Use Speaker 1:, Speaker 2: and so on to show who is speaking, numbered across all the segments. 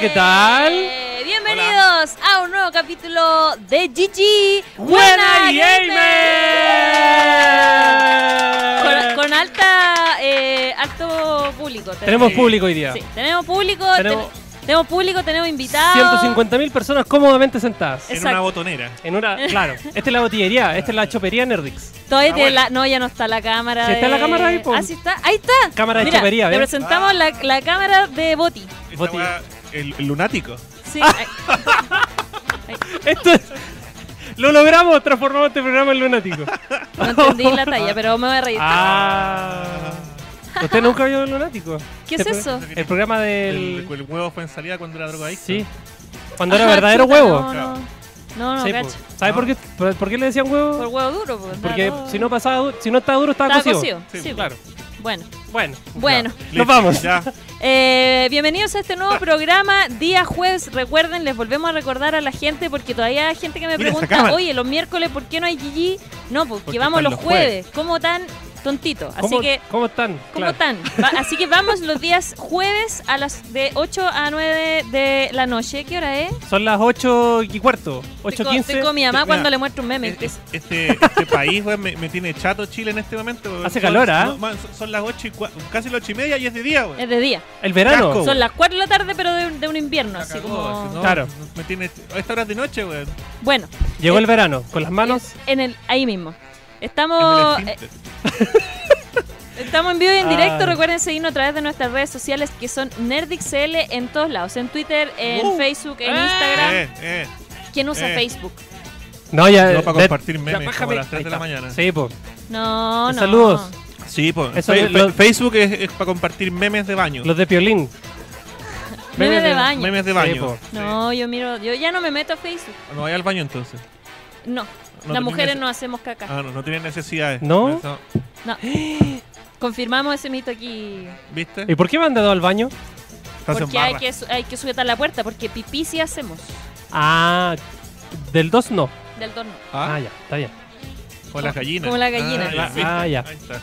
Speaker 1: ¿qué tal?
Speaker 2: Bienvenidos a un nuevo capítulo de GG.
Speaker 1: ¡Buena
Speaker 2: Con,
Speaker 1: Gamer!
Speaker 2: con alta, eh, alto público.
Speaker 1: Tenemos público hoy día.
Speaker 2: Sí, tenemos público, ten-
Speaker 1: Tenemos-
Speaker 2: tenemos, público, tenemos invitados.
Speaker 1: 150.000 personas cómodamente sentadas.
Speaker 2: Eh.
Speaker 3: En
Speaker 2: Exacto.
Speaker 3: una botonera.
Speaker 1: En una, claro, esta es la botillería, esta es la chopería Nerdix.
Speaker 2: Todavía
Speaker 3: Ah,
Speaker 2: tiene
Speaker 3: bueno.
Speaker 2: la- no, ya no está la cámara.
Speaker 1: Sí, está
Speaker 2: de-
Speaker 1: la cámara ahí, po.
Speaker 2: Ah, sí está. Ahí está.
Speaker 1: Cámara de
Speaker 2: Mira,
Speaker 1: chopería,
Speaker 2: Te
Speaker 1: ¿ves?
Speaker 2: presentamos la, la cámara de Boti.
Speaker 3: Esta
Speaker 1: Boti-
Speaker 3: weá, el, el lunático.
Speaker 2: Sí. ahí.
Speaker 1: Esto es- Lo logramos, transformamos este programa en lunático.
Speaker 2: No entendí la talla, pero me voy a reír.
Speaker 1: Ah. ¿Usted nunca vio el lunático?
Speaker 2: ¿Qué es
Speaker 1: Este
Speaker 2: eso?
Speaker 1: pro- El programa
Speaker 3: El,
Speaker 1: del...
Speaker 3: el huevo fue en salida cuando era drogadicto.
Speaker 1: Sí. Cuando era
Speaker 2: Ah,
Speaker 1: verdadero
Speaker 2: chuta,
Speaker 1: huevo.
Speaker 2: No, no, no, no,
Speaker 1: Sí, po.
Speaker 2: cacho.
Speaker 1: ¿Sabe por qué, por, por qué le decían huevo?
Speaker 2: Por huevo duro, pues.
Speaker 1: Porque si no pasaba, du- si no estaba duro estaba,
Speaker 2: Estaba
Speaker 1: cocido.
Speaker 2: cocido,
Speaker 3: Sí,
Speaker 2: sí,
Speaker 1: Claro.
Speaker 2: Bueno,
Speaker 1: Bueno.
Speaker 2: bueno.
Speaker 3: Listo,
Speaker 1: Nos vamos.
Speaker 3: Ya.
Speaker 2: Eh, bienvenidos a este
Speaker 1: Ah.
Speaker 2: nuevo programa, día jueves. Recuerden, les volvemos a recordar a la gente, porque todavía hay gente que me
Speaker 3: Mira esa
Speaker 2: pregunta,
Speaker 3: cámara.
Speaker 2: oye, los miércoles, ¿por qué no hay GG? No, pues que
Speaker 3: Porque
Speaker 2: vamos
Speaker 3: están
Speaker 2: los
Speaker 3: los
Speaker 2: jueves. ¿Cómo tan tontito? Así
Speaker 1: ¿Cómo,
Speaker 2: que,
Speaker 1: ¿Cómo están?
Speaker 2: ¿cómo
Speaker 1: Claro.
Speaker 2: tan? Va- así que vamos los días jueves a las de 8 a 9 de la noche. ¿Qué hora es?
Speaker 1: Son las 8 y cuarto. 8
Speaker 2: Estoy
Speaker 1: y
Speaker 2: con- Estoy
Speaker 1: 15.
Speaker 2: con mi mamá
Speaker 3: Mira,
Speaker 2: cuando le muestro un
Speaker 1: Eh,
Speaker 2: meme. que
Speaker 3: E-
Speaker 2: es-
Speaker 3: Este, este país, weón, me, me tiene chato Chile en este momento. weón.
Speaker 1: Hace
Speaker 3: Son-
Speaker 1: calor, ¿ah?
Speaker 3: no, man, son, son las 8 y cua- casi las 8 y media y es de día, weón.
Speaker 2: Es de día.
Speaker 1: El verano.
Speaker 3: Casco.
Speaker 2: Son las 4 de la tarde, pero de, un- de un invierno,
Speaker 3: La
Speaker 2: así
Speaker 3: cagó,
Speaker 2: como...
Speaker 3: así, no,
Speaker 1: Claro.
Speaker 3: Me tiene, a esta hora es de noche, weón.
Speaker 2: Bueno.
Speaker 1: Llegó el verano. Con las manos.
Speaker 2: En el, ahí mismo.
Speaker 3: En
Speaker 2: Estamos,
Speaker 3: el
Speaker 2: eh,
Speaker 3: esfínter.
Speaker 2: estamos en vivo y en
Speaker 1: Ay.
Speaker 2: directo. Recuerden seguirnos a través de nuestras redes sociales que son NerdixL en todos lados. En Twitter, en
Speaker 3: Uh.
Speaker 2: Facebook, en
Speaker 1: Eh.
Speaker 2: Instagram.
Speaker 3: Eh, eh.
Speaker 2: ¿Quién usa
Speaker 3: Eh.
Speaker 2: Facebook?
Speaker 1: No, ya.
Speaker 3: No, para
Speaker 1: de-
Speaker 3: compartir
Speaker 1: ya,
Speaker 3: memes como
Speaker 1: bájame.
Speaker 3: a las 3 de la
Speaker 1: Ahí está.
Speaker 3: mañana.
Speaker 1: Sí, po.
Speaker 2: No, no.
Speaker 1: Saludos.
Speaker 3: Sí, po.
Speaker 1: Eso
Speaker 3: Fe-
Speaker 1: es
Speaker 3: fe-
Speaker 1: lo-
Speaker 3: Facebook es, es para compartir memes de baño.
Speaker 1: Los de Piolín.
Speaker 2: Meme
Speaker 1: Memes
Speaker 2: de
Speaker 1: de-
Speaker 2: baño.
Speaker 3: Memes de
Speaker 1: Sí,
Speaker 3: baño.
Speaker 1: po.
Speaker 3: Sí.
Speaker 2: No, yo miro, yo ya no me meto a Facebook.
Speaker 3: No vaya al baño entonces.
Speaker 2: No,
Speaker 3: No
Speaker 2: las
Speaker 3: tenés
Speaker 2: mujeres
Speaker 3: nece-
Speaker 2: no hacemos caca.
Speaker 3: Ah, no, no tienen necesidades.
Speaker 1: ¿No?
Speaker 2: No. Confirmamos ese mito aquí.
Speaker 3: ¿Viste?
Speaker 1: ¿Y por qué me han dado al baño?
Speaker 3: Estás en
Speaker 2: Porque hay
Speaker 3: barra.
Speaker 2: que, su- hay que sujetar la puerta, porque pipí sí hacemos.
Speaker 1: Ah, del 2 no.
Speaker 2: Del torno.
Speaker 1: Ah,
Speaker 3: Ah,
Speaker 1: ya, está bien.
Speaker 3: como las gallinas.
Speaker 2: como las gallinas.
Speaker 3: Ah, ya. ¿viste?
Speaker 1: Ah, ya.
Speaker 3: Ahí está.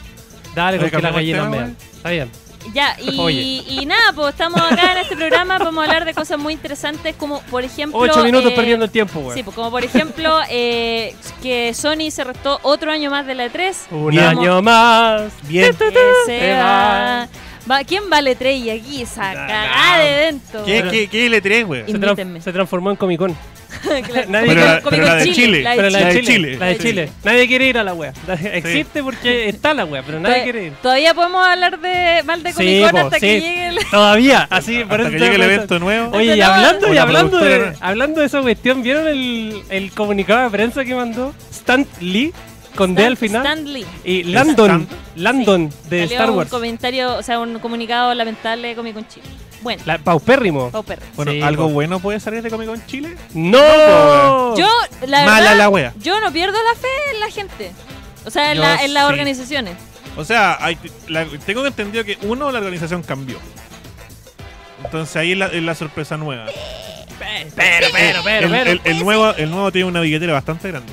Speaker 1: Dale, porque
Speaker 3: Oye,
Speaker 1: las
Speaker 3: cambiamos el
Speaker 1: gallinas
Speaker 3: tema,
Speaker 1: me
Speaker 3: weón.
Speaker 1: Está bien.
Speaker 2: Ya, y,
Speaker 1: Oye.
Speaker 2: y nada, pues estamos acá en este programa, vamos a hablar de cosas muy interesantes como, por ejemplo...
Speaker 1: 8 minutos
Speaker 2: eh,
Speaker 1: perdiendo el tiempo,
Speaker 2: Sí,
Speaker 1: güey.
Speaker 2: pues como por ejemplo eh, que Sony se restó otro año más de la E3.
Speaker 1: Un
Speaker 3: Bien.
Speaker 1: año más.
Speaker 3: Bien.
Speaker 1: Eh,
Speaker 2: Que se
Speaker 1: Te
Speaker 2: va. Va- ¿Quién vale E3 y aquí esa
Speaker 3: Nah,
Speaker 2: cagada
Speaker 3: nah.
Speaker 2: de evento?
Speaker 3: ¿Qué, qué, qué le tres, güey?
Speaker 1: Se,
Speaker 2: Y-
Speaker 1: tran-
Speaker 2: Invítenme.
Speaker 1: se transformó en Comic Con.
Speaker 2: Claro.
Speaker 1: Nadie-
Speaker 2: Con-
Speaker 1: Pero la-
Speaker 2: con-
Speaker 3: pero
Speaker 2: con
Speaker 3: la de Chile.
Speaker 2: la de
Speaker 1: Pero la de
Speaker 3: de
Speaker 1: Chile.
Speaker 3: Chile.
Speaker 1: La de
Speaker 3: Sí.
Speaker 1: Chile. Nadie quiere ir a la wea. Existe porque está la wea, pero nadie
Speaker 2: Todavía-
Speaker 1: quiere ir.
Speaker 2: Todavía podemos hablar de mal de Comic Con
Speaker 1: po,
Speaker 2: hasta que
Speaker 1: sí.
Speaker 2: llegue el...
Speaker 1: Todavía, así, por
Speaker 3: Hasta
Speaker 1: eso
Speaker 3: que
Speaker 1: te
Speaker 3: llegue el
Speaker 1: voy a
Speaker 3: evento
Speaker 1: contar.
Speaker 3: nuevo.
Speaker 1: Oye, y
Speaker 2: Esto no-
Speaker 1: hablando, y
Speaker 3: Hola,
Speaker 1: hablando, de,
Speaker 3: productora.
Speaker 1: hablando de esa cuestión, ¿vieron el, el comunicado de prensa que mandó Stan Lee con D al final?
Speaker 2: Stan Lee.
Speaker 1: y Landon,
Speaker 3: Stan?
Speaker 1: Landon de
Speaker 2: Salió
Speaker 1: Star
Speaker 2: un
Speaker 1: Wars.
Speaker 2: comentario, o sea, un comunicado lamentable de Comic Con Chile. Bueno,
Speaker 1: La- paupérrimo.
Speaker 2: Pauper.
Speaker 3: Bueno,
Speaker 1: Sí,
Speaker 3: ¿algo
Speaker 1: po.
Speaker 3: bueno puede salir de Comic Con Chile? pues,
Speaker 1: ¡No!
Speaker 2: Yo, la
Speaker 3: Mala
Speaker 2: verdad,
Speaker 3: la wea.
Speaker 2: yo no pierdo la fe en la gente. O sea, en,
Speaker 3: Yo
Speaker 2: la- en las
Speaker 3: sí.
Speaker 2: organizaciones.
Speaker 3: O sea, hay- la- tengo entendido que uno, la organización cambió. Entonces ahí es la, es la sorpresa nueva.
Speaker 1: Pero, pero, pero,
Speaker 3: el,
Speaker 1: pero.
Speaker 3: el- el nuevo, el nuevo tiene una billetera bastante grande.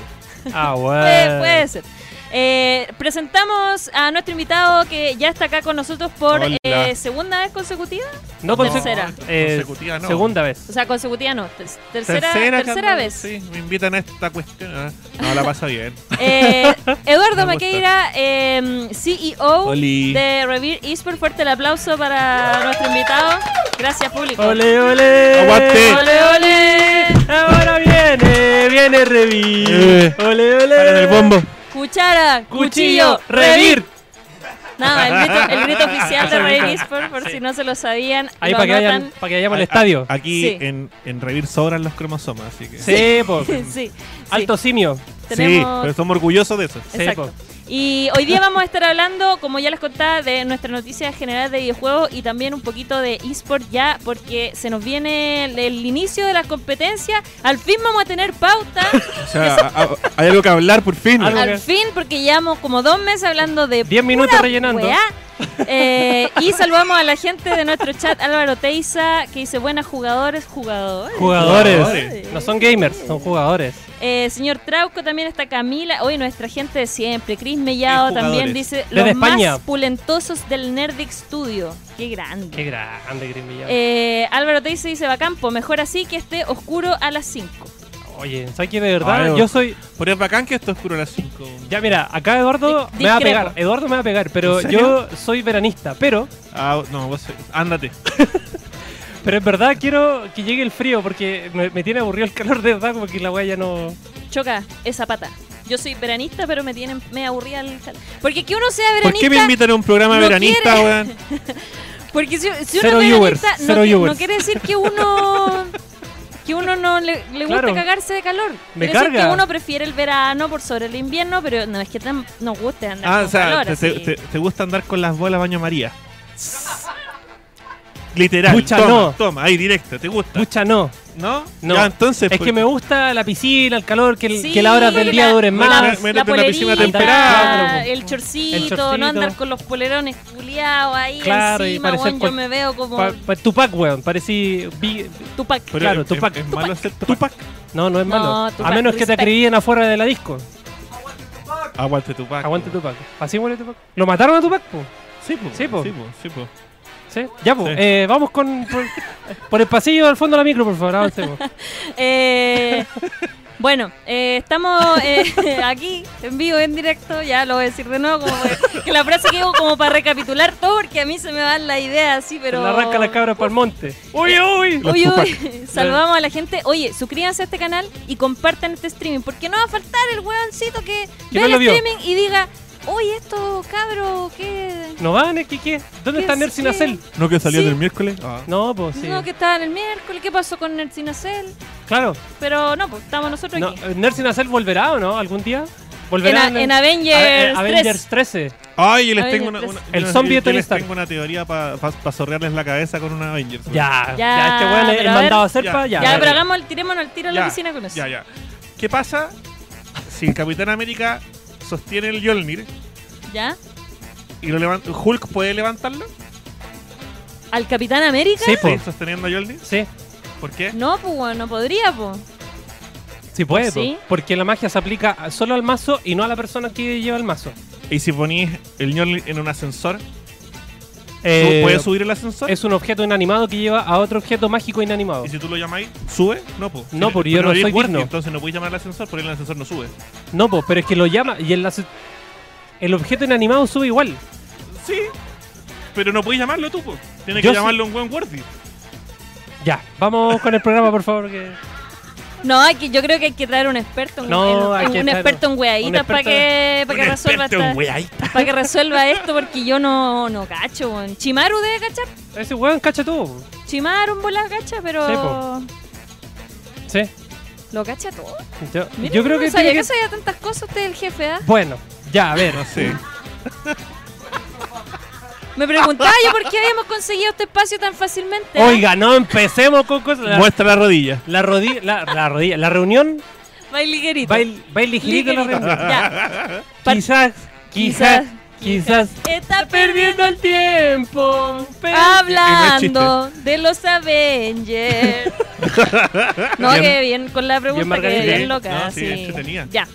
Speaker 1: Ah,
Speaker 2: Puede,
Speaker 1: bueno.
Speaker 2: puede ser. Eh, presentamos a nuestro invitado que ya está acá con nosotros por
Speaker 3: Hola.
Speaker 2: eh, segunda vez consecutiva.
Speaker 1: No conse-
Speaker 2: Tercera.
Speaker 1: eh,
Speaker 3: Consecutiva, no.
Speaker 1: Segunda vez.
Speaker 2: O sea, consecutiva no, ter- tercera, tercera,
Speaker 3: Carmen,
Speaker 2: vez.
Speaker 3: Sí, me invitan a esta cuestión. Ah, No, la pasa bien.
Speaker 2: Eh, Eduardo
Speaker 3: Me gusta.
Speaker 2: Maqueira, eh, CEO
Speaker 3: Oli.
Speaker 2: de Revere Esport. Fuerte el aplauso para nuestro invitado. Gracias, público.
Speaker 1: ¡Ole, ole!
Speaker 3: Aguante.
Speaker 2: ole! ole.
Speaker 1: Ahora viene, viene Revir.
Speaker 3: Eh.
Speaker 1: Ole, ole.
Speaker 3: Paren el bombo.
Speaker 2: Cuchara,
Speaker 1: Cuchillo, Revir.
Speaker 2: Nada, el grito, el grito oficial de
Speaker 1: Eso
Speaker 2: Rey
Speaker 1: mismo.
Speaker 2: Esport, por si no se lo sabían.
Speaker 1: Ahí
Speaker 2: lo
Speaker 1: para que, vayan,
Speaker 2: notan.
Speaker 1: para que vayamos al
Speaker 3: A- a-
Speaker 1: estadio.
Speaker 3: Aquí
Speaker 2: Sí.
Speaker 3: en, en Revir sobran los cromosomas, así que.
Speaker 1: sí, po.
Speaker 2: sí, sí.
Speaker 1: Alto simio.
Speaker 3: Sí, pues.
Speaker 2: Tenemos-
Speaker 3: pero somos orgullosos de eso.
Speaker 1: Sí,
Speaker 2: Exacto.
Speaker 1: po.
Speaker 2: Y hoy día vamos a estar hablando, como ya les contaba, de nuestra noticia general de videojuegos y también un poquito de eSport ya, porque se nos viene el, el inicio de las competencias. Al fin vamos a tener pauta,
Speaker 3: O sea, a- a- hay algo que hablar por fin.
Speaker 1: Algo-
Speaker 2: al fin, porque llevamos como dos meses hablando de.
Speaker 1: Diez minutos
Speaker 2: pura
Speaker 1: rellenando.
Speaker 2: weá. Eh, y salvamos a la gente de nuestro chat, Álvaro Teiza, que dice buenas jugadores, jugadores.
Speaker 1: Jugadores.
Speaker 2: Jugadores.
Speaker 1: No son gamers, son jugadores.
Speaker 2: Eh, señor Trauco, también está Camila. Hoy nuestra gente de siempre. Cris Mellado
Speaker 3: Y
Speaker 2: también
Speaker 3: jugadores.
Speaker 2: dice
Speaker 1: Desde
Speaker 2: los
Speaker 1: España.
Speaker 2: más pulentosos del Nerdic Studio. Qué grande.
Speaker 1: Qué grande, Green Villano.
Speaker 2: Eh, Álvaro Teiza dice Bacampo, mejor así que esté oscuro a las 5.
Speaker 1: Oye, ¿sabes qué? De verdad,
Speaker 3: Ay,
Speaker 1: yo soy.
Speaker 3: Pero es bacán que esto es puro a las 5.
Speaker 1: Ya, mira, acá Eduardo
Speaker 2: Di-
Speaker 1: me va a
Speaker 2: discrepo.
Speaker 1: pegar. Eduardo me va a pegar, pero
Speaker 3: ¿En serio?
Speaker 1: yo soy veranista. Pero,
Speaker 3: Ah, no, vos ándate.
Speaker 1: pero en verdad quiero que llegue el frío porque me, me tiene aburrido el calor de verdad, como que la weá ya no.
Speaker 2: Choca esa pata. Yo soy veranista, pero me tienen me aburría el cal- Porque que uno sea
Speaker 3: ¿Por qué me
Speaker 2: veranista,
Speaker 3: invitan a un programa
Speaker 2: no
Speaker 3: veranista,
Speaker 2: quiere.
Speaker 3: weón?
Speaker 2: porque si, si
Speaker 1: Cero
Speaker 2: uno es
Speaker 1: viewers,
Speaker 2: veranista,
Speaker 1: cero
Speaker 2: no, qui-
Speaker 1: viewers.
Speaker 2: no quiere decir que uno que uno no le, le gusta
Speaker 1: Claro.
Speaker 2: cagarse de calor.
Speaker 1: Me
Speaker 2: Quiere decir
Speaker 1: carga.
Speaker 2: que uno prefiere el verano por sobre el invierno, pero no es que tan- nos guste andar
Speaker 3: Ah,
Speaker 2: con
Speaker 3: o sea,
Speaker 2: calor.
Speaker 3: te,
Speaker 2: así.
Speaker 3: te- te gusta andar con las bolas baño María. Literal.
Speaker 1: Pucha,
Speaker 3: toma,
Speaker 1: no.
Speaker 3: toma, ahí directo, te gusta.
Speaker 1: Pucha, no.
Speaker 3: ¿No?
Speaker 1: No.
Speaker 3: Ya, entonces, pues,
Speaker 1: Es
Speaker 3: ¿por
Speaker 1: que me gusta la piscina, el calor, que, el-
Speaker 2: Sí,
Speaker 1: que las horas del día
Speaker 2: la-
Speaker 1: duren
Speaker 3: la-
Speaker 1: más.
Speaker 3: Métete en la piscina
Speaker 2: polerita,
Speaker 1: temperada.
Speaker 2: el chorcito,
Speaker 1: El chorcito.
Speaker 2: no andar con los polerones culiados ahí
Speaker 1: Claro, y
Speaker 2: encima,
Speaker 1: parecer
Speaker 2: weón, yo
Speaker 1: cual-
Speaker 2: me veo como
Speaker 1: Pa- pa- Tupac, weón, parecí. Big-
Speaker 2: Tupac.
Speaker 3: Pero
Speaker 1: Claro,
Speaker 3: es-
Speaker 1: Tupac.
Speaker 3: Es, es
Speaker 2: Tupac.
Speaker 3: malo ser Tupac.
Speaker 1: No, no es
Speaker 2: No,
Speaker 1: malo.
Speaker 2: Tupac,
Speaker 1: A menos que te
Speaker 2: respect.
Speaker 1: acribíen afuera de la disco.
Speaker 3: Aguante Tupac.
Speaker 1: Aguante Tupac. Así muere Tupac. ¿Lo mataron a Tupac? po?
Speaker 3: Sí, po.
Speaker 1: Sí, po.
Speaker 3: Sí, po. sí, po.
Speaker 1: ¿Sí? Ya, po.
Speaker 3: Sí.
Speaker 1: Eh, vamos con. Por, por el pasillo al fondo de la micro, por favor. avancemos.
Speaker 2: Eh, bueno, eh, estamos eh, aquí en vivo, en directo, ya lo voy a decir de nuevo, como que- que la frase que digo como para recapitular todo, porque a mí se me van las ideas así, pero...
Speaker 1: Le arranca las cabras para el monte. ¡Uy, uy!
Speaker 3: Los
Speaker 2: Uy, uy,
Speaker 3: Tupac.
Speaker 2: salvamos a la gente. Oye, suscríbanse a este canal y compartan este streaming, porque no va a faltar el weoncito que ve
Speaker 1: Que no
Speaker 2: el
Speaker 1: lo vio.
Speaker 2: streaming y diga, oye, esto cabro, ¿qué?
Speaker 1: ¿No van? ¿Qué, qué? ¿Dónde
Speaker 2: ¿Qué
Speaker 1: está Nerd
Speaker 2: sí?
Speaker 1: Sinacel?
Speaker 3: ¿No que salió
Speaker 2: Sí.
Speaker 3: del miércoles?
Speaker 1: No, pues sí.
Speaker 2: No, que estaban el miércoles, ¿qué pasó con el Sinacel?
Speaker 1: Claro.
Speaker 2: Pero no, pues estamos nosotros
Speaker 1: No,
Speaker 2: aquí.
Speaker 1: ¿Nerd Sinacel volverá o no? ¿Algún día?
Speaker 2: En,
Speaker 1: ¿Volverá
Speaker 2: a- en Avengers,
Speaker 1: A- eh,
Speaker 2: 3.
Speaker 1: Avengers 13.
Speaker 3: Ay, yo
Speaker 2: A
Speaker 3: les
Speaker 2: ver,
Speaker 3: tengo una,
Speaker 2: tres.
Speaker 3: una-
Speaker 1: El
Speaker 3: yo-
Speaker 1: zombie de
Speaker 3: yo,
Speaker 1: Tony
Speaker 3: les
Speaker 1: Stark.
Speaker 3: tengo una teoría para zorrearles la cabeza con una Avengers. weón.
Speaker 1: Ya, ya,
Speaker 2: Ya,
Speaker 1: este weón le-
Speaker 2: pero
Speaker 1: le
Speaker 2: a
Speaker 1: mandaba
Speaker 2: ver.
Speaker 1: hacer pa' ya.
Speaker 2: Ya,
Speaker 3: Ya,
Speaker 2: pero
Speaker 3: ya.
Speaker 2: hagamos el tirémonos al tiro a la piscina con eso.
Speaker 3: Ya, ya. ¿Qué pasa si el Capitán América sostiene el Yolnir
Speaker 2: ¿Ya?
Speaker 3: y lo levanta? ¿Hulk puede levantarlo?
Speaker 2: ¿Al Capitán América?
Speaker 1: Sí,
Speaker 3: Sí,
Speaker 1: pues.
Speaker 3: sosteniendo a Yolnir.
Speaker 1: Sí.
Speaker 3: ¿Por qué?
Speaker 2: No, pues bueno, no podría, pues.
Speaker 1: Sí puede,
Speaker 2: ¿Sí?
Speaker 1: po, porque la magia se aplica a- solo al mazo y no a la persona que lleva el mazo.
Speaker 3: ¿Y si ponís el Yolnir en un ascensor?
Speaker 1: Eh,
Speaker 3: ¿Puedes subir el ascensor?
Speaker 1: es un objeto inanimado que lleva a otro objeto mágico inanimado.
Speaker 3: ¿Y si tú lo llamáis? ¿Sube? No, po.
Speaker 1: No,
Speaker 3: Si-
Speaker 1: porque
Speaker 3: pero
Speaker 1: yo no
Speaker 3: eres
Speaker 1: soy
Speaker 3: Wurf,
Speaker 1: digno.
Speaker 3: Entonces no puedes llamar al ascensor porque el ascensor no sube.
Speaker 1: No, po, pero es que lo llama y el, as- el objeto inanimado sube igual.
Speaker 3: Sí, pero no puedes llamarlo tú, po. Tienes
Speaker 1: Yo
Speaker 3: que
Speaker 1: sí.
Speaker 3: llamarlo un buen Worthy.
Speaker 1: Ya, vamos con el programa, por favor. que-
Speaker 2: No, hay que, yo creo que hay que traer un experto, un,
Speaker 1: No,
Speaker 2: un-
Speaker 1: hay
Speaker 2: un
Speaker 1: que traer
Speaker 2: experto en
Speaker 1: un
Speaker 2: weaditas
Speaker 1: experto-
Speaker 2: para que, para que resuelva esta- para que resuelva esto, porque yo no, no cacho, weón. Chimaru debe cachar.
Speaker 1: Ese weón cacha todo. pues.
Speaker 2: Chimaru un bola cacha,
Speaker 1: Sí,
Speaker 2: pero.
Speaker 1: po. Sí.
Speaker 2: Lo cacha todo.
Speaker 1: Yo,
Speaker 2: Mira,
Speaker 1: yo creo
Speaker 2: no
Speaker 1: que,
Speaker 2: sabía que
Speaker 1: tiene que-
Speaker 2: sabía tantas cosas usted el jefe, ¿ah?
Speaker 1: Bueno, ya, a ver.
Speaker 3: No sé.
Speaker 2: Me preguntaba yo por qué habíamos conseguido este espacio tan fácilmente. ¿ah?
Speaker 1: Oiga, no empecemos con cosas. La,
Speaker 3: Muestra la rodilla.
Speaker 1: la rodilla, la, la rodilla, la reunión,
Speaker 2: Bailiguerito.
Speaker 1: bail- baile girito la
Speaker 2: Liguerito.
Speaker 1: reunión.
Speaker 2: Ya. Par-
Speaker 1: Quizás, quizás,
Speaker 2: quizás,
Speaker 1: quizás.
Speaker 2: Está perdiendo.
Speaker 1: Perdiendo el tiempo. per-
Speaker 2: Hablando de los Avengers. no,
Speaker 3: Bien.
Speaker 2: que bien con la
Speaker 1: Bien,
Speaker 2: pregunta, que
Speaker 1: Margarita.
Speaker 2: bien
Speaker 1: Sí.
Speaker 2: loca.
Speaker 3: No, sí,
Speaker 2: sí.
Speaker 3: entretenida.
Speaker 2: Ya.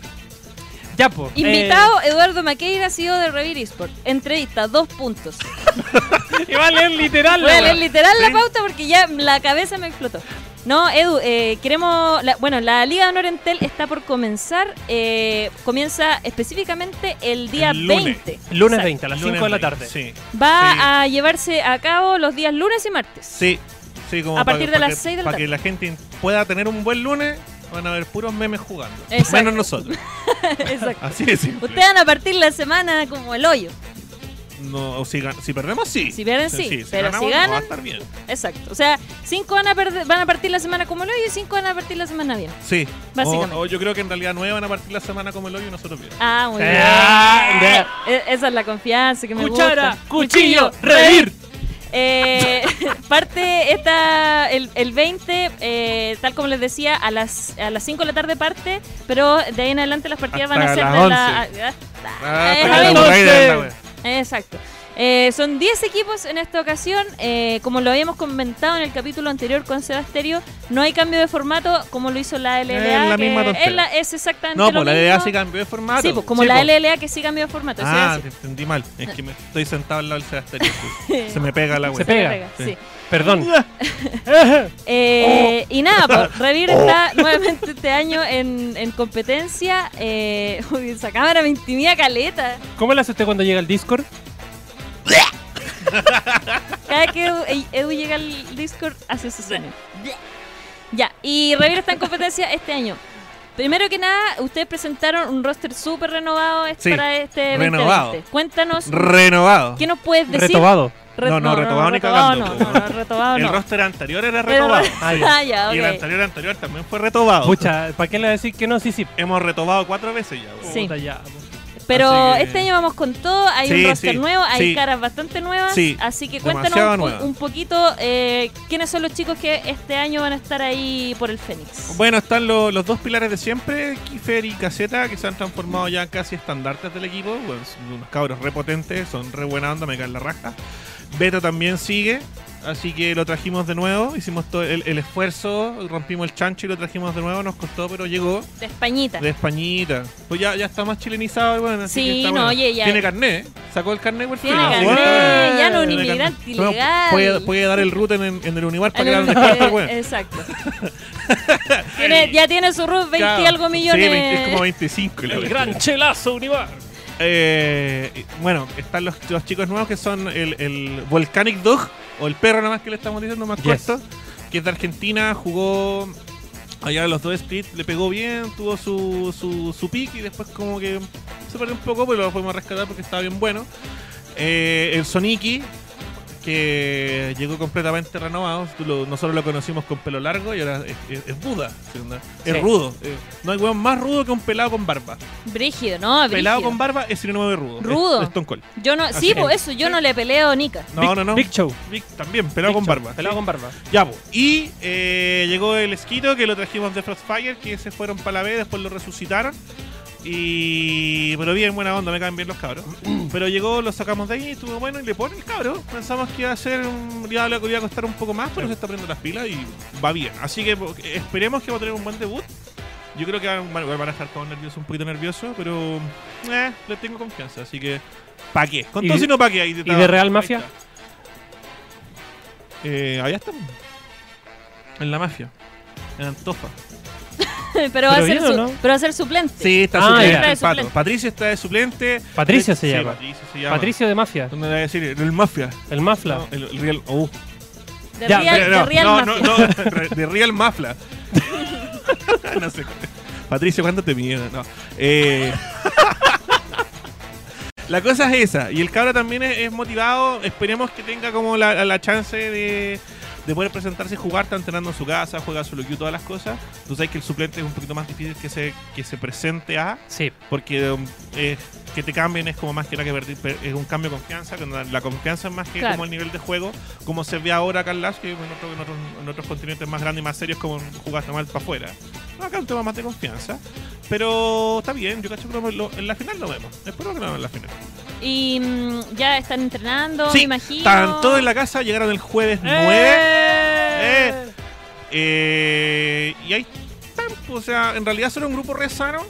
Speaker 1: Ya, po. eh,
Speaker 2: Invitado Eduardo Maqueira, sido de Revir Esport. Entrevista, dos puntos.
Speaker 1: Eh, y va a leer literal.
Speaker 2: Voy a
Speaker 1: la
Speaker 2: leer
Speaker 1: weá.
Speaker 2: literal la
Speaker 1: Sí.
Speaker 2: pauta porque ya la cabeza me explotó. No, Edu, eh, queremos. la- bueno, la Liga de Honor Entel está por comenzar. eh, comienza específicamente el día
Speaker 3: El lunes.
Speaker 2: 20.
Speaker 1: Lunes
Speaker 2: Exacto.
Speaker 1: 20, a las 5 de la tarde.
Speaker 3: Sí.
Speaker 2: Va
Speaker 3: Sí.
Speaker 2: a llevarse a cabo los días lunes y martes.
Speaker 3: Sí. Sí, como
Speaker 2: A
Speaker 3: pa-
Speaker 2: partir de
Speaker 3: pa
Speaker 2: las
Speaker 3: que-
Speaker 2: seis de la
Speaker 3: Para que la gente pueda tener un buen lunes, van a haber puros memes jugando.
Speaker 2: Exacto.
Speaker 3: Menos nosotros.
Speaker 2: Exacto.
Speaker 3: Así es. simple.
Speaker 2: Ustedes van a partir la semana como el hoyo.
Speaker 3: No, si, gan- si perdemos, sí.
Speaker 2: Si pierden, sí. Pero si
Speaker 3: ganamos, no va a
Speaker 2: ganan-
Speaker 3: estar bien.
Speaker 2: Exacto. O sea, cinco van a, perder- van a partir la semana como el hoyo y cinco van a partir la semana bien.
Speaker 3: Sí.
Speaker 2: Básicamente.
Speaker 3: O, o yo creo que en realidad nueve van a partir la semana como el hoyo y nosotros bien.
Speaker 2: Ah, muy bien.
Speaker 1: Ah, ya.
Speaker 2: E- Esa es la confianza que me
Speaker 1: Cuchara,
Speaker 2: gusta.
Speaker 1: cuchillo, reír.
Speaker 2: Eh, parte esta, el, el 20, eh, tal como les decía, a las, a las 5 de la tarde parte, pero de ahí en adelante las partidas
Speaker 3: Hasta
Speaker 2: van a ser
Speaker 3: las
Speaker 2: de la... ah,
Speaker 3: Ah,
Speaker 2: eh,
Speaker 3: para que la
Speaker 1: entonces-
Speaker 3: mujer de la wea.
Speaker 2: Exacto. Eh, son 10 equipos en esta ocasión. Eh, como lo habíamos comentado en el capítulo anterior con Sebasterio, no hay cambio de formato como lo hizo la LLA.
Speaker 3: Es la
Speaker 2: que
Speaker 3: misma tontera.
Speaker 2: es, la- es exactamente
Speaker 4: No,
Speaker 2: lo
Speaker 4: pues la LLA
Speaker 2: mismo.
Speaker 4: se cambió de formato.
Speaker 2: Sí, pues como
Speaker 3: Sí,
Speaker 2: la
Speaker 3: pues.
Speaker 2: LLA que sí cambió de formato. eso iba a
Speaker 3: Ah, te
Speaker 2: decir.
Speaker 3: entendí mal. Es que me estoy sentado al lado del Sebastián. Se me pega la
Speaker 1: Se
Speaker 3: wea.
Speaker 1: pega.
Speaker 2: sí.
Speaker 3: sí.
Speaker 1: Perdón.
Speaker 3: Ah.
Speaker 2: Eh, Y nada, pues, Revir
Speaker 3: Oh.
Speaker 2: está nuevamente este año en, en competencia. Eh, uy, esa cámara me intimida caleta.
Speaker 1: ¿Cómo le hace usted cuando llega al Discord?
Speaker 2: Cada que Edu, Edu llega al Discord hace su sueño. Ya, y Revir está en competencia este año. Primero que nada, ustedes presentaron un roster súper renovado
Speaker 4: Sí,
Speaker 2: este- para este
Speaker 4: renovado.
Speaker 2: 2020. Cuéntanos,
Speaker 4: Renovado.
Speaker 2: ¿qué nos puedes decir?
Speaker 1: Retobado.
Speaker 2: Re-
Speaker 3: No, no, retobado ni
Speaker 2: no,
Speaker 3: cagando,
Speaker 2: no, no, retobado
Speaker 3: El
Speaker 2: no.
Speaker 3: roster anterior era retobado.
Speaker 1: Ah, ya.
Speaker 2: Ah, ya,
Speaker 3: Y el
Speaker 2: ok.
Speaker 3: anterior anterior también fue retobado.
Speaker 1: Pucha, ¿para qué le voy a decir que no? Sí, sí.
Speaker 3: Hemos retobado cuatro veces ya. wea.
Speaker 2: Sí.
Speaker 1: Puta, ya.
Speaker 2: Pero
Speaker 3: Así que-
Speaker 2: este año vamos con todo, hay
Speaker 3: Sí,
Speaker 2: un roster
Speaker 3: sí,
Speaker 2: nuevo, hay
Speaker 3: sí.
Speaker 2: caras bastante nuevas,
Speaker 3: Sí,
Speaker 2: así que
Speaker 3: demasiado
Speaker 2: cuéntanos un,
Speaker 3: nuevas.
Speaker 2: po- un poquito eh, quiénes son los chicos que este año van a estar ahí por el Fénix.
Speaker 3: Bueno, están lo- los dos pilares de siempre, Kiefer y Caseta, que se han transformado ya en casi estandartes del equipo. Bueno, son unos cabros repotentes, son re buena onda, me caen la raja. Beto también sigue, así que lo trajimos de nuevo. Hicimos todo el, el esfuerzo, rompimos el chancho y lo trajimos de nuevo. Nos costó, pero llegó
Speaker 2: de Españita.
Speaker 3: de Españita. Pues ya, ya está más chilenizado, bueno, así
Speaker 2: Sí,
Speaker 3: que está
Speaker 2: no,
Speaker 3: bueno.
Speaker 2: oye, ya-
Speaker 3: Tiene carnet, ¿eh? sacó el carnet por fin.
Speaker 2: Tiene
Speaker 3: Ah,
Speaker 2: carnet,
Speaker 3: bueno.
Speaker 2: ya no un
Speaker 3: Tiene
Speaker 2: inmigrante
Speaker 3: carnet.
Speaker 2: ilegal.
Speaker 3: Puede, puede dar el root en, en el Univar para
Speaker 2: Ah,
Speaker 3: que
Speaker 2: no,
Speaker 3: hagan
Speaker 2: no,
Speaker 3: descuento,
Speaker 2: eh,
Speaker 3: bueno.
Speaker 2: Exacto. Tiene- ya tiene su roof 20 y
Speaker 3: Claro.
Speaker 2: algo millones.
Speaker 3: Sí, 20, es como 25. la
Speaker 1: El
Speaker 3: verdad.
Speaker 1: gran chelazo Univar.
Speaker 3: Eh, y- bueno, están los, los chicos nuevos que son el, el Volcanic Dog, o el perro nomás que le estamos diciendo más
Speaker 1: Yes.
Speaker 3: corto, que es de Argentina, jugó allá en los dos splits, le pegó bien, tuvo su, su, su pick y después como que se perdió un poco, pero lo podemos rescatar porque estaba bien bueno. Eh, el Soniki, que llegó completamente renovado, tú lo- nosotros lo conocimos con pelo largo y ahora es, es- es Buda, ¿sí onda? es
Speaker 1: Sí.
Speaker 3: rudo, eh, no hay weón más rudo que un pelado con barba.
Speaker 2: Brígido, ¿no?
Speaker 3: Pelado
Speaker 2: brígido.
Speaker 3: con barba es sinónimo de rudo.
Speaker 2: Rudo.
Speaker 3: Es, es Stone Cold.
Speaker 2: Yo no, sí,
Speaker 3: Así
Speaker 2: por
Speaker 3: es.
Speaker 2: eso, yo no le peleo Nica.
Speaker 3: No,
Speaker 1: Big-
Speaker 3: no, no.
Speaker 1: Big Show.
Speaker 3: Big también, pelado
Speaker 1: Big
Speaker 3: con
Speaker 1: Show,
Speaker 3: barba.
Speaker 1: Pelado
Speaker 3: Sí.
Speaker 1: con barba.
Speaker 3: Ya, po. Y eh, llegó el esquito que lo trajimos de Frostfire, que se fueron para la B, después lo resucitaron. Y. Pero bien, buena onda, me caen bien los cabros. Pero llegó, lo sacamos de ahí, estuvo bueno y le pone el cabro. Pensamos que iba a ser un. iba a- le iba a costar un poco más, pero se está poniendo las pilas y va bien. Así que po, esperemos que va a tener un buen debut. Yo creo que van, van- van a estar todos nerviosos, un poquito nerviosos, pero. Eh, les tengo confianza, así que. ¿Pa' qué? Con
Speaker 1: ¿Y
Speaker 3: todo
Speaker 1: de-
Speaker 3: si no pa' qué. Ahí
Speaker 1: y de Real Mafia?
Speaker 3: ahí está. Eh, allá están. En la mafia. En Antofa.
Speaker 2: pero, va a
Speaker 1: Pero
Speaker 2: ser
Speaker 1: bien, ¿o
Speaker 2: su-
Speaker 1: no?
Speaker 2: pero va a ser suplente.
Speaker 3: Sí, está
Speaker 1: Ah,
Speaker 3: suplente.
Speaker 1: ya.
Speaker 2: Está de
Speaker 3: el Pato.
Speaker 2: suplente.
Speaker 3: Patricio está de suplente.
Speaker 1: Patricio
Speaker 3: Eh,
Speaker 1: se
Speaker 3: sí,
Speaker 1: llama.
Speaker 3: Patricio se llama.
Speaker 1: Patricio de Mafia.
Speaker 3: ¿Dónde le voy a decir? El Mafia.
Speaker 1: El Mafla.
Speaker 3: No, el, el Real. Oh.
Speaker 2: De
Speaker 1: Ya,
Speaker 2: Real,
Speaker 3: Pero
Speaker 2: de
Speaker 3: no,
Speaker 2: Real
Speaker 3: no,
Speaker 2: Mafia.
Speaker 3: no, no, re- de Real Mafla. no sé. Patricio, ¿cuánto te mide? No. Eh, la cosa es esa. Y el cabra también es, es motivado. Esperemos que tenga como la, la chance de, de poder presentarse y jugar. Está entrenando en su casa, juega su loquio, todas las cosas. Tú sabes que el suplente es un poquito más difícil que se, que se presente a.
Speaker 1: Sí.
Speaker 3: Porque um, eh, que te cambien es como más que nada que perder, per- es un cambio de confianza, que la, la confianza es más que
Speaker 2: Claro.
Speaker 3: como el nivel de juego, como se ve ahora acá en Lash, que en, otro- en otros- en otros continentes más grandes y más serios como jugaste mal para afuera. No, acá es un tema más de confianza, pero está bien, yo cacho que lo- lo- en la final lo vemos, espero que lo veamos en la final.
Speaker 2: Y mm, ya están entrenando, me
Speaker 3: sí,
Speaker 2: imagino.
Speaker 3: están todos en la casa, llegaron el jueves 9.
Speaker 1: ¡Eh!
Speaker 3: Eh, y ahí están, pues, o sea, en realidad son un grupo re sano.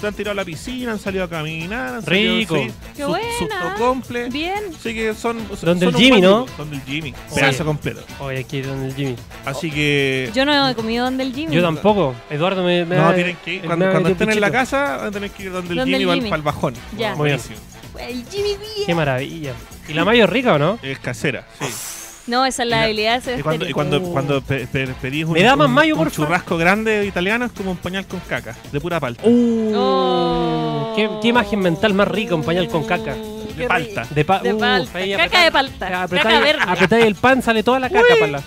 Speaker 3: Se han tirado a la piscina, han salido a caminar, han salido
Speaker 1: Rico.
Speaker 3: sí,
Speaker 2: Qué
Speaker 3: su-
Speaker 2: buena.
Speaker 3: susto comple.
Speaker 2: Bien.
Speaker 3: Así que son. son-
Speaker 1: Donde el
Speaker 3: son un
Speaker 1: Jimmy,
Speaker 3: buen
Speaker 1: ¿no?
Speaker 3: grupo, Donde el Jimmy.
Speaker 1: Oye.
Speaker 3: Pedazo completo.
Speaker 1: Oye, aquí donde el Jimmy.
Speaker 3: Así que.
Speaker 2: Yo no he comido donde el Jimmy.
Speaker 1: Yo tampoco. Eduardo me. me
Speaker 3: no,
Speaker 1: ha-
Speaker 3: tienen que ir.
Speaker 1: me
Speaker 3: Cuando,
Speaker 1: ha
Speaker 3: cuando
Speaker 1: metido
Speaker 3: estén en la
Speaker 1: pichito.
Speaker 3: casa, van a tener que ir donde el
Speaker 2: Donde el
Speaker 3: Jimmy,
Speaker 2: Jimmy.
Speaker 3: para el bajón.
Speaker 2: Ya.
Speaker 3: Bueno,
Speaker 1: Muy bien.
Speaker 3: buenísimo.
Speaker 2: El Jimmy bien.
Speaker 1: Qué maravilla. ¿Y la mayo es rica o no?
Speaker 3: Es casera,
Speaker 2: Ah,
Speaker 3: sí.
Speaker 2: No, esa es la
Speaker 3: Mira,
Speaker 2: habilidad de
Speaker 3: Y cuando, y
Speaker 2: Sebastián.
Speaker 3: cuando,
Speaker 1: Oh.
Speaker 3: cuando pe- pe- pedís un,
Speaker 1: Me da más
Speaker 3: un-
Speaker 1: mayo,
Speaker 3: un
Speaker 1: porfa.
Speaker 3: churrasco grande italiano, es como un pañal con caca, de pura palta.
Speaker 1: Uh,
Speaker 3: Uh,
Speaker 2: Oh. Uh,
Speaker 1: ¿Qué, qué imagen mental más rica, un pañal con caca.
Speaker 2: Qué
Speaker 3: De palta.
Speaker 1: De, pa-
Speaker 2: De
Speaker 1: Uf,
Speaker 2: palta.
Speaker 1: ahí
Speaker 2: Caca
Speaker 1: apretáis-
Speaker 2: de palta.
Speaker 1: apretáis-
Speaker 2: Caca verde.
Speaker 1: apretáis el pan, sale toda la caca, pala.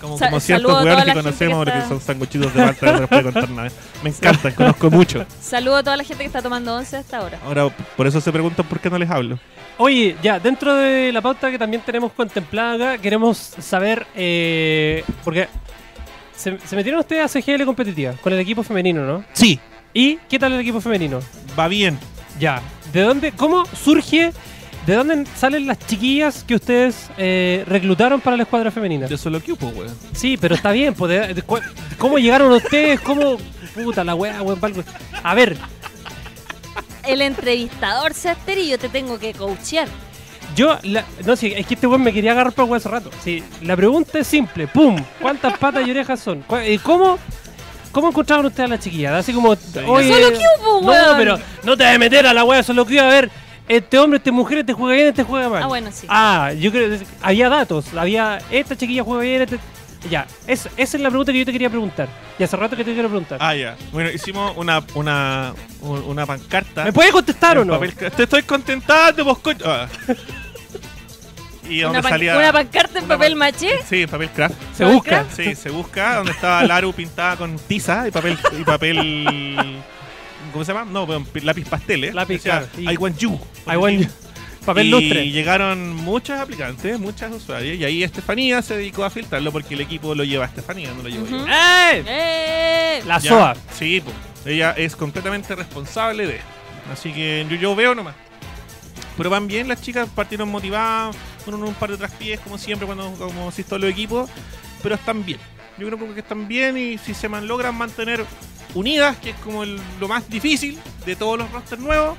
Speaker 3: Como,
Speaker 2: Sa-
Speaker 3: como ciertos
Speaker 2: saludo a
Speaker 3: hueones
Speaker 2: toda
Speaker 3: que
Speaker 2: la gente que
Speaker 3: conocemos
Speaker 2: está-
Speaker 3: que son sanguchitos de palta, no les puedo contar nada. Me encantan, conozco mucho.
Speaker 2: Saludo a toda la gente que está tomando once hasta ahora.
Speaker 3: Ahora, por eso se preguntan por qué no les hablo.
Speaker 1: Oye, ya, dentro de la pauta que también tenemos contemplada acá, queremos saber. eh, porque se, se metieron ustedes a CGL competitiva con el equipo femenino, ¿no?
Speaker 3: Sí,
Speaker 1: ¿Y qué tal el equipo femenino?
Speaker 3: va bien.
Speaker 1: Ya. ¿De dónde, cómo surge ¿De dónde salen las chiquillas que ustedes eh, reclutaron para la escuadra femenina?
Speaker 3: Yo solo cupo, weón.
Speaker 1: Sí, pero está bien, pues, de- de cu- ¿cómo llegaron ustedes? ¿Cómo? Puta la wea, weón, pal, weón. A ver,
Speaker 2: El entrevistador se altera y yo te tengo que coachear.
Speaker 1: yo, la- no sé, es que este weón me quería agarrar por weón hace rato. Sí, la pregunta es simple, pum, ¿cuántas patas y orejas son? ¿Cu- eh, ¿Cómo, cómo encontraron ustedes a las chiquillas? Así como, oye,
Speaker 2: Solo que hubo,
Speaker 1: no,
Speaker 2: weón.
Speaker 1: pero no te vas a meter a la wea, solo que iba a ver, este hombre, esta mujer, este juega bien, este juega mal.
Speaker 2: Ah, bueno, sí.
Speaker 1: Ah, yo creo que había datos. Había. Esta chiquilla juega bien. este- Ya, es- esa es la pregunta que yo te quería preguntar. Y hace rato que te quiero preguntar.
Speaker 3: Ah, ya. Bueno, hicimos una, una, un- una pancarta.
Speaker 1: ¿Me puedes contestar o
Speaker 3: en
Speaker 1: no?
Speaker 3: papel ca- Te estoy contentando, vos coño. Ah. Y
Speaker 2: Una,
Speaker 3: donde
Speaker 2: pan-
Speaker 3: salía.
Speaker 2: una pancarta en
Speaker 3: una
Speaker 2: papel
Speaker 3: pan-
Speaker 2: maché.
Speaker 3: Sí, en papel craft.
Speaker 1: Se busca.
Speaker 3: Sí, se busca donde estaba Laru pintada con tiza y papel y papel ¿cómo se llama? No, perdón, pi- lápiz pastel, ¿eh?
Speaker 1: Lápiz,
Speaker 3: Decía,
Speaker 1: claro, y-
Speaker 3: I want you.
Speaker 1: I want you. Papel
Speaker 3: y
Speaker 1: lustre.
Speaker 3: llegaron muchas aplicantes, muchas usuarias, y ahí Estefanía se dedicó a filtrarlo porque el equipo lo lleva Estefanía, no lo llevo yo.
Speaker 2: Ujú.
Speaker 1: ¡Eh!
Speaker 2: ¡Eh!
Speaker 1: La
Speaker 3: Ya,
Speaker 1: SOA.
Speaker 3: Sí, po. ella es completamente responsable de. Así que yo, yo veo nomás. Pero van bien, las chicas partieron motivadas, fueron un par de traspiés, como siempre, cuando como así todos los equipos, pero están bien. Yo creo que están bien y si se man- logran mantener unidas, que es como el- lo más difícil de todos los rosters nuevos,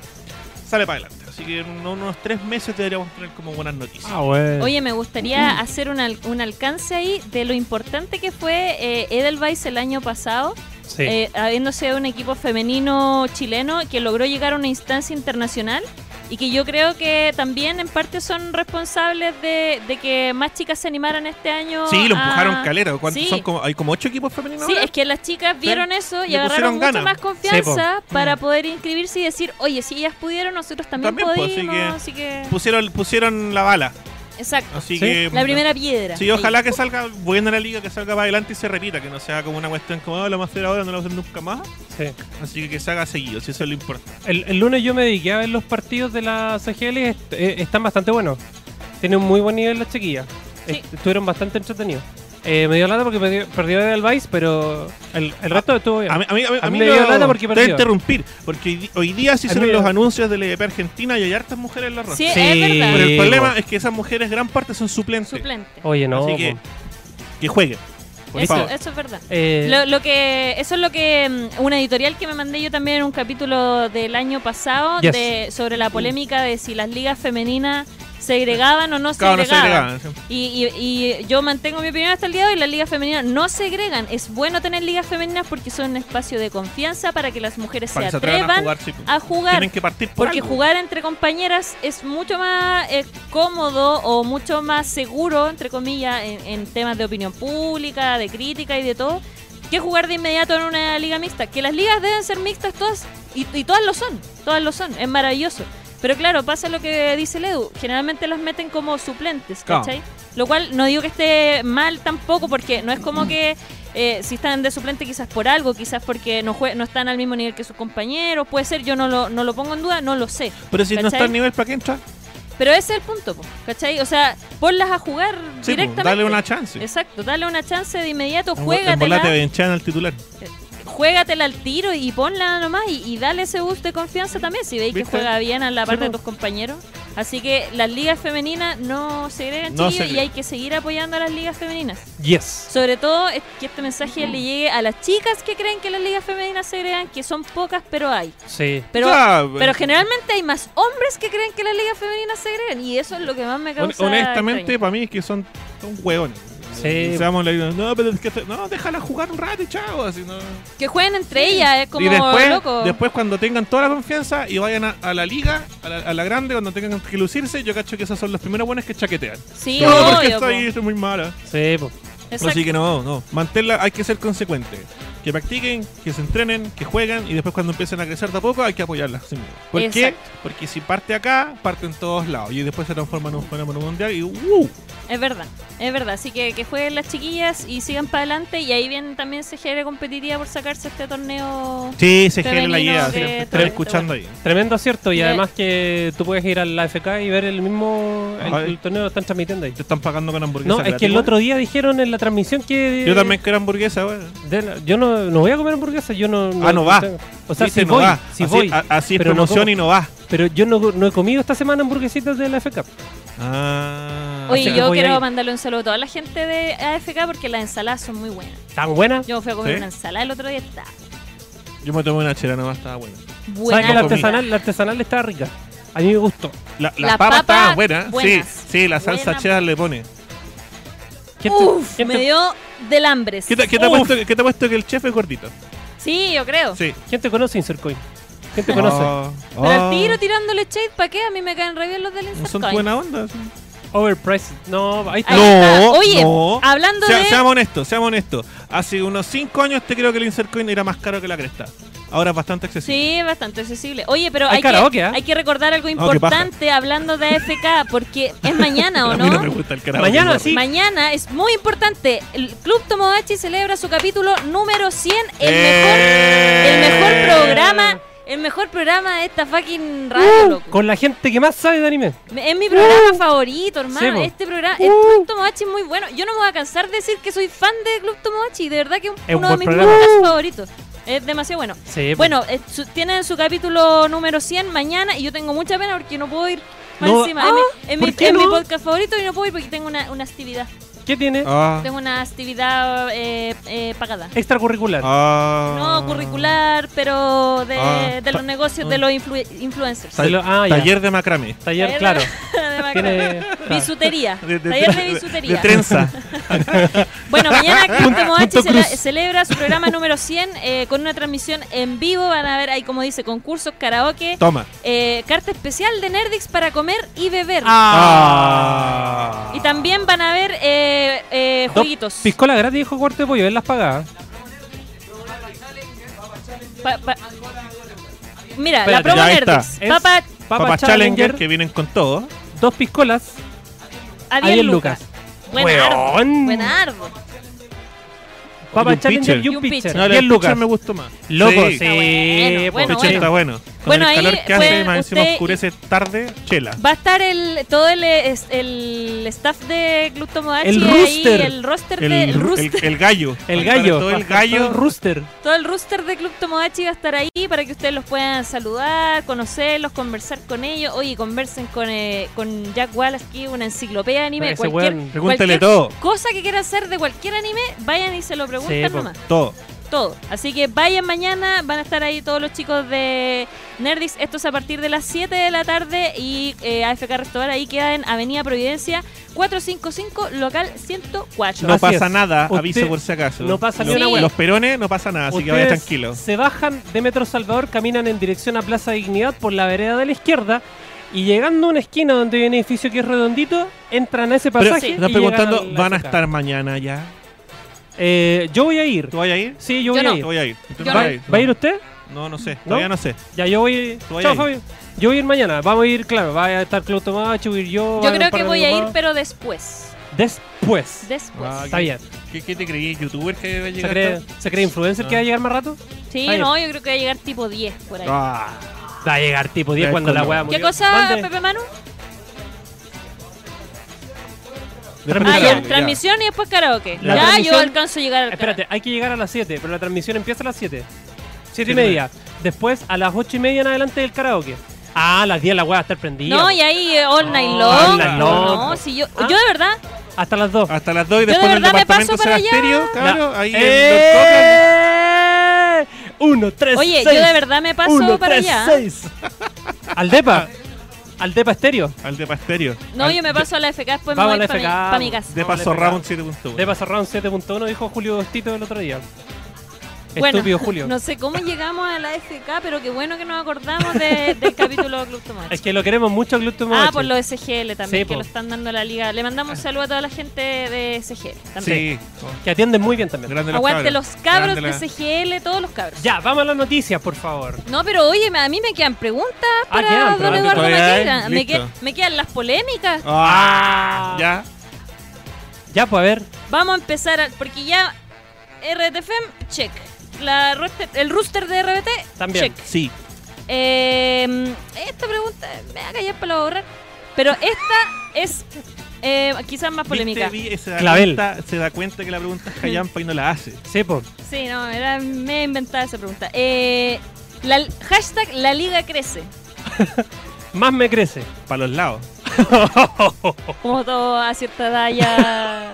Speaker 3: sale para adelante. Así que en unos tres meses deberíamos tener como buenas noticias.
Speaker 1: Ah, bueno.
Speaker 2: Oye, me gustaría hacer un, al- un alcance ahí de lo importante que fue eh, Edelweiss el año pasado,
Speaker 1: Sí.
Speaker 2: eh, habiéndose un equipo femenino chileno que logró llegar a una instancia internacional y que yo creo que también en parte son responsables de, de que más chicas se animaran este año.
Speaker 3: sí, lo empujaron
Speaker 2: a-
Speaker 3: calera. ¿Cuántos
Speaker 2: Ah, Sí.
Speaker 3: son? Como, ¿Hay como ocho equipos femeninos?
Speaker 2: Sí,
Speaker 3: ahora?
Speaker 2: es que las chicas vieron eso y
Speaker 3: le pusieron
Speaker 2: agarraron mucha
Speaker 3: ganas.
Speaker 2: más confianza
Speaker 1: po.
Speaker 2: para
Speaker 1: Mm.
Speaker 2: poder inscribirse y decir, oye, si ellas pudieron, nosotros también,
Speaker 3: También, po, así
Speaker 2: podemos.
Speaker 3: que-
Speaker 2: así que...
Speaker 3: pusieron, pusieron la bala.
Speaker 2: Exacto.
Speaker 3: Así
Speaker 1: Sí.
Speaker 3: que.
Speaker 2: La primera piedra.
Speaker 3: Sí, ojalá que salga buena la liga, que salga para adelante y se repita, que no sea como una cuestión como "Ah, lo vamos a hacer ahora, no lo vamos a hacer nunca más.
Speaker 1: Sí.
Speaker 3: Así que que se haga seguido, si eso es lo importante.
Speaker 1: El, el lunes yo me dediqué a ver los partidos de la CGL. est- eh, están bastante buenos. Tienen un muy buen nivel las chiquillas.
Speaker 2: Sí.
Speaker 1: Est- Estuvieron bastante entretenidos. Eh, me dio lata porque perdió, perdió el Vice, pero el, el resto estuvo bien.
Speaker 3: Ah, A mí, a mí, a mí-
Speaker 1: A
Speaker 3: a
Speaker 1: mí
Speaker 3: mí
Speaker 1: me
Speaker 3: no-
Speaker 1: dio lata porque
Speaker 3: te voy a
Speaker 1: perdió.
Speaker 3: interrumpir, porque hoy, di- hoy día
Speaker 1: A mí me
Speaker 3: se hicieron
Speaker 1: dio-
Speaker 3: los anuncios del EDP Argentina y hay hartas mujeres en la ronda.
Speaker 2: Sí,
Speaker 1: Sí.
Speaker 2: Eh, es verdad.
Speaker 3: Pero el
Speaker 1: Sí,
Speaker 3: problema
Speaker 1: po.
Speaker 3: es que esas mujeres, gran parte, son suplentes.
Speaker 2: Suplente.
Speaker 1: Oye, no.
Speaker 3: Así que,
Speaker 1: po.
Speaker 3: que jueguen. Por
Speaker 2: Eso,
Speaker 3: favor.
Speaker 2: eso es verdad.
Speaker 1: Eh,
Speaker 2: Lo, lo que eso es lo que mm, una editorial que me mandé yo también en un capítulo del año pasado
Speaker 1: Yes.
Speaker 2: de, sobre la polémica de si las ligas femeninas segregaban o no
Speaker 3: Claro, no se
Speaker 2: segregaban.
Speaker 3: agregaban, sí.
Speaker 2: Y, y- y yo mantengo mi opinión hasta el día de hoy, las ligas femeninas no segregan. Es bueno tener ligas femeninas porque son un espacio de confianza para que las mujeres
Speaker 3: Para
Speaker 2: se
Speaker 3: que se atrevan a
Speaker 2: atrevan
Speaker 3: jugar, sí, po.
Speaker 2: a jugar.
Speaker 3: Tienen que partir por
Speaker 2: Porque
Speaker 3: algo.
Speaker 2: jugar entre compañeras es mucho más eh, cómodo o mucho más seguro, entre comillas, en, en temas de opinión pública, de crítica y de todo, que jugar de inmediato en una liga mixta. Que las ligas deben ser mixtas todas, y, y todas lo son, todas lo son, es maravilloso. Pero claro, pasa lo que dice el Edu, generalmente las meten como suplentes,
Speaker 3: Claro.
Speaker 2: ¿cachai? Lo cual no digo que esté mal tampoco, porque no es
Speaker 3: Mm.
Speaker 2: como que eh, si están de suplente quizás por algo, quizás porque no, jue- no están al mismo nivel que sus compañeros, puede ser, yo no lo, no lo pongo en duda, no lo sé.
Speaker 3: Pero si no
Speaker 2: ¿cachai?
Speaker 3: está al nivel, ¿para qué entra?
Speaker 2: Pero ese es el punto, po, ¿cachai? O sea, ponlas a jugar
Speaker 3: Sí, po,
Speaker 2: directamente.
Speaker 3: dale una chance.
Speaker 2: Exacto, dale una chance de inmediato,
Speaker 3: En vo- En volate
Speaker 2: juégatela,
Speaker 3: venchan al titular.
Speaker 2: juégatela al tiro y ponla nomás y, y dale ese boost de confianza también si veis que
Speaker 3: ¿Viste?
Speaker 2: juega bien a la par
Speaker 1: Sí,
Speaker 2: de
Speaker 1: po.
Speaker 2: tus compañeros. Así que las ligas femeninas no segregan,
Speaker 3: No
Speaker 2: chiquillos, y
Speaker 3: segregan.
Speaker 2: hay que seguir apoyando a las ligas femeninas.
Speaker 1: yes.
Speaker 2: Sobre todo es que este mensaje le llegue a las chicas que creen que las ligas femeninas segregan, que son pocas, pero hay.
Speaker 1: Sí.
Speaker 2: Pero,
Speaker 3: Ya,
Speaker 2: pero
Speaker 3: bueno.
Speaker 2: generalmente hay más hombres que creen que las ligas femeninas segregan y eso es lo que más me
Speaker 3: Hon-
Speaker 2: causa.
Speaker 3: Honestamente,
Speaker 2: extraño.
Speaker 3: para mí es que son un hueones.
Speaker 1: Sí.
Speaker 3: Seamos la- no, pero es que te- no, déjala jugar un rato y chao. así, no.
Speaker 2: que jueguen entre ellas, es como
Speaker 3: y después,
Speaker 2: loco.
Speaker 3: después, cuando tengan toda la confianza y vayan a, a la liga, a la, a la grande, cuando tengan que lucirse, yo cacho que esos son los primeros buenos que chaquetean.
Speaker 2: sí,
Speaker 3: no, porque
Speaker 2: obvio, po.
Speaker 3: estoy, estoy muy mala.
Speaker 1: Sí, po.
Speaker 2: Exacto.
Speaker 3: Así que no, no. Mantenerla, hay que ser consecuente. Que practiquen, que se entrenen, que jueguen y después cuando empiecen a crecer de a poco hay que apoyarlas. sin miedo. ¿Por
Speaker 2: Exacto.
Speaker 3: qué? Porque si parte acá, parte en todos lados y después se transforma en un fenómeno mundial y ¡uh!
Speaker 2: Es verdad, es verdad. Así que que jueguen las chiquillas y sigan para adelante y ahí bien también se genera competitiva por sacarse este torneo.
Speaker 3: Sí, se genera la
Speaker 2: Femenino
Speaker 3: idea,
Speaker 2: de
Speaker 3: sí,
Speaker 2: todo
Speaker 3: están
Speaker 2: esto,
Speaker 3: escuchando ahí.
Speaker 1: Tremendo acierto. Y
Speaker 2: Me-
Speaker 1: además que tú puedes ir al AFK y ver el mismo. El,
Speaker 3: Ay.
Speaker 1: el torneo lo están transmitiendo ahí.
Speaker 3: Te están pagando con hamburguesas.
Speaker 1: No, es que el otro día dijeron en la transmisión que.
Speaker 3: Yo también quiero hamburguesa, güey.
Speaker 1: de la- yo no, no, no voy a comer hamburguesa, yo no...
Speaker 3: Ah, no va.
Speaker 1: tengo- O sea,
Speaker 3: Dice,
Speaker 1: si
Speaker 3: no
Speaker 1: voy,
Speaker 3: va.
Speaker 1: si
Speaker 3: así, ah.
Speaker 1: voy,
Speaker 3: a- así es
Speaker 1: pero no
Speaker 3: promoción
Speaker 1: como.
Speaker 3: y no va.
Speaker 1: pero yo no, no he comido esta semana hamburguesitas de la FK.
Speaker 3: Ah.
Speaker 1: Así
Speaker 2: Oye,
Speaker 1: que
Speaker 2: yo
Speaker 1: voy
Speaker 2: quiero
Speaker 1: ahí.
Speaker 2: mandarle un saludo a toda la gente de AFK porque las ensaladas son muy buenas.
Speaker 1: ¿Tan buena?
Speaker 2: Yo fui a comer
Speaker 3: ¿Sí?
Speaker 2: una ensalada el otro día, está
Speaker 3: Yo me tomé una chela nomás, estaba buena.
Speaker 1: ¿Sabes
Speaker 2: buena.
Speaker 1: que la
Speaker 3: comida.
Speaker 1: artesanal, la artesanal estaba rica? A mí me gustó.
Speaker 3: La, las
Speaker 2: La
Speaker 3: papas
Speaker 2: papa,
Speaker 3: estaban buenas.
Speaker 2: buenas.
Speaker 3: Sí, sí, la salsa
Speaker 2: Buena.
Speaker 3: cheddar le pone.
Speaker 1: ¿Quién te-
Speaker 2: Uf,
Speaker 1: quién
Speaker 2: me
Speaker 1: te-
Speaker 2: dio del hambre.
Speaker 3: ¿Qué te, qué te ha
Speaker 2: Uf.
Speaker 3: puesto, qué te ha puesto que el chef es gordito?
Speaker 2: Sí, yo creo.
Speaker 3: Sí.
Speaker 1: ¿Quién te conoce, Insercoin? ¿Quién te conoce?
Speaker 3: Ah,
Speaker 2: Pero
Speaker 3: ah,
Speaker 2: al tiro tirándole shade, ¿para qué? A mí me caen re bien los del
Speaker 3: No son
Speaker 2: Insercoin.
Speaker 3: buena onda. sí.
Speaker 1: Overpriced. No, ahí está.
Speaker 2: Ahí
Speaker 3: No,
Speaker 2: está. Oye,
Speaker 3: no.
Speaker 2: hablando
Speaker 3: Sea-
Speaker 2: de...
Speaker 3: Seamos honestos, seamos honestos. Hace unos 5 años te creo que el insert coin era más caro que la cresta. Ahora es bastante accesible.
Speaker 2: Sí, bastante accesible. Oye, pero
Speaker 1: Hay
Speaker 2: hay,
Speaker 1: karaoke,
Speaker 2: que,
Speaker 1: ¿ah?
Speaker 2: hay que recordar algo
Speaker 3: ¿eh? No, qué paja.
Speaker 2: importante hablando de AFK, porque es mañana, ¿o
Speaker 3: A
Speaker 2: no?
Speaker 3: mí no me gusta el karaoke.
Speaker 1: Mañana
Speaker 3: sorry.
Speaker 1: sí.
Speaker 2: Mañana es muy importante. El Club Tomodachi celebra su capítulo número 100, el mejor, el
Speaker 3: Eh.
Speaker 2: mejor programa, el mejor programa de esta fucking
Speaker 3: Uh.
Speaker 2: radio, loco.
Speaker 1: Con la gente que más sabe de anime.
Speaker 2: Me- Es mi programa favorito,
Speaker 1: Uh. Sí, pues. Uh.
Speaker 2: hermano.
Speaker 1: po.
Speaker 2: este programa, el Club Tomodachi es muy bueno. Yo no me voy a cansar de decir que soy fan de Club Tomodachi. De verdad que es
Speaker 1: Es un
Speaker 2: uno de
Speaker 1: buen
Speaker 2: mis
Speaker 1: programa.
Speaker 2: podcasts favoritos. Es demasiado bueno.
Speaker 1: Sí, pues.
Speaker 2: Bueno, eh, su- tienen su capítulo número 100 mañana y yo tengo mucha pena porque no puedo ir más
Speaker 1: No,
Speaker 2: encima.
Speaker 1: ah,
Speaker 2: es mi, es mi-
Speaker 1: ¿por qué
Speaker 2: es mi
Speaker 1: no?
Speaker 2: podcast favorito y no puedo ir porque tengo una, una actividad.
Speaker 1: ¿qué tiene?
Speaker 3: Ah,
Speaker 2: Tengo una actividad eh, eh, pagada.
Speaker 1: Extracurricular.
Speaker 3: ah.
Speaker 2: No curricular, pero de,
Speaker 3: Ah,
Speaker 2: de los
Speaker 3: pa-
Speaker 2: negocios de los influ- influencers.
Speaker 1: Ta- Silo- ah, ya.
Speaker 3: Taller de macramé.
Speaker 1: Taller, claro.
Speaker 2: De macro.
Speaker 1: Tiene-
Speaker 2: Bisutería. Taller de bisutería.
Speaker 3: de trenza.
Speaker 2: Bueno, mañana Club Tomodachi
Speaker 1: punto
Speaker 2: cele-
Speaker 1: cruz.
Speaker 2: celebra su programa número 100 eh, con una transmisión en vivo. Van a ver ahí, como dice, concursos, karaoke,
Speaker 3: Toma.
Speaker 2: eh, carta especial de Nerdix para comer y beber.
Speaker 3: Ah.
Speaker 2: Y también van a ver eh, eh,
Speaker 1: No,
Speaker 2: jueguitos.
Speaker 1: piscola gratis dijo cuarto de pollo, él las pagaba.
Speaker 2: Pa- pa- Mira, la
Speaker 1: Espérate,
Speaker 2: promo
Speaker 3: ya, ahí está.
Speaker 2: Nerdix.
Speaker 1: Es
Speaker 2: Papa
Speaker 1: Papa,
Speaker 3: Papas
Speaker 1: Challenger,
Speaker 3: Challenger, que vienen con todo.
Speaker 1: dos piscolas
Speaker 2: a
Speaker 1: a
Speaker 2: 10 lucas.
Speaker 1: lucas.
Speaker 2: Buen
Speaker 1: Weón.
Speaker 2: árbol. Buen árbol.
Speaker 1: Papa
Speaker 3: Y un
Speaker 1: Challenger
Speaker 3: pitcher.
Speaker 1: y un pitcher.
Speaker 2: No,
Speaker 1: 10 lucas.
Speaker 3: me gustó más.
Speaker 1: Loco, sí.
Speaker 3: el
Speaker 2: Está bueno,
Speaker 1: po.
Speaker 2: bueno,
Speaker 3: pitcher está bueno. Con
Speaker 2: Bueno, ahí
Speaker 3: el calor que
Speaker 2: pueden
Speaker 3: hace, más encima
Speaker 2: usted-
Speaker 3: oscurece tarde, chela.
Speaker 2: Va a estar el todo el, es- el staff de Club Tomodachi
Speaker 1: El
Speaker 2: ahí,
Speaker 1: rooster.
Speaker 2: el roster
Speaker 3: El,
Speaker 2: de el
Speaker 3: el-
Speaker 2: rooster,
Speaker 3: el gallo.
Speaker 1: El gallo.
Speaker 3: Todo el gallo.
Speaker 1: Rooster.
Speaker 2: todo el rooster de Club Tomodachi va a estar ahí para que ustedes los puedan saludar, conocerlos, conversar con ellos. Oye, conversen con, eh, con Jack Wallace, que es una enciclopedia de anime,
Speaker 1: Ese
Speaker 2: cualquier
Speaker 1: weón.
Speaker 3: Pregúntale
Speaker 2: cualquier
Speaker 3: todo.
Speaker 2: cosa que quieran hacer de cualquier anime, vayan y se lo preguntan
Speaker 1: Sí, po.
Speaker 2: nomás.
Speaker 3: Todo.
Speaker 2: Todo. Así que vayan mañana, van a estar ahí todos los chicos de Nerdix. Esto es a partir de las 7 de la tarde y eh, AFK Restaurar ahí queda en Avenida Providencia 455, local 104.
Speaker 3: No
Speaker 1: Así
Speaker 3: pasa
Speaker 1: es.
Speaker 3: nada,
Speaker 1: Usted-
Speaker 3: aviso por si acaso.
Speaker 1: no pasa
Speaker 2: ni una
Speaker 3: los,
Speaker 2: hueá.
Speaker 3: los perones no pasa nada, así que vaya
Speaker 1: Ustedes
Speaker 3: tranquilo.
Speaker 1: Se bajan de Metro Salvador, caminan en dirección a Plaza Dignidad por la vereda de la izquierda y llegando a una esquina donde hay un edificio que es redondito, entran a ese
Speaker 3: Pero
Speaker 1: pasaje.
Speaker 3: están
Speaker 1: y
Speaker 3: preguntando,
Speaker 1: llegan al-
Speaker 3: ¿van a
Speaker 1: acá.
Speaker 3: estar mañana ya?
Speaker 1: Eh, yo voy a ir.
Speaker 3: ¿Tú vas a ir?
Speaker 1: Sí, yo
Speaker 2: Yo
Speaker 1: voy
Speaker 2: no.
Speaker 1: a
Speaker 3: Yo
Speaker 1: ir.
Speaker 3: voy a ir.
Speaker 2: Yo
Speaker 3: ¿Tú vas
Speaker 2: no.
Speaker 3: a ir?
Speaker 1: ¿Va a ir usted?
Speaker 3: No, no sé. Todavía no sé.
Speaker 1: Ya, yo voy.
Speaker 3: Tú vas
Speaker 1: Chao,
Speaker 3: ahí.
Speaker 1: Fabio. Yo voy a ir mañana. Vamos a ir, claro. Va a estar Claudio Tomacho, voy a ir yo.
Speaker 2: Yo
Speaker 1: van un
Speaker 2: creo
Speaker 1: par
Speaker 2: que
Speaker 1: de
Speaker 2: voy a ir,
Speaker 1: amigos más.
Speaker 2: pero después.
Speaker 1: Después.
Speaker 2: Después.
Speaker 3: Ah,
Speaker 1: Está bien.
Speaker 3: ¿Qué, qué te creí? ¿Youtuber que va a
Speaker 1: ¿Se
Speaker 3: llegar?
Speaker 1: cree,
Speaker 3: hasta-
Speaker 1: ¿Se cree influencer que va a llegar más rato?
Speaker 2: sí,
Speaker 1: está bien.
Speaker 2: no, yo creo que va a llegar tipo 10 por ahí.
Speaker 3: Ah,
Speaker 1: Va a llegar tipo 10
Speaker 3: Ya,
Speaker 1: cuando la
Speaker 3: cuando-
Speaker 1: weá
Speaker 3: ¿Qué
Speaker 2: ¿Qué
Speaker 1: murió.
Speaker 2: cosa,
Speaker 1: ¿Dónde?
Speaker 2: Pepe Manu? Ah,
Speaker 1: Transmisión.
Speaker 2: ya,
Speaker 3: Ya.
Speaker 2: transmisión y después karaoke. ya, yo
Speaker 1: La transmisión-
Speaker 2: alcanzo a llegar al karaoke.
Speaker 1: Espérate, hay que llegar a las 7, pero la transmisión empieza a las 7. 7
Speaker 3: Siete
Speaker 1: y
Speaker 3: y
Speaker 1: media. Después a las 8 y media en adelante del karaoke. Ah, a las 10 la weá va a estar prendida.
Speaker 2: No, y ahí eh, all night
Speaker 1: No,
Speaker 2: long.
Speaker 1: all night long.
Speaker 2: No, si yo,
Speaker 1: Ah.
Speaker 2: yo de verdad
Speaker 1: Hasta las 2.
Speaker 3: Hasta las 2 y
Speaker 2: Yo de
Speaker 3: después en el
Speaker 2: verdad me
Speaker 3: departamento
Speaker 2: paso para allá. Eh.
Speaker 3: Sebasterio, Ah, claro,
Speaker 1: La-
Speaker 3: ahí en Don
Speaker 1: ¡Eh! 1, 3,
Speaker 2: Oye, yo de verdad me paso para allá. ¿eh?
Speaker 1: ¿eh? Al
Speaker 3: Ah.
Speaker 1: depa. Al depa estéreo.
Speaker 3: Coca, al de Pasterio.
Speaker 2: No,
Speaker 3: Al-
Speaker 2: yo me paso a la FK, después
Speaker 1: Vamos a
Speaker 2: me voy
Speaker 1: la
Speaker 2: para mi,
Speaker 1: FK,
Speaker 2: pa' mi casa.
Speaker 3: De
Speaker 1: No, al
Speaker 3: paso
Speaker 1: FK.
Speaker 3: round 7.1.
Speaker 1: Depa cerraron 7.1, dijo Julio Tito el otro día.
Speaker 2: Bueno,
Speaker 1: Estúpido Julio.
Speaker 2: no sé cómo llegamos a la FK, pero qué bueno que nos acordamos de- del capítulo de Club Tomates.
Speaker 1: Es que lo queremos mucho, Club Tomodachi.
Speaker 2: Ah, por los SGL también, que
Speaker 1: Sí, po.
Speaker 2: lo están dando la liga. Le mandamos un saludo a toda la gente de SGL también.
Speaker 3: Sí,
Speaker 1: Que atienden muy bien también.
Speaker 3: grande los
Speaker 2: Aguante los cabros de
Speaker 3: Grande la-
Speaker 2: SGL, todos los cabros.
Speaker 1: Ya, vamos a las noticias, por favor.
Speaker 2: No, pero oye, me- a mí me quedan preguntas
Speaker 1: Ah,
Speaker 2: para
Speaker 1: quedan
Speaker 2: don
Speaker 1: preguntas
Speaker 2: Eduardo
Speaker 3: todavía, ¿eh?
Speaker 2: Maqueira. Me,
Speaker 3: Listo.
Speaker 2: que- me quedan las polémicas.
Speaker 3: Ah, ya.
Speaker 1: Ya, pues a ver.
Speaker 2: Vamos a empezar, a- porque ya RTFM, check. La roster- el rooster de RBT,
Speaker 1: También.
Speaker 2: check. Em,
Speaker 3: Sí.
Speaker 2: Eh, esta pregunta me va a callar para ahorrar. Pero esta es eh, quizás más polémica. Mm.
Speaker 3: ¿Viste? Vi- se, da
Speaker 1: Clavel.
Speaker 3: Cuenta, se da cuenta que la pregunta es callampa y no la hace.
Speaker 1: Sí, pues. po.
Speaker 2: Sí, no, era me inventada esa pregunta. Eh, la, hashtag la liga crece,
Speaker 1: Más me crece.
Speaker 3: Para los lados.
Speaker 2: como todo a cierta edad ya...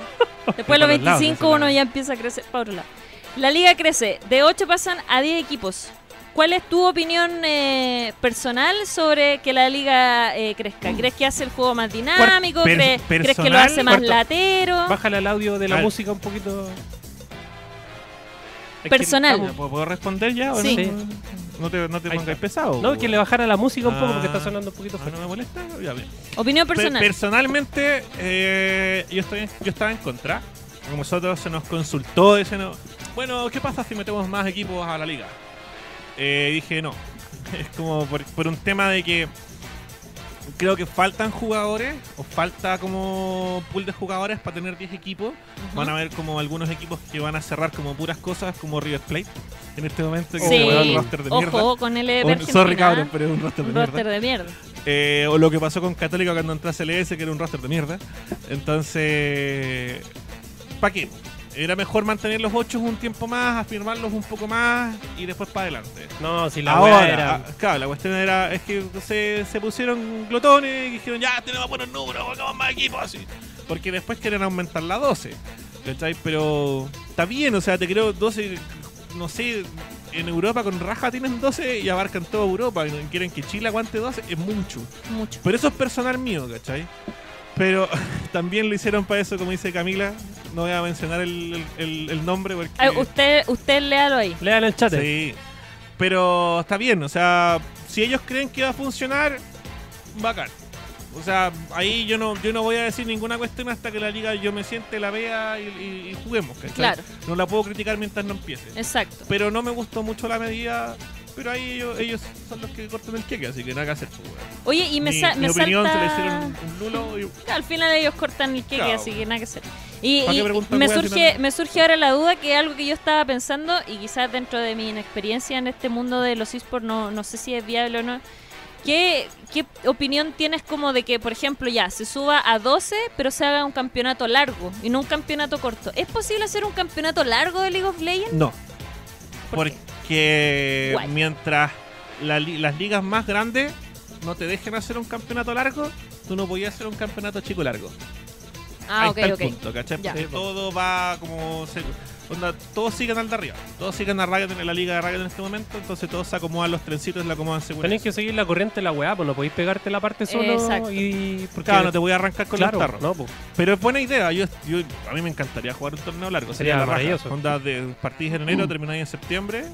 Speaker 2: Después de los
Speaker 3: Para los lados,
Speaker 2: 25
Speaker 3: ese
Speaker 2: uno
Speaker 3: lado.
Speaker 2: ya empieza a crecer para otro lado. La liga crece, de 8 pasan a 10 equipos. ¿Cuál es tu opinión eh, personal sobre que la liga eh, crezca? ¿Crees que hace el juego más dinámico?
Speaker 3: per-
Speaker 2: ¿Crees, crees que lo
Speaker 3: personal,
Speaker 2: hace más
Speaker 1: cuarto.
Speaker 2: latero?
Speaker 1: Bájale al audio de
Speaker 3: A
Speaker 1: la
Speaker 3: ver.
Speaker 1: música un poquito.
Speaker 3: Es que-
Speaker 2: Personal.
Speaker 3: Ah, ¿Puedo puedo responder ya? o
Speaker 2: Sí.
Speaker 3: No, no te, no te
Speaker 1: Ahí
Speaker 3: pongas
Speaker 1: está.
Speaker 3: pesado.
Speaker 1: No, que le bajara la música un poco porque
Speaker 3: Ah.
Speaker 1: está sonando un poquito
Speaker 3: Ah,
Speaker 1: fuerte.
Speaker 3: ¿No me molesta? Ya, bien.
Speaker 2: Opinión
Speaker 3: Pe-
Speaker 2: personal.
Speaker 3: personalmente, eh, yo, estoy, yo estaba en contra. Como nosotros se nos consultó, y se nos- bueno, ¿qué pasa si metemos más equipos a la liga? Eh, dije, no. Es como por, por un tema de que creo que faltan jugadores o falta como pool de jugadores para tener 10 equipos.
Speaker 2: Ujú.
Speaker 3: Van a haber como algunos equipos que van a cerrar como puras cosas, como River Plate en este momento. Que
Speaker 2: Sí.
Speaker 3: se volvió un roster de mierda.
Speaker 2: Ojo con el
Speaker 3: Un-
Speaker 2: Everton.
Speaker 3: sorry, cabrón, pero es un roster de
Speaker 2: Un
Speaker 3: mierda.
Speaker 2: roster de mierda.
Speaker 3: Eh, o lo que pasó con Católica cuando entró a CLS, que era un roster de mierda. Entonces, ¿para qué? Era mejor mantener los ocho un tiempo más, afirmarlos un poco más y después para adelante.
Speaker 1: No, si la
Speaker 3: Ahora,
Speaker 1: weá era.
Speaker 3: ah, claro, la cuestión era, es que se, se pusieron glotones y dijeron, ya, tenemos buenos números, hagamos más equipos así. Porque después quieren aumentar la 12. ¿Cachai? Pero está bien, o sea, te creo 12, no sé, en Europa con raja tienen 12 y abarcan toda Europa. Y quieren que Chile aguante 12, es mucho.
Speaker 2: Mucho.
Speaker 3: Pero eso es personal mío, ¿cachai? Pero también lo hicieron para eso, como dice Camila. No voy a mencionar el, el- el- el nombre porque...
Speaker 2: Ah, usted, usted léalo ahí.
Speaker 1: Lean el chat.
Speaker 3: Sí. Pero está bien, o sea, si ellos creen que va a funcionar, bacán. O sea, ahí yo no yo no voy a decir ninguna cuestión hasta que la liga yo me siente, la vea y, y- y juguemos, ¿cachai?
Speaker 2: Claro.
Speaker 3: No la puedo criticar mientras no empiece.
Speaker 2: Exacto.
Speaker 3: Pero no me gustó mucho la medida, pero ahí ellos, ellos son los que cortan el cheque, así que nada que hacer. pues, weón.
Speaker 2: Oye, y me,
Speaker 3: mi,
Speaker 2: sa-
Speaker 3: mi
Speaker 2: me
Speaker 3: opinión
Speaker 2: salta.
Speaker 3: se le hicieron un lulo y
Speaker 2: Al final ellos cortan el queque,
Speaker 3: Claro.
Speaker 2: así que nada que hacer. Y,
Speaker 3: ¿Para
Speaker 2: y
Speaker 3: qué preguntan,
Speaker 2: me,
Speaker 3: wea, si
Speaker 2: surge,
Speaker 3: no-
Speaker 2: me surge ahora la duda que algo que yo estaba pensando, y quizás dentro de mi inexperiencia en este mundo de los esports, no, no sé si es viable o no. ¿Qué, ¿Qué opinión tienes como de que, por ejemplo, ya se suba a 12, pero se haga un campeonato largo y no un campeonato corto? ¿Es posible hacer un campeonato largo de League of Legends?
Speaker 3: No.
Speaker 2: ¿Por qué?
Speaker 3: Porque
Speaker 2: Guay.
Speaker 3: mientras la li- las ligas más grandes no te dejen hacer un campeonato largo, tú no podías hacer un campeonato chico largo.
Speaker 2: Ah,
Speaker 3: Ahí
Speaker 2: ok,
Speaker 3: está el
Speaker 2: ok.
Speaker 3: punto, ¿cachai?
Speaker 2: Ya.
Speaker 3: Porque todo va como... se- onda, todos siguen al de arriba. Todos siguen a Riot en la liga de Riot en este momento, entonces todos se acomodan los trencitos y la acomodan según
Speaker 1: Tenéis
Speaker 3: eso.
Speaker 1: que seguir la corriente de la weá, pues no podéis pegarte la parte solo.
Speaker 2: Exacto.
Speaker 1: Y. Porque
Speaker 3: Claro, no te voy a arrancar con
Speaker 1: Claro,
Speaker 3: los tarros.
Speaker 1: no, pues. po.
Speaker 3: Pero es buena idea. Yo, yo- a mí me encantaría jugar un torneo largo. Sería,
Speaker 1: Sería
Speaker 3: la raja.
Speaker 1: maravilloso.
Speaker 3: Onda de partís en enero, termináis en septiembre.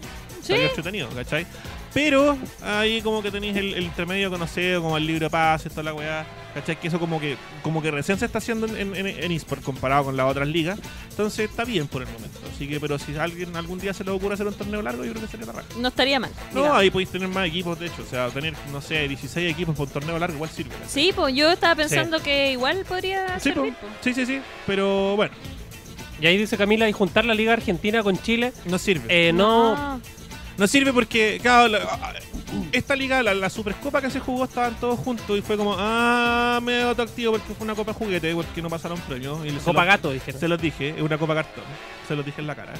Speaker 2: Sí.
Speaker 3: Estaría entretenido, ¿cachai? Pero ahí como que tenéis el, el intermedio conocido, como el libro de pases, toda la weá. ¿Cachai? Que eso como que, como que recién se está haciendo en, en, en eSport comparado con las otras ligas. Entonces está bien por el momento. Así que, pero si alguien algún día se le ocurre hacer un torneo largo, yo creo que sería la raja.
Speaker 2: No estaría mal.
Speaker 3: No,
Speaker 2: digamos.
Speaker 3: ahí podéis tener más equipos, de hecho. O sea, tener, no sé, 16 equipos por torneo largo igual sirve. ¿cachai?
Speaker 2: Sí, pues yo estaba pensando que igual podría
Speaker 3: Sí,
Speaker 2: servir.
Speaker 3: pues. po.
Speaker 2: pues. po.
Speaker 3: sí, sí, sí. Pero bueno,
Speaker 1: Y ahí dice Camila, y juntar la Liga Argentina con Chile.
Speaker 3: no sirve.
Speaker 1: Eh, no.
Speaker 2: Ah,
Speaker 3: No sirve porque, claro, la- esta liga, la, la Supercopa que se jugó, estaban todos juntos y fue como, ah, medio activo porque fue una copa juguete, porque no pasaron premios. Y se
Speaker 1: Copa
Speaker 3: los-
Speaker 1: Gato, dijeron.
Speaker 3: Se los dije, es una copa cartón, se los dije en la cara.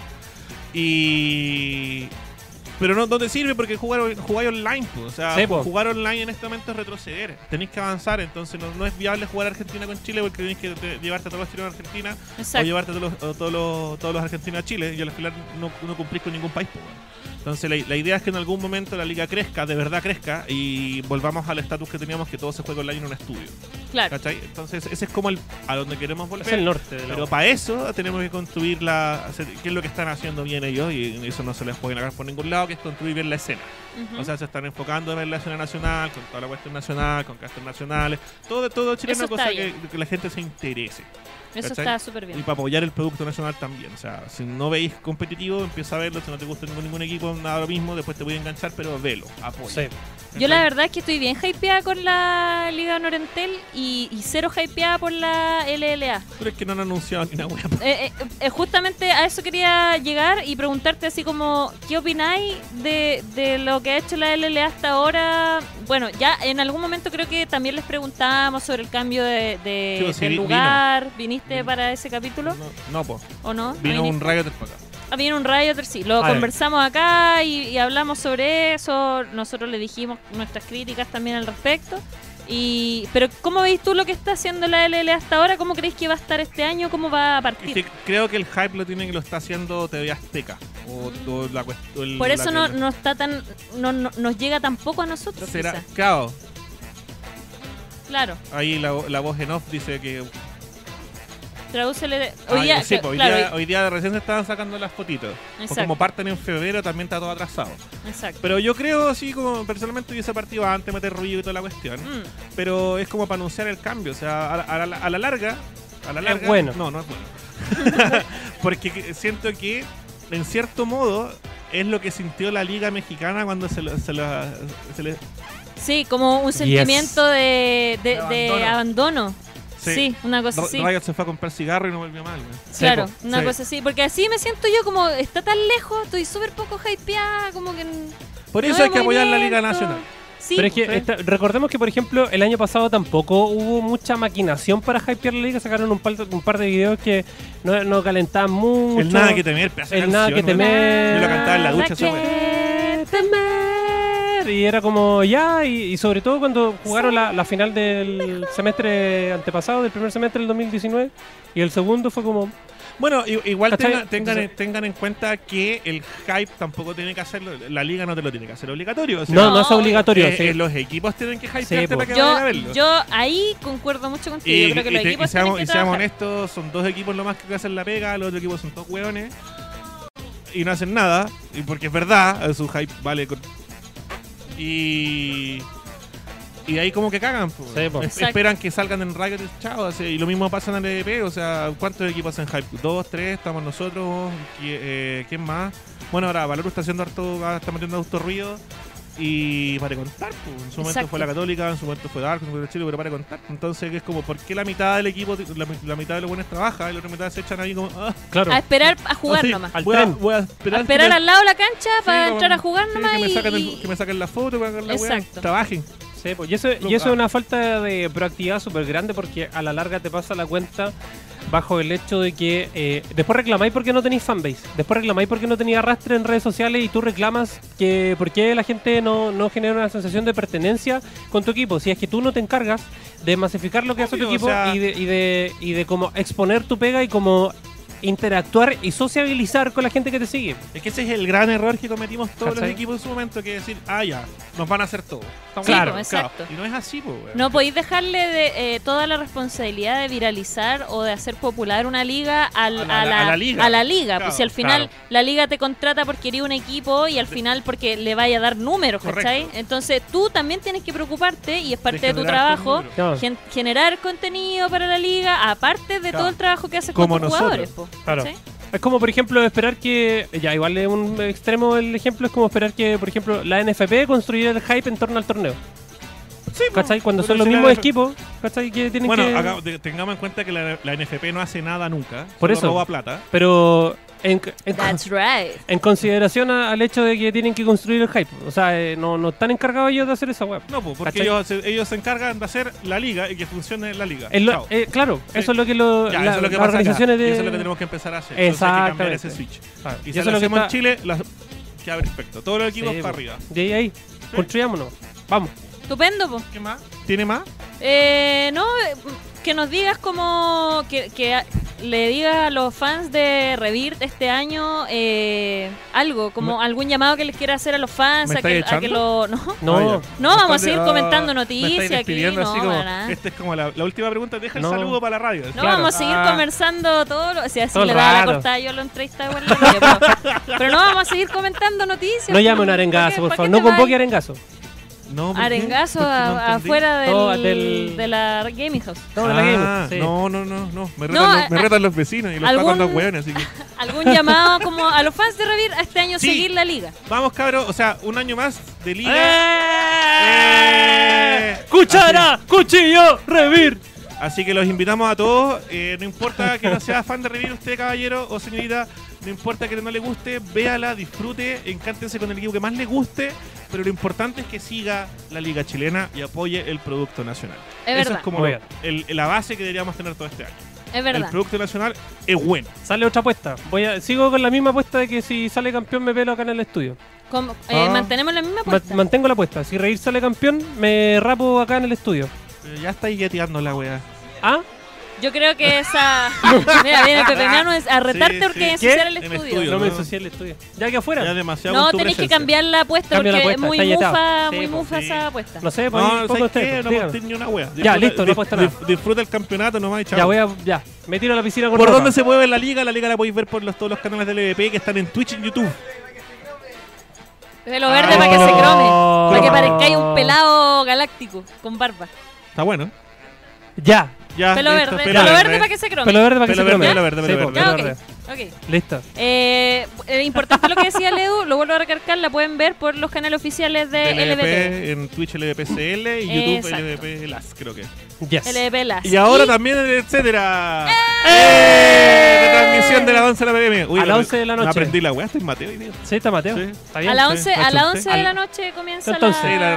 Speaker 3: Y. Pero no, no te sirve porque jugar, jugar online, pues, o sea,
Speaker 1: Sí, po.
Speaker 3: jugar online en este momento es retroceder, tenéis que avanzar, entonces no, no es viable jugar Argentina con Chile porque tenéis que te- llevarte a todos los chilenos a Argentina o
Speaker 2: exacto.
Speaker 3: llevarte a todos los, a todos los, todos los argentinos a Chile y al final no, no cumplís con ningún país. po, weón. Entonces la, la idea es que en algún momento la liga crezca, de verdad crezca, y volvamos al estatus que teníamos que todo se juega online en un estudio.
Speaker 2: Claro.
Speaker 3: ¿Cachai? Entonces ese es como el, a donde queremos volver.
Speaker 1: Es el norte de la
Speaker 3: Pero
Speaker 1: weá.
Speaker 3: para eso tenemos que construir la... hacer- ¿Qué es lo que están haciendo bien ellos? Y eso no se les puede negar por ningún lado, que es construir bien la escena.
Speaker 2: Ujú.
Speaker 3: O sea, se están enfocando en la escena nacional, con toda la cuestión nacional, con castas nacionales. Todo, todo Chile es
Speaker 2: Eso
Speaker 3: una
Speaker 2: está
Speaker 3: cosa que,
Speaker 2: bien.
Speaker 3: que la gente se interese.
Speaker 2: Eso
Speaker 3: ¿cachai? Mm,
Speaker 2: está súper
Speaker 3: Y
Speaker 2: bien.
Speaker 3: para apoyar el producto nacional también. O sea, si no veis competitivo, empieza a verlo. Si no te gusta ningún, ningún equipo, nada lo mismo. Después te voy a enganchar, pero velo,
Speaker 1: Sí.
Speaker 3: apoya.
Speaker 2: Yo la verdad es que estoy bien hypeada con la Liga Norentel y y, y cero hypeada por la LLA.
Speaker 3: Pero es que no han anunciado ni una wea.
Speaker 2: Eh, eh, eh, justamente a eso quería llegar y preguntarte así como, ¿qué opináis de, de lo que ha hecho la LLA hasta ahora? Bueno, ya en algún momento creo que también les preguntábamos sobre el cambio de, de-
Speaker 3: Sí, pues, sí,
Speaker 2: del
Speaker 3: vi-
Speaker 2: lugar. ¿Viniste
Speaker 3: Vino.
Speaker 2: para ese capítulo
Speaker 3: No, no, po.
Speaker 2: o no? ¿No
Speaker 3: Vino
Speaker 2: viniste?
Speaker 3: un rayo de acá.
Speaker 2: Ah, vino un radio ter- sí, Lo
Speaker 3: Ah, ya.
Speaker 2: conversamos acá y, y hablamos sobre eso. Nosotros le dijimos nuestras críticas también al respecto. Y, pero ¿cómo veis tú lo que está haciendo la LL hasta ahora? ¿Cómo creéis que va a estar este año? ¿Cómo va a
Speaker 3: Es
Speaker 2: partir?
Speaker 3: que creo que el hype lo tiene que lo está haciendo TV Azteca. O, o la cuest- o el-
Speaker 2: Por eso
Speaker 3: la
Speaker 2: no,
Speaker 3: tele.
Speaker 2: no está tan no, no- nos llega tampoco a nosotros.
Speaker 3: Será,
Speaker 2: quizá.
Speaker 3: claro,
Speaker 2: Claro,
Speaker 3: ahí la, la voz en off dice que.
Speaker 2: tradúcele.
Speaker 3: Ah,
Speaker 2: Hoy día,
Speaker 3: sí,
Speaker 2: cl-
Speaker 3: po, hoy,
Speaker 2: claro,
Speaker 3: día, hoy día recién se estaban sacando las fotitos. Pues
Speaker 2: Exacto.
Speaker 3: como parten en febrero también está todo atrasado.
Speaker 2: exacto.
Speaker 3: Pero yo creo, sí, como personalmente hubiese partido antes, meter ruido y toda la cuestión.
Speaker 2: Mm,
Speaker 3: Pero es como para anunciar el cambio. O sea, a, la- a la- a la larga. A la larga
Speaker 1: bueno.
Speaker 3: No, no es bueno. Porque que- siento que, en cierto modo, es lo que sintió la Liga Mexicana cuando se, lo- se, lo- se le.
Speaker 2: sí, como un sentimiento de, de-
Speaker 3: De
Speaker 2: de abandono. Sí. una cosa
Speaker 3: Ra-
Speaker 2: así.
Speaker 3: Riot se fue a comprar cigarro y no volvió mal. güey.
Speaker 2: Claro,
Speaker 1: Sí,
Speaker 2: una
Speaker 3: sí.
Speaker 2: cosa así. Porque así me siento yo como está tan lejos, estoy súper poco hypeada, como que... n-
Speaker 3: Por
Speaker 2: no
Speaker 3: eso
Speaker 2: veo
Speaker 3: hay que apoyar la Liga
Speaker 2: movimiento.
Speaker 3: Nacional.
Speaker 2: Sí,
Speaker 1: Pero es que
Speaker 3: sí.
Speaker 1: esta- recordemos que, por ejemplo, el año pasado tampoco hubo mucha maquinación para hypear la liga. Sacaron un par, un par de videos que no, no calentaban mucho.
Speaker 3: El nada que temer, pedazo de
Speaker 1: El nada
Speaker 3: canción,
Speaker 1: que
Speaker 3: güey.
Speaker 1: temer.
Speaker 3: Yo lo cantaba en la ducha, esa güey.
Speaker 2: que temer.
Speaker 1: Y era como ya, y, y sobre todo cuando jugaron la, la final del semestre antepasado, del primer semestre del 2019, y el segundo fue como.
Speaker 3: Bueno, i- igual
Speaker 1: ¿Cachai?
Speaker 3: tenga- tengan,
Speaker 1: Entonces-
Speaker 3: tengan en cuenta que el hype tampoco tiene que hacerlo. La Liga no te lo tiene que hacer obligatorio. o sea,
Speaker 1: No, no, es
Speaker 2: No,
Speaker 1: obligatorio.
Speaker 3: eh,
Speaker 1: sí. pues.
Speaker 3: eh, los equipos tienen que hypearte
Speaker 1: po.
Speaker 3: para que vayan a verlo.
Speaker 2: Yo, yo ahí concuerdo mucho contigo.
Speaker 3: y,
Speaker 2: yo creo que
Speaker 3: y
Speaker 2: los
Speaker 3: te- y
Speaker 2: equipos tienen
Speaker 3: seamos,
Speaker 2: que
Speaker 3: y seamos
Speaker 2: trabajar.
Speaker 3: honestos, son dos equipos lo más que hacen la pega, los otros equipos son todos hueones y no hacen nada, y porque es verdad, eh, su hype vale con- y y ahí como que cagan, po.
Speaker 1: Sí, po.
Speaker 3: Es-
Speaker 2: Exacto.
Speaker 3: esperan que salgan en Riot y chao, así, y lo mismo pasa en LDP, o sea, ¿cuántos equipos hacen hype? Dos, tres, estamos nosotros, qui- eh, ¿quién más? Bueno, ahora Valorus está haciendo harto, ah, está metiendo harto ruido. Y para de contar, pues, en su momento
Speaker 2: Exacto.
Speaker 3: fue la Católica, en su momento fue Dark, en su momento fue Chile, pero para de contar. Entonces es como, ¿por qué la mitad del equipo, la, la mitad de los buenos trabaja y la otra mitad se echan ahí como, ah,
Speaker 1: claro.
Speaker 2: A esperar a jugar
Speaker 3: así,
Speaker 2: nomás.
Speaker 1: Al
Speaker 3: voy, a,
Speaker 1: tren.
Speaker 3: voy a
Speaker 2: A
Speaker 3: esperar, que
Speaker 2: esperar
Speaker 3: me-
Speaker 2: al lado de la cancha para
Speaker 3: sí,
Speaker 2: entrar a
Speaker 3: como-
Speaker 2: jugar
Speaker 3: sí,
Speaker 2: nomás
Speaker 3: que, me
Speaker 2: y,
Speaker 3: saquen el-
Speaker 2: y-
Speaker 3: que me saquen la foto, que me hagan la weá.
Speaker 2: Exacto.
Speaker 3: Trabajen.
Speaker 1: Sí, pues, y eso, y eso es una falta de proactividad súper grande porque a la larga te pasa la cuenta bajo el hecho de que eh, después reclamáis porque no tenéis fanbase, después reclamáis porque no tenéis arrastre en redes sociales y tú reclamas que por qué la gente no, no genera una sensación de pertenencia con tu equipo. Si es que tú no te encargas de masificar lo que hace tu
Speaker 3: Obvio, o
Speaker 1: equipo
Speaker 3: sea-
Speaker 1: y, de, y, de, y de como exponer tu pega y como interactuar y sociabilizar con la gente que te sigue.
Speaker 3: Es que ese es el gran error que cometimos todos
Speaker 1: ¿Cachai?
Speaker 3: los equipos en su momento, que decir, ah, ya, nos van a hacer todo. Estamos
Speaker 1: Sí,
Speaker 3: claro,
Speaker 2: pues,
Speaker 3: claro.
Speaker 2: exacto.
Speaker 3: Y no es así, pues, weón.
Speaker 2: No podéis dejarle de, eh, toda la responsabilidad de viralizar o de hacer popular una liga al-
Speaker 3: A
Speaker 2: a,
Speaker 3: la-
Speaker 2: la,
Speaker 3: a la liga.
Speaker 2: a la liga.
Speaker 3: Claro,
Speaker 2: pues si al final la liga te contrata porque eres un equipo y al final porque le vaya a dar números, ¿cachai?
Speaker 3: Correcto.
Speaker 2: Entonces tú también tienes que preocuparte y es parte de, tu
Speaker 3: generar
Speaker 2: trabajo
Speaker 3: números.
Speaker 1: No,
Speaker 2: gen- generar contenido para la liga, aparte de
Speaker 3: Claro.
Speaker 2: todo el trabajo que haces
Speaker 3: Como
Speaker 2: con tus
Speaker 3: nosotros.
Speaker 2: jugadores. po,
Speaker 1: Claro.
Speaker 2: ¿cachai?
Speaker 1: Es como, por ejemplo, esperar que. Ya, igual es un extremo el ejemplo, es como esperar que, por ejemplo, la NFP construyera el hype en torno al torneo.
Speaker 3: Sí, pues.
Speaker 1: ¿Cachai? Cuando son
Speaker 3: Pero
Speaker 1: los
Speaker 3: si la
Speaker 1: mismos
Speaker 3: NF
Speaker 1: equipos, ¿cachai? Que tienen
Speaker 3: Bueno,
Speaker 1: que.
Speaker 3: acá, te- tengamos en cuenta que la, la NFP no hace nada nunca. ¿eh?
Speaker 1: Por
Speaker 3: solo
Speaker 1: eso.
Speaker 3: roba plata.
Speaker 1: Pero. En, en-
Speaker 2: That's right.
Speaker 1: en consideración a- al hecho de que tienen que construir el hype. O sea, eh, no, no están encargados ellos de hacer esa web.
Speaker 3: No, pues, porque
Speaker 1: ¿Cachai?
Speaker 3: ellos se, ellos se encargan de hacer la liga y que funcione la liga.
Speaker 1: Es lo-
Speaker 3: Chao.
Speaker 1: eh, claro,
Speaker 3: Sí.
Speaker 1: eso es lo que, lo,
Speaker 3: Ya,
Speaker 1: la-
Speaker 3: eso es lo
Speaker 1: las
Speaker 3: que pasa acá,
Speaker 1: organizaciones de.
Speaker 3: y eso es lo que tenemos que empezar a hacer. Entonces hay que cambiar ese
Speaker 1: Exactamente.
Speaker 3: switch.
Speaker 1: Ah,
Speaker 3: Y
Speaker 1: y eso
Speaker 3: si
Speaker 1: es lo que
Speaker 3: hacemos
Speaker 1: está.
Speaker 3: en Chile, las- queda perfecto. Todos los equipos
Speaker 1: Sí,
Speaker 3: para
Speaker 1: po.
Speaker 3: arriba.
Speaker 1: De ahí, a ahí. Construyámonos. Vamos.
Speaker 2: Estupendo, po.
Speaker 3: ¿Qué más? ¿Tiene más?
Speaker 2: Eh, no, eh, que nos digas como que, que a- le digas a los fans de Revirt este año eh, algo, como algún llamado que les quiera hacer a los fans,
Speaker 3: ¿Me
Speaker 2: a que,
Speaker 3: estáis
Speaker 2: a que
Speaker 3: echando?
Speaker 2: lo... No,
Speaker 1: No.
Speaker 3: Ah, ya.
Speaker 2: No, vamos a
Speaker 3: Están-
Speaker 2: seguir
Speaker 3: ah,
Speaker 2: comentando
Speaker 3: me
Speaker 2: noticias
Speaker 3: estáis
Speaker 2: aquí,
Speaker 3: despidiendo
Speaker 2: no,
Speaker 3: así como,
Speaker 2: para nada.
Speaker 3: Esta es como la, la última pregunta. Deja
Speaker 1: No.
Speaker 3: el saludo para la radio.
Speaker 2: no
Speaker 1: claro.
Speaker 2: vamos a seguir
Speaker 1: Ah.
Speaker 2: conversando todo lo... O sea, si
Speaker 1: Todo el
Speaker 2: le daba la
Speaker 1: rato.
Speaker 2: cortada yo a lo entrevistaba igual. la radio, pero, pero no vamos a seguir comentando noticias.
Speaker 1: No llame un
Speaker 2: ¿para qué-
Speaker 1: arengazo, por
Speaker 2: para qué
Speaker 1: favor.
Speaker 2: te
Speaker 1: No convoque
Speaker 2: vais?
Speaker 1: arengazo.
Speaker 3: No, ¿por qué?
Speaker 2: arengazo
Speaker 3: Porque no
Speaker 2: a-
Speaker 3: entendí.
Speaker 2: afuera del,
Speaker 1: No, del-
Speaker 2: de la Gaming House.
Speaker 1: No, de la
Speaker 3: Ah,
Speaker 1: Game, sí.
Speaker 3: No, no, no, no. Me
Speaker 2: No,
Speaker 3: retan, los,
Speaker 2: a-
Speaker 3: me
Speaker 2: a-
Speaker 3: retan los vecinos y los
Speaker 2: algún-
Speaker 3: pagan los hueones, así que.
Speaker 2: ¿Algún llamado como a los fans de Revir a este año
Speaker 3: Sí.
Speaker 2: seguir la liga?
Speaker 3: Vamos, cabros. O sea, un año más de liga.
Speaker 2: ¡Eh!
Speaker 3: Eh,
Speaker 1: ¡Cuchara! ¡Cuchillo! ¡Revir!
Speaker 3: Así que los invitamos a todos. eh, no importa que no sea fan de revivir usted, caballero o señorita. No importa que no le guste, véala, disfrute, encántense con el equipo que más le guste. Pero lo importante es que siga la Liga Chilena y apoye el Producto Nacional.
Speaker 2: Es
Speaker 3: Eso
Speaker 2: verdad,
Speaker 3: es como
Speaker 1: Muy
Speaker 3: lo- el- la base que deberíamos tener todo este año.
Speaker 2: es
Speaker 3: El
Speaker 2: verdad.
Speaker 3: Producto Nacional es bueno.
Speaker 1: Sale otra apuesta. Voy a, sigo con la misma apuesta de que si sale campeón me pelo acá en el estudio.
Speaker 2: Como- eh,
Speaker 3: Ah.
Speaker 2: Mantenemos la misma pues,
Speaker 1: Ma-
Speaker 2: apuesta.
Speaker 1: mantengo la apuesta. Si Reír sale campeón, me rapo acá en el estudio.
Speaker 3: Pero ya estáis gueteando la weá.
Speaker 1: ¿Ah?
Speaker 2: Yo creo que esa. Mira, viene Pepe Nano es a retarte
Speaker 3: Sí,
Speaker 2: porque
Speaker 3: sí.
Speaker 2: ensuciar el
Speaker 3: ¿Qué? En
Speaker 2: estudio.
Speaker 3: estudio.
Speaker 1: No me
Speaker 3: no.
Speaker 1: ensucié el estudio. Ya que
Speaker 3: Ya
Speaker 1: afuera.
Speaker 3: demasiado
Speaker 2: No,
Speaker 3: con tu
Speaker 2: tenés que
Speaker 3: presencia.
Speaker 2: cambiar la apuesta
Speaker 1: Cambia la
Speaker 2: porque es
Speaker 1: apuesta,
Speaker 2: muy
Speaker 1: está yetado.
Speaker 2: mufa,
Speaker 1: Sí,
Speaker 2: muy
Speaker 1: po,
Speaker 2: mufa
Speaker 3: sí.
Speaker 2: esa apuesta.
Speaker 1: No sé, pues
Speaker 3: No,
Speaker 1: pongo
Speaker 3: ¿sabes
Speaker 1: ustedes,
Speaker 3: qué? No pues,
Speaker 1: dígame.
Speaker 3: aposté ni una wea.
Speaker 1: Ya, listo, no
Speaker 3: di-
Speaker 1: apuesta nada.
Speaker 3: dif- Disfruta el campeonato nomás y chao.
Speaker 1: Ya voy a. Ya. Me tiro a la piscina con
Speaker 3: ¿Por
Speaker 1: ropa.
Speaker 3: dónde se mueve la liga? La liga la podéis ver por los, todos los canales del EVP que están en Twitch y en YouTube.
Speaker 2: Pelo verde
Speaker 3: Ah,
Speaker 2: para que se
Speaker 3: no.
Speaker 2: crome. Para que
Speaker 1: No.
Speaker 2: parezcáis un pelado galáctico con barba.
Speaker 3: Está bueno.
Speaker 1: Ya.
Speaker 3: Ya,
Speaker 2: Pelo
Speaker 3: Ah, listo,
Speaker 2: verde, pelo verde para que se crome.
Speaker 1: Pelo verde para que
Speaker 3: Pelo
Speaker 1: se
Speaker 3: verde,
Speaker 1: crome.
Speaker 3: pelo verde,
Speaker 1: Sí,
Speaker 3: pelo
Speaker 1: po,
Speaker 3: verde.
Speaker 2: Ya,
Speaker 1: pelo
Speaker 2: ok.
Speaker 1: verde.
Speaker 2: ok.
Speaker 1: Listo.
Speaker 2: Eh, eh, importante lo que decía Leo, lo vuelvo a recalcar, la pueden ver por los canales oficiales de
Speaker 3: Del
Speaker 2: LVP.
Speaker 3: EVP, en Twitch LVPCL y YouTube
Speaker 2: Exacto.
Speaker 3: LVP Las, creo que.
Speaker 1: Yes.
Speaker 2: LVP Las.
Speaker 3: Y ahora también en Etcétera.
Speaker 1: ¡Eh!
Speaker 3: La transmisión de las 11 de la PM. Uy,
Speaker 1: A las
Speaker 3: me-
Speaker 1: 11 de la
Speaker 3: me
Speaker 1: noche.
Speaker 3: Aprendí la weá, estoy Mateo. hoy día.
Speaker 1: Sí, está Mateo.
Speaker 3: Sí.
Speaker 1: Está bien.
Speaker 2: A las
Speaker 3: Sí,
Speaker 2: 11, a la
Speaker 3: achunté.
Speaker 2: 11 de la noche comienza
Speaker 1: Entonces.
Speaker 2: la,
Speaker 3: Sí, la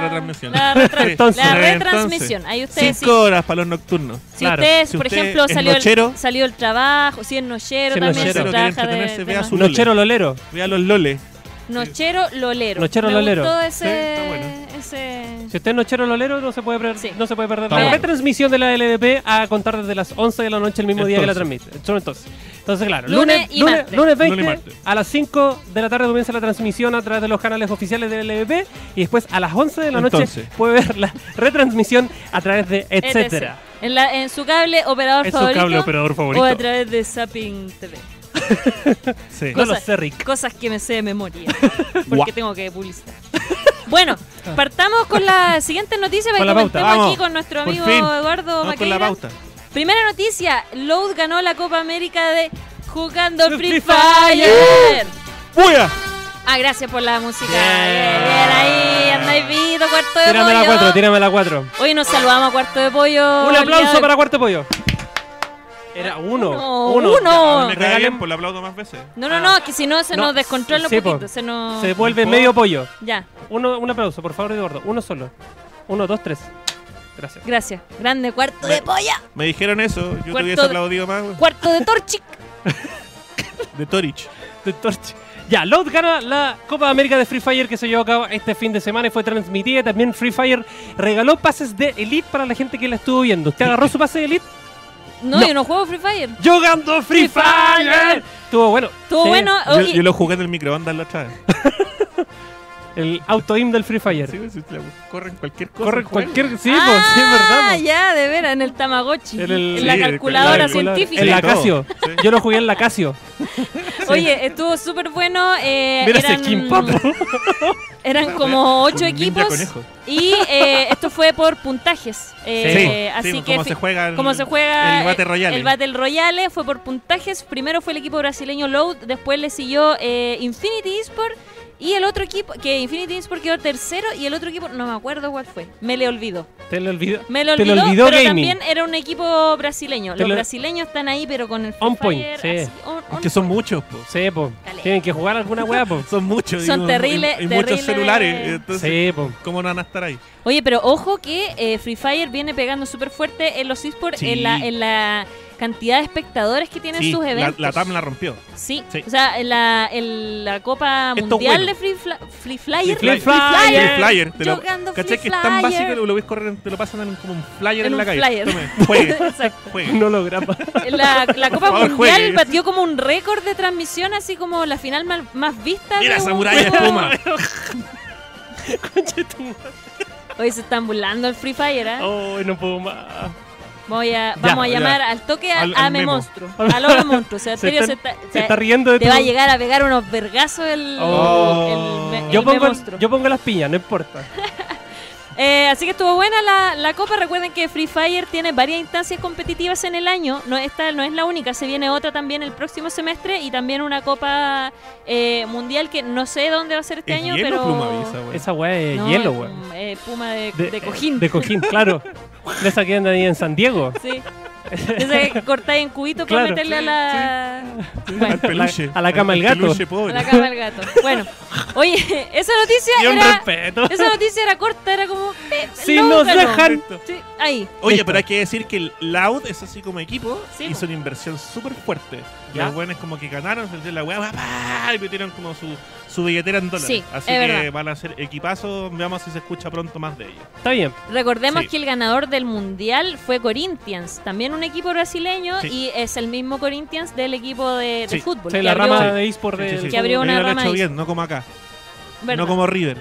Speaker 3: retransmisión.
Speaker 2: La, retra-
Speaker 1: Entonces.
Speaker 2: la
Speaker 3: Entonces,
Speaker 2: retransmisión. Ahí ustedes,
Speaker 3: Cinco horas para los nocturnos.
Speaker 2: si, si
Speaker 1: claro.
Speaker 2: ustedes,
Speaker 3: Si
Speaker 2: por
Speaker 3: usted
Speaker 2: ejemplo,
Speaker 3: es
Speaker 2: salió,
Speaker 3: nochero.
Speaker 2: el, salió el trabajo, si es nochero
Speaker 1: Si es
Speaker 2: también,
Speaker 1: nochero,
Speaker 2: se
Speaker 1: quiere
Speaker 2: trabaja
Speaker 3: entretenerse,
Speaker 2: de, de
Speaker 3: vea
Speaker 2: no-
Speaker 3: su-
Speaker 1: Nochero Lolero.
Speaker 3: Vea los loles.
Speaker 2: nochero lolero.
Speaker 1: Nochero
Speaker 2: Me
Speaker 1: lolero.
Speaker 2: gustó
Speaker 3: Sí, está
Speaker 2: ese...
Speaker 3: bueno.
Speaker 2: ese...
Speaker 1: Si usted es nochero lolero, no se puede, pre-
Speaker 2: Sí.
Speaker 1: no se puede perder
Speaker 3: Está
Speaker 1: la
Speaker 3: bueno.
Speaker 1: retransmisión de la LDP a contar desde las 11 de la noche el mismo día que la
Speaker 3: Entonces.
Speaker 1: transmite. Solo Entonces, entonces claro,
Speaker 2: Lunes
Speaker 1: lunes,
Speaker 2: y
Speaker 1: lunes,
Speaker 2: martes.
Speaker 1: lunes 20
Speaker 3: Lunes y martes.
Speaker 1: a las 5 de la tarde comienza la transmisión a través de los canales oficiales de la LDP y después a las 11 de la noche
Speaker 3: Entonces.
Speaker 1: puede ver la retransmisión a través de etcétera.
Speaker 2: ETC. En, la, en su cable operador
Speaker 1: Es su
Speaker 2: favorito.
Speaker 1: cable operador
Speaker 2: O a
Speaker 1: favorito.
Speaker 2: través de Zapping TV.
Speaker 3: Sí.
Speaker 1: No lo
Speaker 2: Cosa-
Speaker 1: sé, Rick.
Speaker 2: Cosas que me sé de memoria.
Speaker 3: Guau.
Speaker 2: Porque tengo que publicitar. Bueno, partamos con la siguiente noticia para
Speaker 1: Con
Speaker 2: que
Speaker 1: la pauta.
Speaker 2: comentemos aquí
Speaker 3: Vamos.
Speaker 2: con nuestro
Speaker 3: Por
Speaker 2: amigo
Speaker 3: fin.
Speaker 2: Eduardo
Speaker 3: Vamos con la
Speaker 2: Maqueira.
Speaker 3: pauta.
Speaker 2: Primera noticia, Load ganó la Copa América de Jugando
Speaker 1: Free
Speaker 2: Free
Speaker 1: Fire.
Speaker 2: Fire.
Speaker 3: ¡Buya!
Speaker 2: Ah, gracias por la música.
Speaker 1: Bien.
Speaker 2: Bien, bien ahí, andáis vido, cuarto de
Speaker 1: Tírame la
Speaker 2: pollo.
Speaker 1: 4, tírame la 4.
Speaker 2: Hoy nos saludamos a cuarto de pollo.
Speaker 1: Un aplauso
Speaker 2: Olvidado.
Speaker 1: para Cuarto Pollo. Era uno.
Speaker 2: Uno,
Speaker 1: Uno.
Speaker 2: uno.
Speaker 1: Ya,
Speaker 3: Me cae
Speaker 1: regalen-
Speaker 3: bien, pues lo aplaudo más veces.
Speaker 2: No, no, no, que si no se
Speaker 1: No,
Speaker 2: nos descontrola un
Speaker 1: sí, po.
Speaker 2: poquito. Se nos...
Speaker 1: Se vuelve
Speaker 3: No.
Speaker 1: medio pollo.
Speaker 2: Ya,
Speaker 1: Uno, un aplauso, por favor, Eduardo. Uno solo. Uno, dos, tres. Gracias.
Speaker 2: gracias. Grande cuarto de polla.
Speaker 3: Me dijeron eso, yo
Speaker 2: Cuarto
Speaker 3: te hubiese
Speaker 2: de-
Speaker 3: aplaudido más, güey.
Speaker 2: Cuarto de torchic.
Speaker 3: De Torich.
Speaker 1: De Torch. Ya, Load gana la Copa de América de Free Fire que se llevó a cabo este fin de semana y fue transmitida. También Free Fire regaló pases de Elite para la gente que la estuvo viendo. ¿Usted agarró su pase de Elite?
Speaker 2: No,
Speaker 1: No.
Speaker 2: yo no juego Free Fire.
Speaker 1: ¡Jugando Free Fire! Estuvo bueno.
Speaker 2: Estuvo
Speaker 1: Sí,
Speaker 2: bueno.
Speaker 3: Yo,
Speaker 2: Ah, oye,
Speaker 3: yo lo jugué en el microondas la otra vez.
Speaker 1: El auto-aim del Free Fire.
Speaker 3: Sí, sí, la- corren cualquier cosa.
Speaker 1: Corre
Speaker 3: el juego.
Speaker 1: cualquier... Sí,
Speaker 2: ah,
Speaker 1: pues, sí, es verdad. pues.
Speaker 2: ya, de veras, en el Tamagotchi.
Speaker 1: En el-
Speaker 2: en la
Speaker 3: Sí,
Speaker 2: calculadora
Speaker 3: claro,
Speaker 2: científica.
Speaker 1: En la
Speaker 3: Sí, todo.
Speaker 1: Casio.
Speaker 3: Sí.
Speaker 1: Yo lo jugué en la Casio.
Speaker 2: Oye, estuvo súper bueno. eh,
Speaker 1: Mira
Speaker 2: eran,
Speaker 1: ese Kim Papo.
Speaker 2: Eran como ocho
Speaker 3: Un ninja
Speaker 2: equipos.
Speaker 3: conejo.
Speaker 2: Y eh, esto fue por puntajes. Eh,
Speaker 1: Sí, pues,
Speaker 2: así
Speaker 3: sí, pues,
Speaker 2: que
Speaker 3: como
Speaker 2: fi-
Speaker 3: se juega el-
Speaker 2: como se juega
Speaker 3: el Battle Royale.
Speaker 2: el Battle Royale fue por puntajes. Primero fue el equipo brasileño Load, después le siguió eh, Infinity Esport y el otro equipo, que Infinity Esport quedó tercero y el otro equipo, no me acuerdo cuál fue, me le olvidó.
Speaker 1: Te lo olvidó.
Speaker 2: Me lo
Speaker 1: Te lo
Speaker 2: olvidó,
Speaker 1: olvidó
Speaker 2: pero
Speaker 1: gaming.
Speaker 2: también era un equipo brasileño.
Speaker 1: Te
Speaker 2: Los
Speaker 1: lo-
Speaker 2: brasileños están ahí, pero con el Free
Speaker 1: On point,
Speaker 2: Fire,
Speaker 1: sí.
Speaker 2: así, on- on-
Speaker 3: Que son muchos, po.
Speaker 1: Sí, po.
Speaker 2: Dale.
Speaker 1: Tienen que jugar alguna weá, po.
Speaker 3: Son muchos.
Speaker 2: Son
Speaker 3: digo,
Speaker 2: terribles,
Speaker 3: Y, y muchos
Speaker 2: terribles.
Speaker 3: celulares. Entonces,
Speaker 1: Sí, po.
Speaker 3: ¿cómo no van a estar ahí?
Speaker 2: Oye, pero ojo que eh, Free Fire viene pegando súper fuerte en los esports,
Speaker 3: Sí.
Speaker 2: en, la, en la cantidad de espectadores que tienen
Speaker 3: Sí,
Speaker 2: sus
Speaker 3: la,
Speaker 2: eventos.
Speaker 3: la TAM la rompió.
Speaker 2: Sí.
Speaker 3: Sí.
Speaker 2: o sea, en la, en la Copa
Speaker 3: Esto es
Speaker 2: Mundial
Speaker 3: bueno.
Speaker 2: de Free, Fla- Free Flyer.
Speaker 1: Free
Speaker 3: Flyer.
Speaker 1: Flyer.
Speaker 3: El flyer. Te lo,
Speaker 2: Jugando
Speaker 3: ¿Cachai
Speaker 2: Free
Speaker 3: que es tan
Speaker 2: Flyer.
Speaker 3: básico que lo ves correr, te lo pasan en- como un flyer en,
Speaker 2: En
Speaker 3: la
Speaker 2: un
Speaker 3: calle?
Speaker 2: flyer.
Speaker 3: Tome, juegue,
Speaker 2: Exacto.
Speaker 3: juegue.
Speaker 1: No lo graba.
Speaker 2: La, la Copa
Speaker 3: favor,
Speaker 2: Mundial
Speaker 3: juegue.
Speaker 2: batió como un récord de transmisión, así como la final mal- más, vista.
Speaker 3: Mira,
Speaker 2: de un
Speaker 3: Samurai
Speaker 2: juego.
Speaker 3: Espuma.
Speaker 2: Hoy se están burlando el Free Fire, ¿ah?
Speaker 1: Oh, no puedo más.
Speaker 2: Voy a, vamos
Speaker 3: ya.
Speaker 2: a llamar al toque a,
Speaker 3: Al-
Speaker 2: a
Speaker 3: al
Speaker 2: Ame
Speaker 3: Memo.
Speaker 2: Monstruo. Al Ame Monstruo. O sea,
Speaker 1: Se,
Speaker 2: Terio
Speaker 1: están-
Speaker 2: se está,
Speaker 1: se está riendo de
Speaker 2: Te
Speaker 1: tu-
Speaker 2: va a llegar a pegar unos vergazos el,
Speaker 1: Oh.
Speaker 2: el- el-
Speaker 1: Yo
Speaker 2: el
Speaker 1: pongo,
Speaker 2: monstruo.
Speaker 1: yo pongo las piñas, no importa.
Speaker 2: Eh, así que estuvo buena la, la copa. Recuerden que Free Fire tiene varias instancias competitivas en el año. No, esta no es la única, se viene otra también el próximo semestre y también una copa eh, mundial que no sé dónde va a ser este
Speaker 3: ¿Es
Speaker 2: año,
Speaker 3: hielo
Speaker 2: pero.
Speaker 3: o pluma avisa, güey?
Speaker 1: Esa weá es
Speaker 2: No,
Speaker 1: hielo,
Speaker 2: es
Speaker 1: weón.
Speaker 2: un, eh, puma de, de cojín.
Speaker 1: De cojín, claro. De esa que andan ahí en San Diego.
Speaker 2: Sí. Esa que cortáis en cubito
Speaker 1: Claro.
Speaker 2: para meterle a la. Bueno,
Speaker 3: Al peluche.
Speaker 1: a la cama del
Speaker 3: Al
Speaker 1: gato.
Speaker 3: peluche pobre.
Speaker 2: a la cama del gato. Bueno, oye, esa noticia
Speaker 1: Y un
Speaker 2: era.
Speaker 1: respeto.
Speaker 2: Esa noticia era corta, era como. eh,
Speaker 1: Si
Speaker 2: no,
Speaker 1: nos
Speaker 2: ganó.
Speaker 1: dejan.
Speaker 2: Sí, ahí.
Speaker 3: Oye,
Speaker 1: Listo.
Speaker 3: pero hay que decir que el Loud es así como equipo
Speaker 2: Sí,
Speaker 3: hizo
Speaker 2: po.
Speaker 3: una inversión súper fuerte.
Speaker 1: Ya.
Speaker 3: Los buenos como que ganaron, se metieron la weá, papá, y metieron como su, su billetera en dólares.
Speaker 2: Sí,
Speaker 3: así
Speaker 2: es
Speaker 3: que
Speaker 2: verdad.
Speaker 3: van a ser equipazos, veamos si se escucha pronto más de ellos.
Speaker 1: Está bien.
Speaker 2: Recordemos
Speaker 3: Sí.
Speaker 2: que el ganador del mundial fue Corinthians, también un equipo brasileño
Speaker 3: Sí.
Speaker 2: y es el mismo Corinthians del equipo de, de
Speaker 3: Sí.
Speaker 2: fútbol.
Speaker 1: Sí,
Speaker 2: que
Speaker 1: la
Speaker 2: abrió-
Speaker 1: rama de eSport
Speaker 3: Sí, sí,
Speaker 1: del-
Speaker 3: sí.
Speaker 2: Que abrió una
Speaker 3: Ellos lo han
Speaker 2: rama
Speaker 3: hecho
Speaker 2: ahí.
Speaker 3: bien, no como acá,
Speaker 2: ¿verdad?
Speaker 3: no como River.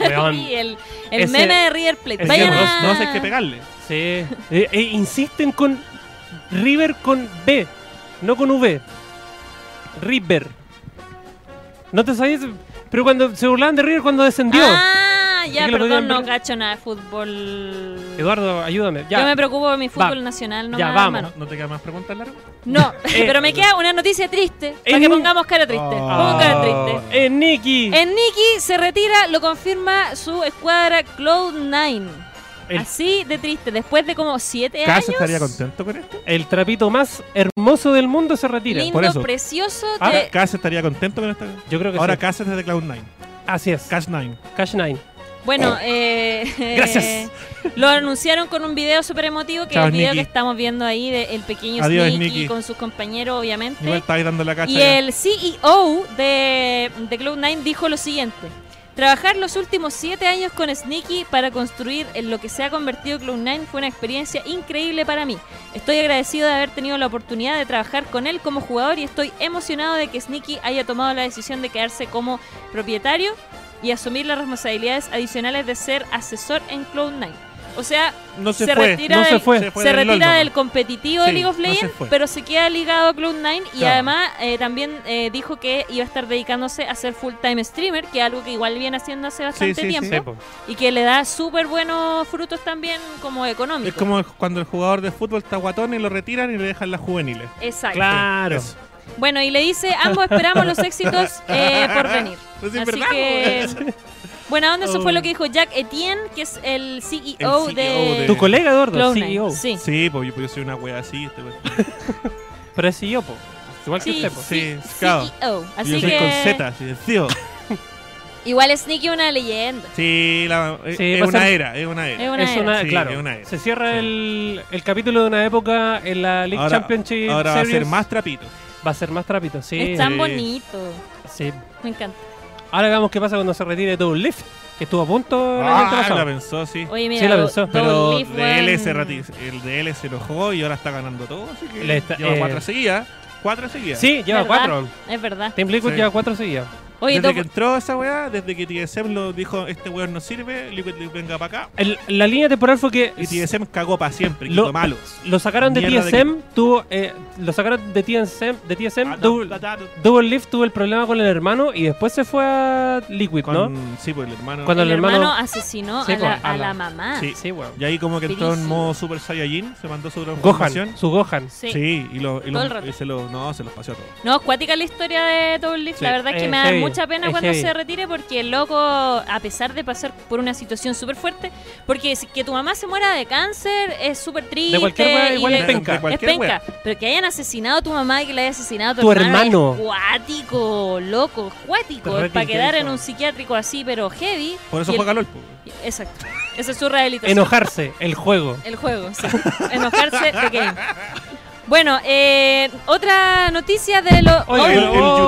Speaker 1: Weón.
Speaker 2: Sí, el el
Speaker 1: Ese-
Speaker 2: meme de River Plate.
Speaker 3: Es
Speaker 2: Vayan
Speaker 3: que
Speaker 2: a...
Speaker 3: no, no sé qué pegarle.
Speaker 1: Sí. Eh, eh, insisten con River con B, no con V. River. ¿No te sabías? Pero cuando se burlaban de River cuando descendió.
Speaker 2: Ah, ya,
Speaker 1: que lo podían
Speaker 2: perdón, no
Speaker 1: ver.
Speaker 2: cacho nada de fútbol.
Speaker 1: Eduardo, ayúdame.
Speaker 2: Yo me
Speaker 1: Ya.
Speaker 2: preocupo de mi fútbol
Speaker 1: Va.
Speaker 2: nacional, no
Speaker 1: Ya, Eh,
Speaker 2: más,
Speaker 1: vamos.
Speaker 2: hermano.
Speaker 3: ¿No te queda más preguntas, Lara?
Speaker 2: No, pero me queda una noticia triste, para que
Speaker 1: en-
Speaker 2: pongamos cara triste.
Speaker 3: Ah.
Speaker 2: Pongamos cara triste.
Speaker 1: Eh, Nicky.
Speaker 2: En Nicky se retira, lo confirma su escuadra Cloud9.
Speaker 1: El-
Speaker 2: Así de triste, después de como siete
Speaker 3: ¿Caso
Speaker 2: años.
Speaker 3: estaría contento con esto?
Speaker 1: El trapito más hermoso del mundo se retira.
Speaker 2: lindo,
Speaker 3: por eso. Ah,
Speaker 2: precioso.
Speaker 3: Ahora,
Speaker 2: te-
Speaker 3: Cass estaría contento con esto.
Speaker 1: Yo creo que
Speaker 3: Ahora
Speaker 1: sí.
Speaker 3: Cass es de Cloud9.
Speaker 1: Así es.
Speaker 3: Cash 9.
Speaker 1: Cash 9.
Speaker 3: oh.
Speaker 2: Bueno, eh,
Speaker 1: Gracias.
Speaker 2: Lo anunciaron con un video súper emotivo, que
Speaker 3: Chao,
Speaker 2: es el video
Speaker 3: Nicky.
Speaker 2: que estamos viendo ahí del pequeño
Speaker 3: Adiós,
Speaker 2: Nicky
Speaker 3: Nicky.
Speaker 2: con sus compañeros, obviamente.
Speaker 3: Igual estáis dando la cacha.
Speaker 2: Y
Speaker 3: ya.
Speaker 2: el CEO de, de Cloud9 dijo lo siguiente. Trabajar los últimos siete años con Sneaky para construir en lo que se ha convertido Cloud9 fue una experiencia increíble para mí. Estoy agradecido de haber tenido la oportunidad de trabajar con él como jugador y estoy emocionado de que Sneaky haya tomado la decisión de quedarse como propietario y asumir las responsabilidades adicionales de ser asesor en Cloud9. O sea,
Speaker 3: No se,
Speaker 2: se
Speaker 3: fue.
Speaker 2: retira
Speaker 1: no
Speaker 2: del-
Speaker 1: se fue.
Speaker 3: Se fue
Speaker 2: se
Speaker 3: del LOL
Speaker 2: retira
Speaker 3: nomás.
Speaker 2: del competitivo de
Speaker 3: Sí,
Speaker 2: League of
Speaker 3: no se
Speaker 2: Legends,
Speaker 3: fue.
Speaker 2: pero se queda ligado a Cloud9 y
Speaker 3: Claro.
Speaker 2: además eh, también eh, dijo que iba a estar dedicándose a ser full-time streamer, que es algo que igual viene haciendo hace bastante
Speaker 3: sí,
Speaker 2: tiempo
Speaker 3: sí.
Speaker 2: y que le da súper buenos frutos también como económicos.
Speaker 3: Es como el- cuando el jugador de fútbol está guatón y lo retiran y le dejan las juveniles.
Speaker 2: Exacto.
Speaker 1: Claro.
Speaker 3: Eso.
Speaker 2: Bueno, y le dice, ambos esperamos los éxitos eh, por venir.
Speaker 3: Pues sí,
Speaker 2: Así
Speaker 3: ¿verdad? pues.
Speaker 2: que, em, bueno, onda, eso
Speaker 1: Oh.
Speaker 2: fue lo que dijo Jack Etienne, que es el CEO,
Speaker 3: El E
Speaker 2: de...
Speaker 3: CEO
Speaker 1: Tu colega Eduardo, E
Speaker 2: Cloud9,
Speaker 1: CEO.
Speaker 2: sí.
Speaker 3: Sí, pues yo, pues yo soy una wea así. Este wea.
Speaker 1: Pero es CEO, po. Igual que
Speaker 2: Sí,
Speaker 1: usted, po.
Speaker 3: Sí, claro.
Speaker 2: CEO. Así
Speaker 3: yo soy
Speaker 2: que
Speaker 3: con Z, así de tío.
Speaker 2: igual Sneaky es una leyenda.
Speaker 3: Sí, la- es,
Speaker 1: Sí,
Speaker 3: es
Speaker 1: va a
Speaker 3: una
Speaker 1: ser-
Speaker 3: era, es una
Speaker 2: Es
Speaker 3: era.
Speaker 2: una
Speaker 1: Es
Speaker 2: era.
Speaker 1: una,
Speaker 3: Sí,
Speaker 1: claro.
Speaker 3: es una era.
Speaker 1: Se cierra
Speaker 3: Sí.
Speaker 1: el, el capítulo de una época en la League
Speaker 3: ahora
Speaker 1: Championship.
Speaker 3: ahora va a ser
Speaker 1: Series. Ah,
Speaker 3: más trapito.
Speaker 1: Va a ser más trapito, sí.
Speaker 2: Es tan
Speaker 3: Sí.
Speaker 2: bonito.
Speaker 1: sí.
Speaker 2: Me encanta.
Speaker 1: Ahora veamos qué pasa cuando se retire Double Lift, que estuvo a punto el año
Speaker 3: Ah,
Speaker 1: pasado.
Speaker 3: la pensó, sí.
Speaker 2: Oye, mira,
Speaker 1: Sí, la
Speaker 2: Do-
Speaker 1: pensó.
Speaker 2: Don
Speaker 3: Pero
Speaker 2: Leaf,
Speaker 3: de él
Speaker 2: weón.
Speaker 3: se rati- el de él se enojó y ahora está ganando todo. Así que
Speaker 1: Le está-
Speaker 3: lleva
Speaker 1: eh,
Speaker 3: cuatro seguidas. Cuatro seguidas.
Speaker 1: Sí, lleva
Speaker 2: ¿Verdad?
Speaker 1: cuatro.
Speaker 2: Es verdad.
Speaker 1: Team Liquid
Speaker 3: Sí.
Speaker 1: lleva cuatro seguidas.
Speaker 2: Oye,
Speaker 3: desde
Speaker 2: Do-
Speaker 3: que entró esa weá, desde que TSM lo dijo, este weón no sirve, Liquid League venga para acá.
Speaker 1: El- la línea temporal fue que
Speaker 3: Y TSM cagó para siempre,
Speaker 1: Lo-
Speaker 3: quedó malo.
Speaker 1: lo sacaron de
Speaker 3: Mierda de
Speaker 1: TSM, tuvo, eh, lo sacaron de TSM, de TSM
Speaker 3: Ah,
Speaker 1: Double,
Speaker 3: ta- ta- ta-
Speaker 1: Double Lift tuvo el problema con el hermano y después se fue a Liquid,
Speaker 3: Con,
Speaker 1: ¿no?
Speaker 3: Sí, pues el hermano.
Speaker 1: Cuando
Speaker 2: el
Speaker 1: el
Speaker 2: hermano,
Speaker 1: hermano-
Speaker 2: asesinó
Speaker 1: Sí,
Speaker 2: a, la,
Speaker 1: po, a
Speaker 2: a la
Speaker 1: la-
Speaker 2: mamá.
Speaker 3: Sí.
Speaker 1: weón.
Speaker 3: Y ahí como que entró en
Speaker 2: Brígido.
Speaker 3: modo Super Saiyajin, se mandó su transformación.
Speaker 1: Gohan, su Gohan.
Speaker 2: Sí.
Speaker 3: Sí, y, lo, y,
Speaker 2: Todo
Speaker 3: lo-
Speaker 2: el rato.
Speaker 3: y se lo, no, se los paseó a todos.
Speaker 2: No, es cuática la historia de Double Leaf.
Speaker 3: Sí.
Speaker 2: La verdad es que
Speaker 1: Es
Speaker 2: me da
Speaker 1: heavy,
Speaker 2: mucha pena
Speaker 1: es
Speaker 2: cuando
Speaker 1: heavy.
Speaker 2: se retire porque el loco, a pesar de pasar por una situación súper fuerte, porque si- que tu mamá se muera de cáncer es súper triste.
Speaker 1: De cualquier weá,
Speaker 2: y
Speaker 1: igual
Speaker 2: de-
Speaker 1: es penca.
Speaker 2: es
Speaker 3: Cualquier
Speaker 2: penca, pero que hayan asesinado a tu mamá y que le haya asesinado a tu,
Speaker 1: Tu
Speaker 2: Es
Speaker 1: hermano.
Speaker 2: cuático, loco, es cuático.
Speaker 1: Pero
Speaker 2: Es para
Speaker 1: es
Speaker 2: quedar en
Speaker 1: intenso.
Speaker 2: un psiquiátrico así, pero heavy.
Speaker 3: Por eso
Speaker 2: Y el-
Speaker 3: juega LOL. po.
Speaker 2: Exacto. Esa es su rehabilitación.
Speaker 1: Enojarse, el juego.
Speaker 2: El juego, sí. Enojarse de game. Bueno, eh, otra noticia de los.
Speaker 1: Oye,
Speaker 2: Ay,
Speaker 3: el-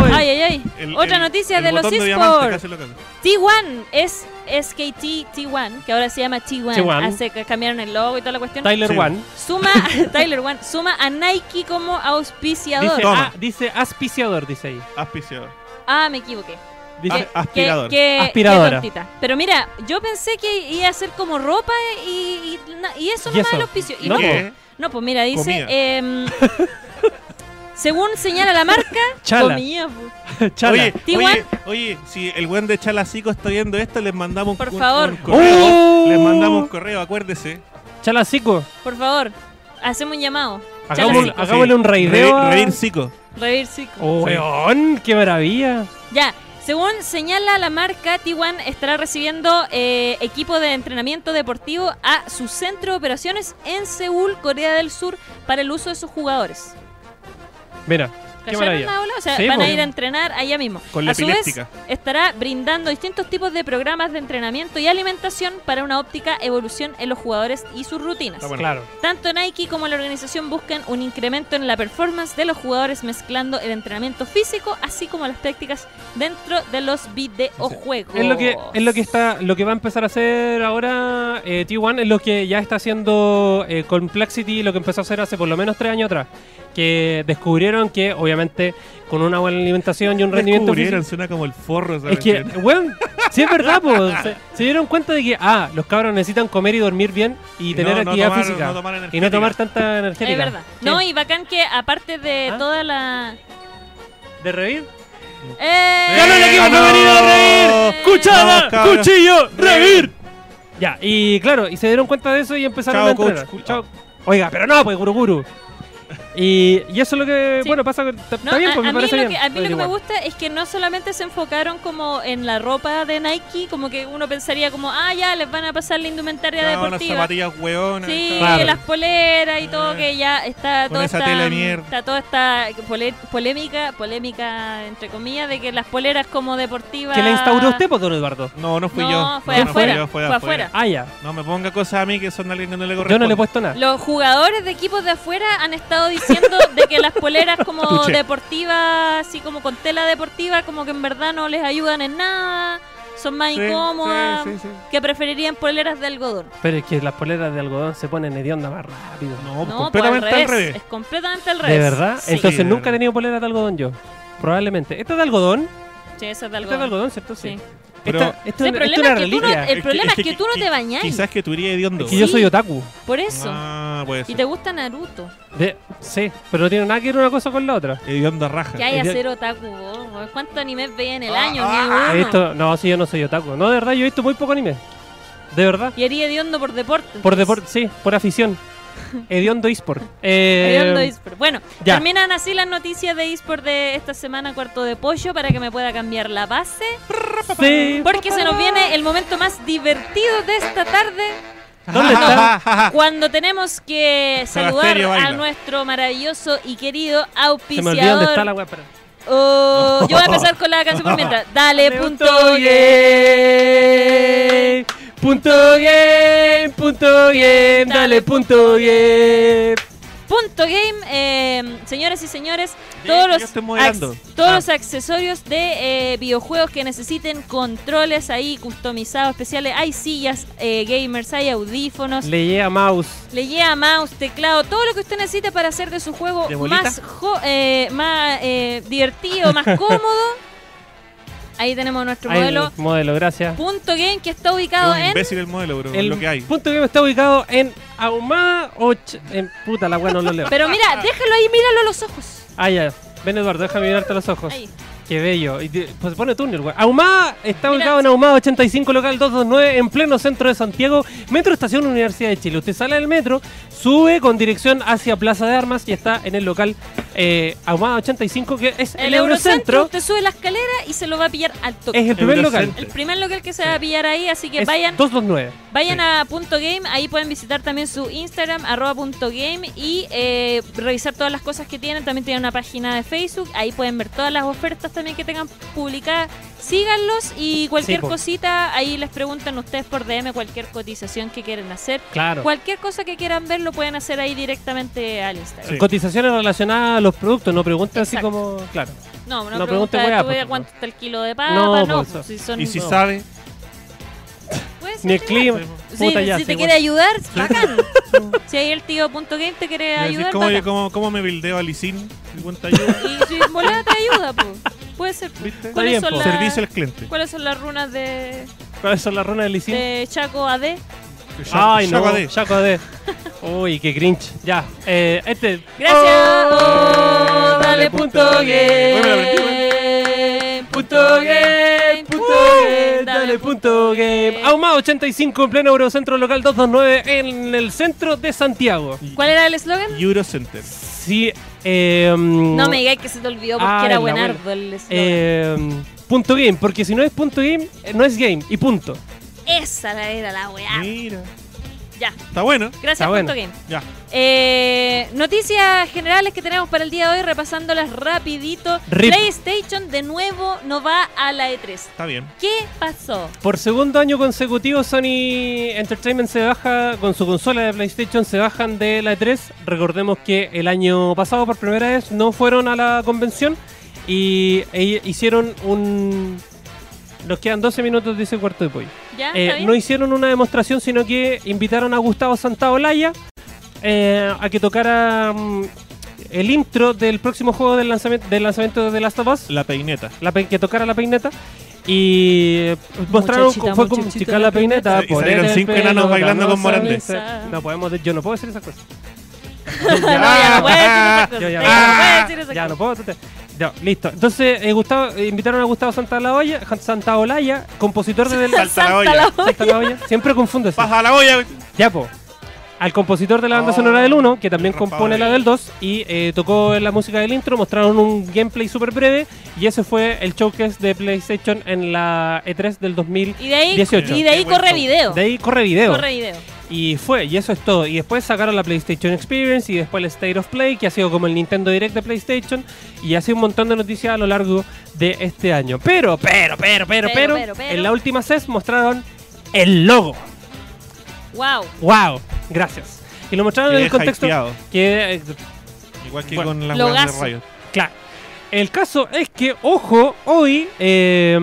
Speaker 3: el-
Speaker 2: ay, ay, ay.
Speaker 3: El-
Speaker 2: otra
Speaker 3: el-
Speaker 2: noticia
Speaker 3: el
Speaker 2: de los
Speaker 3: botón diamante
Speaker 2: eSports.
Speaker 3: casi lo caga.
Speaker 2: T1 es SKT T1, que ahora se llama T1.
Speaker 1: T1.
Speaker 2: Hace que cambiaron el logo y toda la cuestión.
Speaker 1: Tyler
Speaker 3: Sí.
Speaker 1: One
Speaker 2: Suma, Tyler One suma a Nike como auspiciador.
Speaker 1: dice,
Speaker 3: Toma.
Speaker 1: ah, dice aspiciador, dice ahí.
Speaker 3: Auspiciador.
Speaker 2: Ah, me equivoqué. Eh,
Speaker 1: Dice,
Speaker 3: Ah, aspirador.
Speaker 2: Que, que-
Speaker 1: Aspiradora.
Speaker 2: qué tontita. Pero mira, yo pensé que iba a ser como ropa y, y, na- y eso
Speaker 1: Y
Speaker 2: no más
Speaker 1: eso.
Speaker 2: el auspicio. Y
Speaker 1: No,
Speaker 2: no,
Speaker 1: po.
Speaker 3: ¿Qué?
Speaker 2: No, pues mira, dice.
Speaker 3: Comida.
Speaker 2: em, según señala la marca.
Speaker 1: Chala.
Speaker 2: comida, po.
Speaker 1: Chala.
Speaker 3: Oye,
Speaker 2: T1.
Speaker 3: oye, oye, si el buen de Chalacico está viendo esto, les mandamos un,
Speaker 2: Por
Speaker 3: un-
Speaker 2: favor.
Speaker 3: un correo.
Speaker 1: ¡Oh!
Speaker 3: Les mandamos un correo, acuérdese.
Speaker 1: Chalacico,
Speaker 2: Por favor, hacemos un llamado.
Speaker 1: hagámosle,
Speaker 2: Chalacico.
Speaker 1: hagámosle un raideo. a-
Speaker 3: Re- Reír Cico.
Speaker 2: Reír Cico.
Speaker 1: Oh,
Speaker 3: Sí.
Speaker 1: weón, qué maravilla.
Speaker 2: Ya, según señala la marca, T1 estará recibiendo eh, equipo de entrenamiento deportivo a su centro de operaciones en Seúl, Corea del Sur, para el uso de sus jugadores.
Speaker 1: Mira, qué
Speaker 2: ¿Cacharon
Speaker 1: maravilla.
Speaker 2: la ola? O sea,
Speaker 1: Sí,
Speaker 2: van a
Speaker 1: pues.
Speaker 2: ir a entrenar allá mismo.
Speaker 3: Con la
Speaker 2: a su vez,
Speaker 3: epiléptica.
Speaker 2: estará brindando distintos tipos de programas de entrenamiento y alimentación para una óptica evolución en los jugadores y sus rutinas.
Speaker 3: Está bueno.
Speaker 1: Claro.
Speaker 2: Tanto Nike como la organización buscan un incremento en la performance de los jugadores mezclando el entrenamiento físico así como las prácticas dentro de los videojuegos.
Speaker 1: Es lo
Speaker 2: Oh.
Speaker 1: que es lo que está lo que va a empezar a hacer ahora eh, T1 es lo que ya está haciendo eh, Complexity lo que empezó a hacer hace por lo menos tres años atrás que descubrieron que obviamente con una buena alimentación y un rendimiento
Speaker 3: Descubrieron,
Speaker 1: físico,
Speaker 3: suena como el forro, ¿sabes?
Speaker 1: es que bueno sí es verdad po, se, se dieron cuenta de que ah los cabros necesitan comer y dormir bien y,
Speaker 3: Y
Speaker 1: tener
Speaker 3: no- no
Speaker 1: actividad
Speaker 3: tomar-
Speaker 1: física
Speaker 3: no tomar
Speaker 1: y no
Speaker 3: energética.
Speaker 1: tomar tanta energética
Speaker 2: Es verdad.
Speaker 1: Sí.
Speaker 2: No, y bacán que aparte de
Speaker 1: ¿Ah?
Speaker 2: toda la...
Speaker 1: de reír
Speaker 2: ¡Eh!
Speaker 1: ¡Ganó el equipo
Speaker 3: ¡Ganó!
Speaker 1: femenino de reír! ¡Cuchara!
Speaker 3: Vamos, cabros.
Speaker 1: ¡Cuchillo!
Speaker 3: ¡Reír!
Speaker 1: ¡Reír! Ya, y claro, y se dieron cuenta de eso y empezaron
Speaker 3: Chao,
Speaker 1: a entrenar.
Speaker 3: coach.
Speaker 1: Chao. Oiga, pero no, pues, guruguru. Y, y eso es lo que,
Speaker 2: Sí.
Speaker 1: bueno, pasa. con- Está
Speaker 2: No,
Speaker 1: está bien,
Speaker 2: a-
Speaker 1: pues
Speaker 2: a, mí
Speaker 1: me
Speaker 2: lo
Speaker 1: parece bien.
Speaker 2: que, a mí lo que me
Speaker 1: Igual.
Speaker 2: gusta es que no solamente se enfocaron como en la ropa de Nike, como que uno pensaría como, ah, ya, les van a pasar la indumentaria
Speaker 3: No, unas
Speaker 2: deportiva.
Speaker 3: zapatillas hueonas.
Speaker 2: Sí,
Speaker 1: Claro.
Speaker 2: las poleras y todo,
Speaker 3: Eh,
Speaker 2: que ya está
Speaker 3: con
Speaker 2: toda
Speaker 3: esa
Speaker 2: esta,
Speaker 3: tela de mierda.
Speaker 2: está toda esta pole- polémica, polémica entre comillas, de que las poleras como deportivas...
Speaker 1: ¿Que la instauró usted, pues, don Eduardo?
Speaker 3: No, no fui
Speaker 2: no,
Speaker 3: yo.
Speaker 2: fue
Speaker 3: No, no
Speaker 2: afuera,
Speaker 3: fui yo,
Speaker 2: fue
Speaker 3: fue
Speaker 2: afuera.
Speaker 3: afuera.
Speaker 1: Ah, ya.
Speaker 3: No me ponga cosas a mí que son alguien que no le corresponde.
Speaker 1: Yo no le he puesto nada.
Speaker 2: Los jugadores de equipos de afuera han estado diciendo de que las poleras como
Speaker 3: Touché.
Speaker 2: deportivas, así como con tela deportiva, como que en verdad no les ayudan en nada, son más
Speaker 3: Sí,
Speaker 2: incómodas,
Speaker 3: sí, sí, sí.
Speaker 2: que preferirían poleras de algodón.
Speaker 1: Pero es que las poleras de algodón se ponen hedionda más rápido.
Speaker 3: No,
Speaker 2: No,
Speaker 3: completamente
Speaker 2: pues,
Speaker 3: al revés.
Speaker 2: Es completamente al
Speaker 1: ¿De
Speaker 2: revés.
Speaker 1: verdad?
Speaker 2: Sí,
Speaker 1: Entonces
Speaker 3: de
Speaker 1: nunca he
Speaker 3: verdad.
Speaker 1: tenido poleras de algodón yo. Probablemente. ¿Esta es de algodón?
Speaker 2: sí, esa es de
Speaker 1: ¿Esta es de
Speaker 2: algodón.
Speaker 1: algodón, cierto? Sí.
Speaker 2: Sí.
Speaker 3: Pero-
Speaker 1: Esta- esto
Speaker 2: Sí, el
Speaker 1: es una- esto es
Speaker 2: problema
Speaker 1: una
Speaker 2: es que tú no-
Speaker 1: reliquia.
Speaker 2: El problema es que tú no te bañáis.
Speaker 3: Quizás que tú irías hediondo.
Speaker 1: Es que yo
Speaker 2: Sí.
Speaker 1: soy otaku.
Speaker 2: Por eso.
Speaker 3: Ah, puede
Speaker 2: Y
Speaker 3: ser.
Speaker 2: te gusta Naruto.
Speaker 1: De- sí, pero no tiene nada que ver una cosa con la otra.
Speaker 3: Hediondo a raja.
Speaker 2: Ya hay
Speaker 1: ya-
Speaker 2: hacer otaku. vos, vos. ¿Cuántos animes veía en el
Speaker 3: Ah,
Speaker 2: año?
Speaker 3: ah,
Speaker 2: Ni
Speaker 3: ah,
Speaker 1: He
Speaker 2: uno.
Speaker 1: visto- no, sí, yo no soy otaku. No, de verdad, yo he visto muy poco anime. De verdad.
Speaker 2: Y haría hediondo por deporte.
Speaker 1: Por
Speaker 2: entonces.
Speaker 1: deporte, sí, por afición. Hediondo eSport. Eh,
Speaker 2: Hediondo eSport. Bueno,
Speaker 1: ya.
Speaker 2: terminan así las noticias de eSport de esta semana, cuarto de pollo, para que me pueda cambiar la base.
Speaker 1: sí.
Speaker 2: Porque se nos viene el momento más divertido de esta tarde,
Speaker 1: ¿Dónde
Speaker 3: Ah,
Speaker 1: está?
Speaker 2: cuando tenemos que saludar
Speaker 3: Sebastián baila.
Speaker 2: a nuestro maravilloso y querido
Speaker 1: Se me olvidó dónde está la
Speaker 2: auspiciador.
Speaker 1: wea. pero-
Speaker 2: Oh, yo voy a empezar con la canción por mientras. Dale, punto.
Speaker 1: game. Punto game. Punto game. Dale, punto game.
Speaker 2: Punto Game, eh, señoras y señores,
Speaker 3: Ya,
Speaker 2: todos
Speaker 3: ya
Speaker 2: los,
Speaker 3: estoy moderando.
Speaker 2: ac- todos
Speaker 3: Ah.
Speaker 2: los accesorios de eh, videojuegos que necesiten controles ahí customizados, especiales, hay sillas eh, gamers, hay audífonos,
Speaker 1: Le llega mouse.
Speaker 2: le lleva mouse, teclado, todo lo que usted necesite para hacer de su juego
Speaker 3: ¿De bolita?
Speaker 2: más, jo- eh, más eh, divertido, más cómodo. Ahí tenemos nuestro
Speaker 1: Ahí,
Speaker 2: modelo
Speaker 1: modelo, gracias.
Speaker 2: Punto Game que está ubicado
Speaker 3: Un
Speaker 2: en...
Speaker 3: imbécil el modelo, bro.
Speaker 1: El
Speaker 3: lo que hay.
Speaker 1: punto game está ubicado en Ahumada 8. En puta, la wea no lo leo.
Speaker 2: Pero mira, déjalo ahí, míralo a los ojos.
Speaker 1: Ah, ya. Ven, Eduardo, déjame mirarte los
Speaker 3: Pues,
Speaker 1: ojos.
Speaker 2: Ahí.
Speaker 1: Qué bello. Y te- pues pone túnel, güey. Ahumada está
Speaker 2: Mira.
Speaker 1: ubicado en Ahumada 85, local 229, en pleno centro de Santiago, metro estación Universidad de Chile. Usted sale del metro, sube con dirección hacia Plaza de Armas y está en el local eh, Ahumada 85, que es el,
Speaker 2: El Eurocentro,
Speaker 1: Eurocentro.
Speaker 2: usted sube la escalera y se lo va a pillar al toque.
Speaker 1: Es el primer
Speaker 3: Eurocentro.
Speaker 1: local.
Speaker 2: El primer local que se va a pillar ahí, así que
Speaker 1: Es
Speaker 2: vayan,
Speaker 1: 229.
Speaker 2: vayan
Speaker 3: sí.
Speaker 2: a punto game, ahí pueden visitar también su Instagram, arroba punto game, y eh, revisar todas las cosas que tienen. También tienen una página de Facebook, ahí pueden ver todas las ofertas también que tengan publicadas. Síganlos y cualquier
Speaker 1: Sí, pues. po.
Speaker 2: cosita, ahí les preguntan ustedes por DM cualquier cotización que quieran hacer.
Speaker 1: Claro.
Speaker 2: Cualquier cosa que quieran ver lo pueden hacer ahí directamente al Instagram.
Speaker 3: Sí.
Speaker 1: Cotizaciones relacionadas a los productos, no pregunta así
Speaker 2: Exacto.
Speaker 1: como. Claro.
Speaker 2: No, no, pregunta
Speaker 1: No pregunte weá,
Speaker 2: tú,
Speaker 1: por
Speaker 2: eh,
Speaker 1: favor.
Speaker 2: cuánto está el kilo de papa,
Speaker 1: No,
Speaker 2: no,
Speaker 1: pues,
Speaker 2: pues, si son-
Speaker 3: Y si
Speaker 1: No.
Speaker 3: sabe,
Speaker 2: puede ser
Speaker 1: Ni el clima.
Speaker 2: Sí,
Speaker 1: Puta, ya.
Speaker 2: si
Speaker 1: sí,
Speaker 2: te
Speaker 1: bueno.
Speaker 2: quiere ayudar, bacán. si ahí el tío punto game te quiere
Speaker 3: le decís,
Speaker 2: ayudar,
Speaker 3: ¿cómo,
Speaker 2: bacán.
Speaker 3: cómo, ¿cómo me bildeo a Licin? ¿Y cuánta ayuda?
Speaker 2: Y si en volada te ayuda, po. puede ser. po.
Speaker 3: ¿Viste?
Speaker 1: ¿Cuál-
Speaker 2: ¿Cuáles,
Speaker 1: bien,
Speaker 2: son
Speaker 1: po.
Speaker 2: las,
Speaker 3: Servicio al cliente.
Speaker 2: ¿Cuáles son las runas de,
Speaker 1: ¿Cuáles son las runas del Licin?
Speaker 2: de Chaco AD?
Speaker 1: Ay, no.
Speaker 3: Chaco AD.
Speaker 1: Chaco AD. Uy, qué cringe. Ya. Eh, este.
Speaker 2: Gracias.
Speaker 1: Oh,
Speaker 2: dale punto game.
Speaker 3: Bueno, me la
Speaker 1: punto game, punto
Speaker 2: Uh,
Speaker 1: game, dale punto game.
Speaker 2: Au.
Speaker 1: Auma 85 en pleno Eurocentro local 229 en el centro de Santiago.
Speaker 2: ¿Cuál era el eslogan?
Speaker 3: Eurocenter.
Speaker 1: Sí, eh,
Speaker 2: No me digáis que se te olvidó porque
Speaker 1: Ah,
Speaker 2: era
Speaker 1: la
Speaker 2: buenardo el eslogan.
Speaker 1: eh, punto game, porque si no es punto game, eh, no es game y punto.
Speaker 2: Esa era la weá.
Speaker 3: Mira.
Speaker 2: Ya.
Speaker 3: Está bueno.
Speaker 2: Gracias,
Speaker 1: Está bueno.
Speaker 2: punto game.
Speaker 3: Ya.
Speaker 2: Eh, noticias generales que tenemos para el día de hoy, repasándolas rapidito.
Speaker 1: Rip.
Speaker 2: PlayStation de nuevo no va a la E3.
Speaker 3: Está bien.
Speaker 2: ¿Qué pasó?
Speaker 1: Por segundo año consecutivo, Sony Entertainment se baja con su consola de PlayStation, se bajan de la E3. Recordemos que el año pasado, por primera vez, no fueron a la convención y e- hicieron un. Nos quedan 12 minutos de ese cuarto de pollo.
Speaker 2: ¿Ya?
Speaker 1: Eh,
Speaker 2: Ah, ¿Está bien?
Speaker 1: no hicieron una demostración, sino que invitaron a Gustavo Santaolalla eh, a que tocara mm, el intro del próximo juego del lanzamiento, del lanzamiento de Last of Us
Speaker 3: La peineta.
Speaker 1: la pe- que tocara la peineta y eh, mostraron
Speaker 2: Muchachita,
Speaker 1: cómo fue como
Speaker 2: muchachita,
Speaker 1: chica
Speaker 2: la
Speaker 1: la peineta
Speaker 3: peineta. Y salieron
Speaker 1: poner el
Speaker 3: cinco
Speaker 1: pelo,
Speaker 3: enanos bailando
Speaker 1: la
Speaker 3: con
Speaker 1: rosa,
Speaker 3: Morandé.
Speaker 1: esa- no podemos de- yo no puedo decir esas cosas
Speaker 2: Ya no, ya no puede decir esas cosas,
Speaker 1: Ah, Yo ya-
Speaker 2: ya no puede decir esas
Speaker 1: ya no
Speaker 2: cosas.
Speaker 1: puedo tete- ya, listo entonces eh, Gustavo- eh, invitaron a Gustavo Santaolalla Santaolalla compositor de
Speaker 3: Sal- Salta la olla.
Speaker 1: Santaolalla siempre confundo eso
Speaker 3: Baja la olla.
Speaker 1: ya po al compositor de la banda
Speaker 3: Oh,
Speaker 1: sonora del 1, que también
Speaker 3: el raspado
Speaker 1: compone la
Speaker 3: ahí.
Speaker 1: del 2, y eh, tocó la música del intro, mostraron un gameplay súper breve, y ese fue el showcase de PlayStation en la E3 del 2000.
Speaker 2: Y de ahí,
Speaker 1: 18.
Speaker 2: y de ahí
Speaker 3: Qué buen
Speaker 2: corre
Speaker 3: show.
Speaker 2: video.
Speaker 1: De ahí corre video.
Speaker 2: Corre video.
Speaker 1: Y fue, y eso es todo. Y después sacaron la PlayStation Experience y después el State of Play, que ha sido como el Nintendo Direct de PlayStation, y así un montón de noticias a lo largo de este año. Pero, pero, pero, pero,
Speaker 2: Pero,
Speaker 1: pero,
Speaker 2: pero, pero.
Speaker 1: en la última CES mostraron el logo.
Speaker 2: Wow.
Speaker 1: ¡Wow! Gracias. Y lo mostraron en
Speaker 3: Quedé
Speaker 1: el contexto
Speaker 3: hypeado.
Speaker 1: que eh,
Speaker 3: Igual que
Speaker 1: Bueno,
Speaker 3: con las
Speaker 2: lo
Speaker 3: weas de
Speaker 2: gaso.
Speaker 3: rayos.
Speaker 1: Claro. El caso es que, ojo, hoy eh,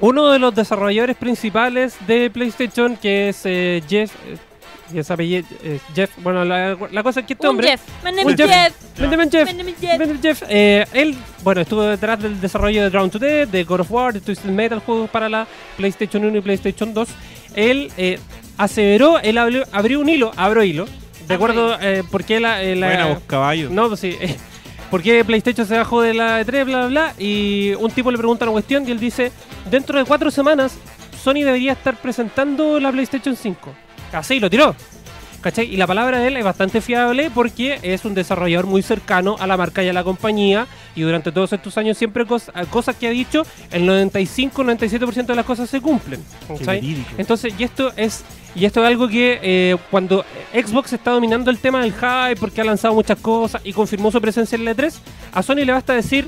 Speaker 1: uno de los desarrolladores principales de PlayStation, que es eh, Jeff, eh, y ese apellido, eh, Jeff, bueno, la, la cosa es que este
Speaker 2: Un
Speaker 1: hombre,
Speaker 2: Jeff. My name
Speaker 1: Un
Speaker 2: is
Speaker 1: Jeff.
Speaker 2: Jeff.
Speaker 1: Benjamin Jeff,
Speaker 2: My name is Jeff.
Speaker 1: Benjamin Jeff, eh, él, bueno, estuvo detrás del desarrollo de Drown to Death, de God of War, de Twisted Metal, juegos para la PlayStation 1 y PlayStation 2. Él eh, aseveró, él abrió, abrió un hilo, abro hilo,
Speaker 2: Abro
Speaker 1: de acuerdo, eh, porque la, eh, la-
Speaker 3: Buena vos, caballo.
Speaker 1: no, pues sí. Porque PlayStation se bajó de la E3, bla, bla, bla. Y un tipo le pregunta una cuestión y él dice: Dentro de cuatro semanas, Sony debería estar presentando la PlayStation 5. Así lo tiró. ¿Cachai? Y la palabra de él es bastante fiable porque es un desarrollador muy cercano a la marca y a la compañía. Y durante todos estos años, siempre cos- cosas que ha dicho, el 95-97% de las cosas se cumplen. ¿cachai? Entonces, y esto es y esto es algo que eh, cuando Xbox está dominando el tema del hype porque ha lanzado muchas cosas y confirmó su presencia en la E3, a Sony le basta decir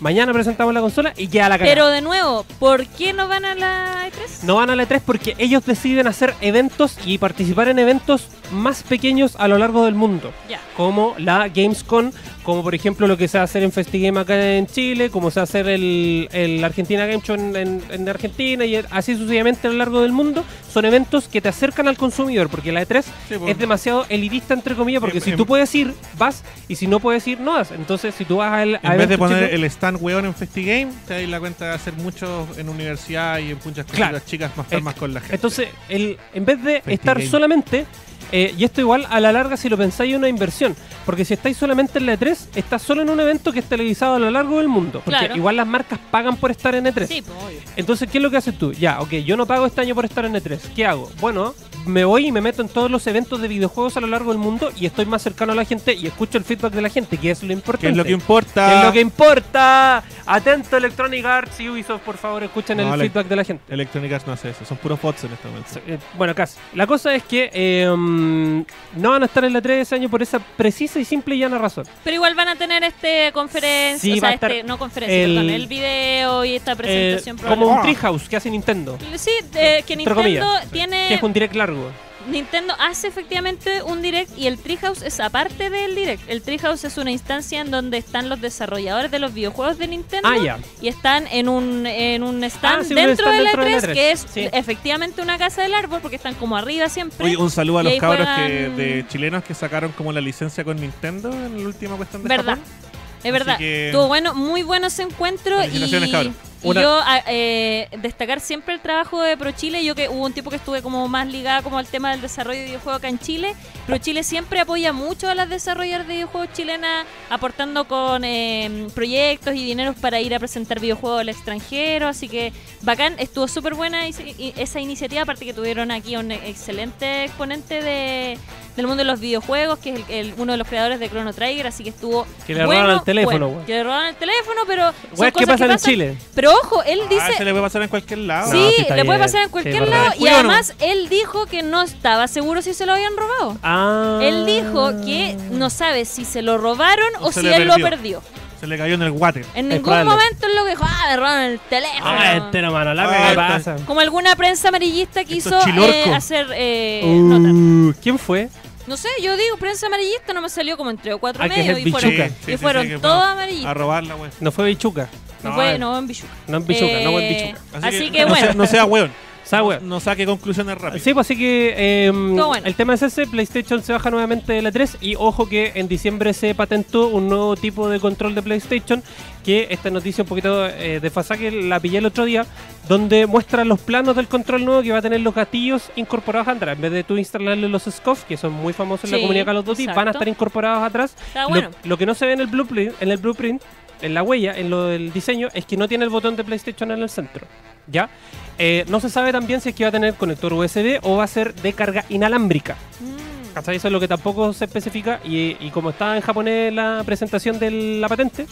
Speaker 1: mañana presentamos la consola y ya la cagada.
Speaker 2: Pero de nuevo, ¿por qué no van a la E E3?
Speaker 1: No van a la E3 porque ellos deciden hacer eventos y participar en eventos más pequeños a lo largo del mundo
Speaker 2: Ya.
Speaker 1: como la Gamescon, como por ejemplo lo que se va a hacer en FestiGame acá en Chile, como se va a hacer el, el Argentina Game Show en, en- en Argentina y así sucesivamente a lo largo del mundo, son eventos que te acercan al consumidor, porque la E3
Speaker 3: Sí, pues. po.
Speaker 1: es demasiado elitista, entre comillas, porque
Speaker 3: Em-
Speaker 1: si
Speaker 3: em-
Speaker 1: tú puedes ir, vas, y si no puedes ir, no vas. Entonces, si tú vas al... a
Speaker 3: En vez de
Speaker 1: eventos
Speaker 3: poner
Speaker 1: chicos-
Speaker 3: el stand weón en FestiGame, te dais la cuenta de hacer muchos en universidad y en muchas cosas
Speaker 1: Claro.
Speaker 3: las chicas más estar más con la gente.
Speaker 1: Entonces, el, en vez de estar
Speaker 3: Game.
Speaker 1: solamente, eh, y esto igual a la larga si lo pensáis es una inversión, porque si estáis solamente en la E3, estás solo en un evento que es televisado a lo largo del mundo, porque
Speaker 2: Claro.
Speaker 1: igual las marcas pagan por estar en E3.
Speaker 2: Sí, pues obvio.
Speaker 1: Entonces, ¿qué es lo que haces tú? Ya, ok, yo no pago este año por estar en E3. ¿Qué hago? Bueno, me voy y me meto en todos los eventos de videojuegos a lo largo del mundo y estoy más cercano a la gente y escucho el feedback de la gente, que es lo importante.
Speaker 3: ¿Qué es lo que
Speaker 1: ¿Qué
Speaker 3: importa?
Speaker 1: es lo que importa? Atento Electronic Arts y Ubisoft, por favor, escuchen
Speaker 3: No,
Speaker 1: el
Speaker 3: le-
Speaker 1: feedback de la gente.
Speaker 3: Electronic Arts no hace eso, son puros bots en este momento.
Speaker 1: Sí, eh, Bueno, casi. La cosa es que eh, mm, no van a estar en la 3 de ese año por esa precisa y simple y llana razón.
Speaker 2: Pero igual van a tener este conferencia,
Speaker 1: Sí,
Speaker 2: o
Speaker 1: va
Speaker 2: sea,
Speaker 1: a estar
Speaker 2: este, no conferencia,
Speaker 1: el-
Speaker 2: perdón, el video y esta presentación
Speaker 1: Eh, como
Speaker 2: probablemente.
Speaker 1: un treehouse que hace Nintendo,
Speaker 2: Sí, eh, que Nintendo
Speaker 1: comillas.
Speaker 2: tiene
Speaker 1: que es un direct largo.
Speaker 2: Nintendo hace efectivamente un direct y el Treehouse es aparte del direct. El Treehouse es una instancia en donde están los desarrolladores de los videojuegos de Nintendo
Speaker 1: Ah, ya.
Speaker 2: y están en un, en un stand
Speaker 1: Ah, sí, un
Speaker 2: dentro
Speaker 1: stand
Speaker 2: de la
Speaker 1: dentro de la
Speaker 2: 3
Speaker 1: E3,
Speaker 2: que es
Speaker 1: sí.
Speaker 2: efectivamente una casa del árbol porque están como arriba siempre.
Speaker 3: Oye, un saludo a
Speaker 2: Y
Speaker 3: los
Speaker 2: ahí
Speaker 3: cabros
Speaker 2: juegan-
Speaker 3: que, de chilenos que sacaron como la licencia con Nintendo en la última cuestión de
Speaker 2: verdad.
Speaker 3: Japón.
Speaker 2: Es verdad.
Speaker 3: que-
Speaker 2: Tuvo bueno, muy bueno ese encuentro y
Speaker 3: Felicitaciones, cabrón.
Speaker 2: Y
Speaker 1: Una-
Speaker 2: yo a- eh, destacar siempre el trabajo de ProChile, yo que hubo un tiempo que estuve como más ligada como al tema del desarrollo de videojuegos acá en Chile. ProChile siempre apoya mucho a las desarrolladoras de videojuegos chilenas, aportando con eh, proyectos y dineros para ir a presentar videojuegos al extranjero, así que bacán, estuvo súper buena ese- y- esa iniciativa, aparte que tuvieron aquí un excelente exponente de, del mundo de los videojuegos, que es el- el- uno de los creadores de Chrono Trigger, así que estuvo...
Speaker 1: Que le robaron el teléfono,
Speaker 2: bueno.
Speaker 1: weón.
Speaker 2: que le robaron el teléfono, pero... son cosas
Speaker 1: Weas que
Speaker 2: que
Speaker 1: pasan en
Speaker 2: pasan.
Speaker 1: Chile. Ah,
Speaker 2: Pero ojo, él
Speaker 3: Ah, se
Speaker 2: dice.
Speaker 3: le puede pasar en cualquier
Speaker 1: No,
Speaker 3: lado.
Speaker 2: sí,
Speaker 1: sí está
Speaker 2: le puede
Speaker 1: bien.
Speaker 2: pasar en
Speaker 1: Sí,
Speaker 2: cualquier
Speaker 1: es verdad.
Speaker 2: lado. Y
Speaker 3: Cuidado, ¿no?
Speaker 2: además, él dijo que no estaba seguro si se lo habían robado.
Speaker 1: Ah.
Speaker 2: Él dijo que no sabe si se lo robaron
Speaker 3: O
Speaker 2: o,
Speaker 3: se
Speaker 2: si
Speaker 3: le
Speaker 2: él
Speaker 3: perdió.
Speaker 2: lo perdió.
Speaker 3: Se le cayó en el guate.
Speaker 2: En
Speaker 1: Es
Speaker 2: ningún
Speaker 1: probable.
Speaker 2: momento él lo dijo, ah, me robaron el teléfono.
Speaker 1: Ah, este no, mano, la
Speaker 3: Ah,
Speaker 1: que
Speaker 3: este.
Speaker 1: pasa.
Speaker 2: Como alguna prensa amarillista quiso
Speaker 3: chilorcos.
Speaker 2: eh, hacer eh, nota.
Speaker 1: Uh, ¿Quién fue?
Speaker 2: No sé, yo digo prensa amarillista, no me salió como entre o cuatro
Speaker 1: Ah,
Speaker 2: y
Speaker 1: que
Speaker 2: medio.
Speaker 1: es
Speaker 2: Y fueron,
Speaker 1: bichuca.
Speaker 2: y
Speaker 1: Sí,
Speaker 3: sí, sí,
Speaker 2: fueron
Speaker 3: que
Speaker 2: todos
Speaker 3: vamos A
Speaker 2: amarillistas.
Speaker 3: robarla, weón.
Speaker 1: No fue Bichuca.
Speaker 2: No,
Speaker 3: no,
Speaker 2: fue,
Speaker 3: eh.
Speaker 2: no, en bichuca.
Speaker 1: No en Bichuca, no en
Speaker 2: Eh,
Speaker 1: Bichuca.
Speaker 2: Así, que,
Speaker 3: no
Speaker 2: bueno.
Speaker 3: sea- no sea weón.
Speaker 1: Esa wea.
Speaker 3: No saque conclusiones rápidas.
Speaker 1: Sí, pues así que eh,
Speaker 2: bueno.
Speaker 1: el tema es ese, PlayStation se baja nuevamente de la 3 y ojo que en diciembre se patentó un nuevo tipo de control de PlayStation, que esta noticia un poquito eh, de que la pillé el otro día, donde muestra los planos del control nuevo que va a tener los gatillos incorporados atrás, en vez de tú instalarle los scuffs, que son muy famosos en la
Speaker 2: Sí,
Speaker 1: comunidad Call of Duty, van a
Speaker 2: exacto.
Speaker 1: estar incorporados atrás.
Speaker 2: Está
Speaker 1: Lo-
Speaker 2: Ah, bueno.
Speaker 1: Lo, que no se ve en el blueprint, en el blueprint, en la huella, en lo del diseño, es que no tiene el botón de PlayStation en el centro. ¿Ya? Eh, no se sabe también si es que va a tener conector USB o va a ser de carga inalámbrica.
Speaker 2: Mm.
Speaker 1: ¿Cachai? Eso es lo que tampoco se especifica. Y, y como está en japonés la presentación de la patente,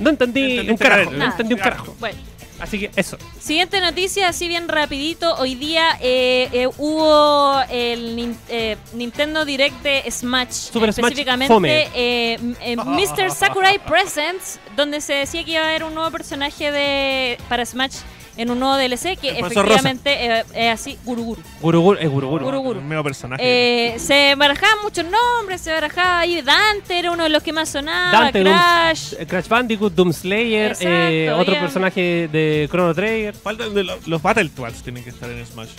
Speaker 1: no entendí
Speaker 3: Entendí
Speaker 1: un carajo. No
Speaker 2: nada.
Speaker 1: entendí un carajo.
Speaker 2: Bueno,
Speaker 1: Así que eso.
Speaker 2: siguiente noticia, así bien rapidito. Hoy día eh, eh, hubo el nin- eh, Nintendo Direct de Smash,
Speaker 1: Super Smash
Speaker 2: específicamente
Speaker 1: Fome.
Speaker 2: eh, m- eh, Mr. Sakurai Presents, donde se decía que iba a haber un nuevo personaje de para Smash en un nuevo DLC que
Speaker 3: El profesor
Speaker 2: efectivamente eh, es así, Guruguru.
Speaker 1: Guruguru, es guruguru.
Speaker 2: Guru, guru.
Speaker 3: Un medio
Speaker 1: Ah,
Speaker 3: personaje.
Speaker 2: Eh, se barajaban muchos nombres, se barajaba ahí Dante, era uno de los que más sonaba,
Speaker 1: Dante, Doom-
Speaker 2: Ah, Crash.
Speaker 1: eh, Crash Bandicoot, Doom Slayer, eh,
Speaker 2: Exacto,
Speaker 1: otro
Speaker 2: ya.
Speaker 1: personaje de Chrono Trigger.
Speaker 3: Faltan de lo- los Battle Twats tienen que estar en Smash.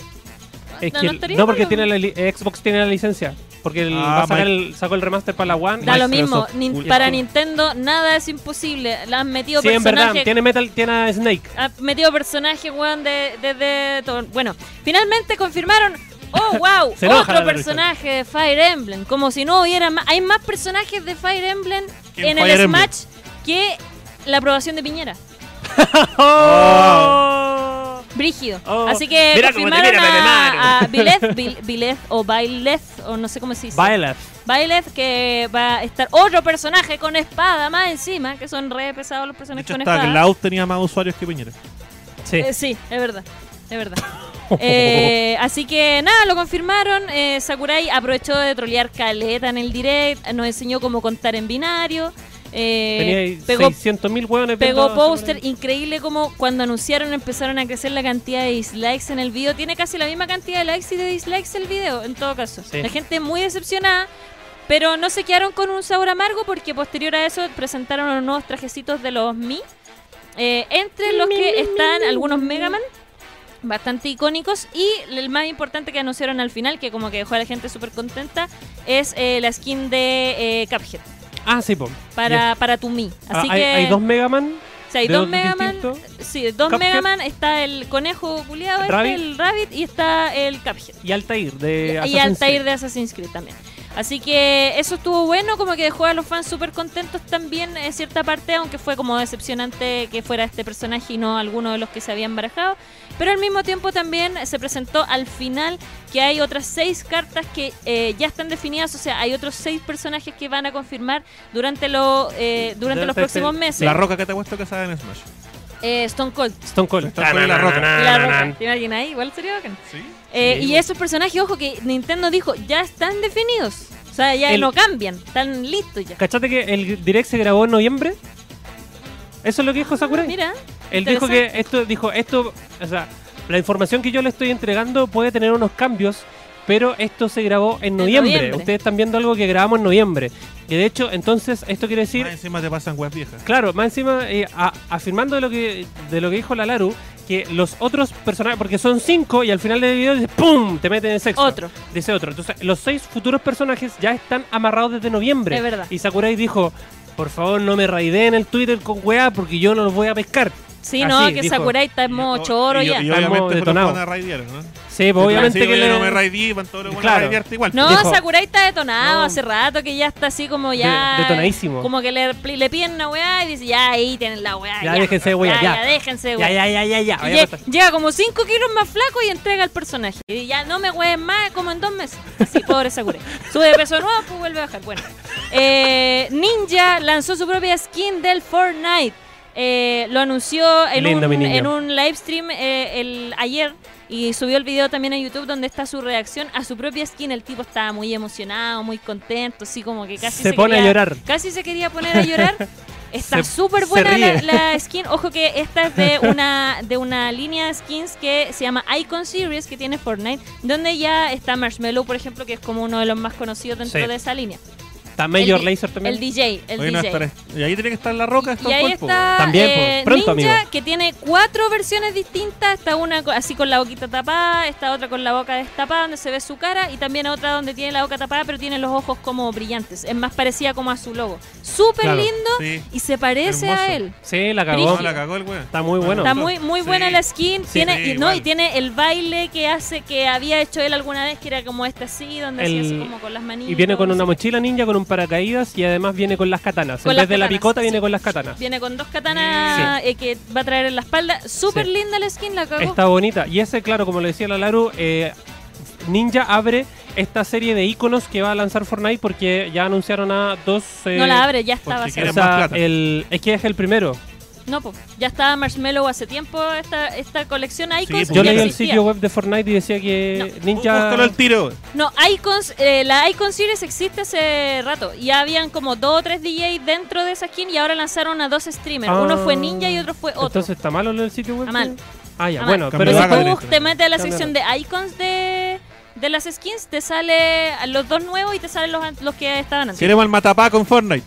Speaker 1: Es
Speaker 2: No,
Speaker 1: que
Speaker 2: no
Speaker 1: el-
Speaker 2: estaría
Speaker 1: no, porque
Speaker 2: malo.
Speaker 1: tiene la li- Xbox tiene la licencia. Porque el-
Speaker 3: Ah,
Speaker 1: va a sacar
Speaker 3: Mike-
Speaker 1: el- sacó el remaster para la One.
Speaker 2: Da lo mismo,
Speaker 3: Microsoft,
Speaker 2: nin-
Speaker 3: Google.
Speaker 2: para Nintendo nada es imposible. Le han metido
Speaker 1: Sí, en verdad.
Speaker 2: personajes.
Speaker 1: Tiene Metal, tiene a Snake.
Speaker 2: Han metido personajes, weón, desde. De, de todo. bueno, finalmente confirmaron. Oh, wow,
Speaker 1: Se enoja
Speaker 2: otro
Speaker 1: la
Speaker 2: personaje de Fire Emblem. Como si no hubiera más. Hay más personajes de Fire Emblem
Speaker 3: Que
Speaker 2: en
Speaker 3: en Fire
Speaker 2: el
Speaker 3: Emblem.
Speaker 2: Smash que la aprobación de Piñera.
Speaker 1: ¡Oh!
Speaker 2: Brígido.
Speaker 1: Oh,
Speaker 2: Así que
Speaker 1: mira cómo te
Speaker 2: confirmaron
Speaker 1: mira,
Speaker 2: a,
Speaker 1: Pepe
Speaker 2: a Vilez, Vil- Vilez o Bailez, o no sé cómo se dice.
Speaker 1: Violet.
Speaker 2: Bailez, que va a estar otro personaje con espada más encima, que son re pesados los
Speaker 3: De
Speaker 2: personajes
Speaker 3: hecho,
Speaker 2: con
Speaker 3: hasta
Speaker 2: espada.
Speaker 3: Cloud tenía más usuarios que Piñera.
Speaker 1: Sí.
Speaker 2: Eh, sí, es verdad. Es verdad. Eh, así que nada, lo confirmaron. eh, Sakurai aprovechó de trolear caleta en el direct. Nos enseñó cómo contar en binario. eh,
Speaker 1: Tenía ahí
Speaker 2: pegó
Speaker 1: 600.000 hueones.
Speaker 2: pegó
Speaker 1: viendo-
Speaker 2: póster. Increíble como cuando anunciaron empezaron a crecer la cantidad de dislikes en el video. Tiene casi la misma cantidad de likes y de dislikes el video, en todo caso.
Speaker 1: Sí.
Speaker 2: La gente es muy decepcionada. Pero no se quedaron con un sabor amargo porque posterior a eso presentaron los nuevos trajecitos de los Mi. eh, entre los que están algunos Mega Man, bastante icónicos. Y el más importante que anunciaron al final, que como que dejó a la gente súper contenta, es eh, la skin de eh, Cuphead
Speaker 1: Ah, sí, po.
Speaker 2: para, para tu Mi.
Speaker 1: Ah,
Speaker 2: Así
Speaker 1: hay,
Speaker 2: que
Speaker 1: hay dos Mega Man.
Speaker 2: o sea, hay
Speaker 1: de
Speaker 2: dos
Speaker 1: dos
Speaker 2: Mega Man.
Speaker 1: distintos.
Speaker 2: Sí, dos
Speaker 1: Cuphead.
Speaker 2: Mega Man. Está el conejo culiado, este,
Speaker 1: Rabbit.
Speaker 2: el Rabbit, y está el Cuphead.
Speaker 1: Y Altair de
Speaker 2: y
Speaker 1: Assassin's
Speaker 2: Altair
Speaker 1: Creed.
Speaker 2: de Assassin's Creed también. Así que eso estuvo bueno, como que dejó a los fans súper contentos también en cierta parte, aunque fue como decepcionante que fuera este personaje y no alguno de los que se habían barajado. Pero al mismo tiempo también se presentó al final que hay otras seis cartas que eh, ya están definidas, o sea, hay otros seis personajes que van a confirmar durante, lo, eh, durante
Speaker 1: Durante
Speaker 2: los próximos
Speaker 1: este-
Speaker 2: meses.
Speaker 3: La roca que te ha puesto que sale en Smash.
Speaker 2: Eh, Stone Cold.
Speaker 1: Stone Cold.
Speaker 3: Stone Cold y La Roca.
Speaker 2: Y
Speaker 1: Na,
Speaker 2: la
Speaker 1: na, na,
Speaker 2: roca.
Speaker 1: na.
Speaker 2: ¿Te imaginas pues, ahí? Igual sería bacán.
Speaker 3: Sí.
Speaker 2: Eh,
Speaker 1: Sí. pues.
Speaker 2: y esos personajes, ojo, que Nintendo dijo, ya están definidos. O sea, ya
Speaker 1: El-
Speaker 2: no cambian, están listos ya.
Speaker 1: ¿Cachate que el direct se grabó en noviembre? Eso es lo que dijo Sakurai.
Speaker 2: Mira,
Speaker 1: Él dijo que esto, dijo esto, o sea, la información que yo le estoy entregando puede tener unos cambios, pero esto se grabó en noviembre.
Speaker 2: noviembre.
Speaker 1: Ustedes están viendo algo que grabamos en noviembre. Que de hecho, entonces, esto quiere decir,
Speaker 3: Más encima te pasan web viejas.
Speaker 1: claro, más encima, eh, a- afirmando de lo que de lo que dijo la Laru, que los otros personajes, porque son cinco y al final del video dice, ¡pum! Te meten en sexto.
Speaker 2: otro.
Speaker 1: Dice otro. Entonces, los seis futuros personajes ya están amarrados desde noviembre.
Speaker 2: Es verdad.
Speaker 1: Y Sakurai dijo, por favor no me raideen el Twitter con weá porque yo no los voy a pescar.
Speaker 2: Sí, no,
Speaker 1: Así,
Speaker 2: que
Speaker 1: Ah, dijo.
Speaker 2: Sakurai está en modo choro
Speaker 3: y, y
Speaker 2: ya.
Speaker 1: Está en modo
Speaker 3: obviamente fueron
Speaker 1: detonado.
Speaker 3: van a raidear, ¿no?
Speaker 1: Sí, pues obviamente
Speaker 3: Sí,
Speaker 1: que
Speaker 3: oye,
Speaker 1: le...
Speaker 3: no me raideé, van todos los buenos
Speaker 1: Claro.
Speaker 3: a raidearte igual.
Speaker 2: No,
Speaker 1: Dijo-
Speaker 2: Sakurai está detonado
Speaker 1: No.
Speaker 2: hace rato que ya está así como ya.
Speaker 1: De- detonadísimo.
Speaker 2: Como que le, le piden una weá y dice, ya ahí tienen la weá.
Speaker 1: Ya, déjense de weá,
Speaker 2: Ya,
Speaker 1: ya.
Speaker 2: déjense de weá.
Speaker 1: ya, ya, ya, ya, ya.
Speaker 2: Y
Speaker 1: Oye, pues,
Speaker 2: lle-
Speaker 1: basta.
Speaker 2: llega como 5 kilos más flaco y entrega al personaje. Y ya no me hueven más, como en dos meses. Así, pobre Sakurai. Sube de peso nuevo, pues vuelve a bajar. Bueno. Eh, Ninja lanzó su propia skin del Fortnite. Eh, lo anunció en
Speaker 1: Lindo,
Speaker 2: un,
Speaker 1: mi niño.
Speaker 2: en un live stream eh, el, ayer y subió el video también a YouTube donde está su reacción a su propia skin. El tipo estaba muy emocionado, muy contento, así como que casi
Speaker 1: Se pone a
Speaker 2: quería-
Speaker 1: llorar.
Speaker 2: Casi se quería poner a llorar. Está
Speaker 1: Se-
Speaker 2: súper
Speaker 1: se
Speaker 2: buena la,
Speaker 1: ríe.
Speaker 2: la skin. Ojo que esta es de una, de una línea de skins que se llama Icon Series que tiene Fortnite, donde ya está Marshmallow, por ejemplo, que es como uno de los más conocidos dentro
Speaker 1: Sí.
Speaker 2: de esa línea.
Speaker 1: Está Major
Speaker 2: el di-
Speaker 1: Laser también.
Speaker 2: El DJ, el
Speaker 3: Oye, no,
Speaker 2: DJ.
Speaker 3: estaré- Y ahí tiene que estar la roca, está
Speaker 2: Y
Speaker 3: el
Speaker 2: ahí
Speaker 3: cuerpo.
Speaker 2: está
Speaker 1: También,
Speaker 2: eh,
Speaker 1: pues, pronto,
Speaker 2: Ninja,
Speaker 1: amigo.
Speaker 2: que tiene cuatro versiones distintas. Está una co- así con la boquita tapada, está otra con la boca destapada, donde se ve su cara, y también otra donde tiene la boca tapada, pero tiene los ojos como brillantes. Es más parecida como a su logo. Súper
Speaker 1: Claro.
Speaker 2: lindo
Speaker 3: Sí.
Speaker 2: y se parece
Speaker 3: Hermoso.
Speaker 2: a él.
Speaker 1: Sí, la
Speaker 2: Brígido.
Speaker 1: cagó.
Speaker 3: No, la cagó el weón.
Speaker 1: Está muy bueno.
Speaker 2: Oh. Está muy, muy
Speaker 3: Sí.
Speaker 2: buena la skin.
Speaker 1: Sí,
Speaker 2: tiene,
Speaker 3: sí,
Speaker 2: y, no, y
Speaker 3: igual.
Speaker 2: tiene el baile que hace que había hecho él alguna vez, que era como este así, donde hacía
Speaker 1: El-
Speaker 2: así como con las manitas.
Speaker 1: Y viene con
Speaker 2: no
Speaker 1: una
Speaker 2: sé.
Speaker 1: mochila ninja, con un paracaídas y además viene con las katanas.
Speaker 2: Con
Speaker 1: en
Speaker 2: las
Speaker 1: vez de la
Speaker 2: katanas,
Speaker 1: picota, viene
Speaker 2: sí.
Speaker 1: con las katanas.
Speaker 2: Viene con dos katanas eh, que va a traer en la espalda. Súper
Speaker 1: Sí.
Speaker 2: linda la skin, la cagó.
Speaker 1: Está bonita. Y ese, claro, como le decía la Laru, eh, Ninja abre esta serie de iconos que va a lanzar Fortnite porque ya anunciaron a dos. eh,
Speaker 2: no la abre, ya
Speaker 3: porque
Speaker 2: estaba
Speaker 1: o
Speaker 3: Quieren
Speaker 2: cerrada.
Speaker 1: sea,
Speaker 3: más plata.
Speaker 1: el- es que es el primero.
Speaker 2: No, pues ya estaba Marshmallow hace tiempo esta, esta colección Icons.
Speaker 3: Sí,
Speaker 1: Yo
Speaker 2: ya
Speaker 1: leí el
Speaker 2: existía.
Speaker 1: sitio web de Fortnite y decía que Ninja.
Speaker 3: Búscalo al tiro.
Speaker 2: No, Icons, eh, la Icon Series existe hace rato y habían como dos o tres DJs dentro de esa skin y ahora lanzaron a dos streamers.
Speaker 1: Ah.
Speaker 2: Uno fue Ninja y otro fue otro.
Speaker 1: Entonces está malo lo del sitio web.
Speaker 2: Está mal.
Speaker 1: Ah, ya,
Speaker 2: Ah,
Speaker 1: bueno,
Speaker 2: mal.
Speaker 1: pero
Speaker 3: Cambió la
Speaker 2: Cuando
Speaker 1: después-
Speaker 3: cadena.
Speaker 2: tú
Speaker 3: Cámbialo.
Speaker 2: te metes a la sección de icons de, de las skins, te sale a los dos nuevos y te salen los, an- los que estaban antes.
Speaker 3: Queremos al matapá con Fortnite.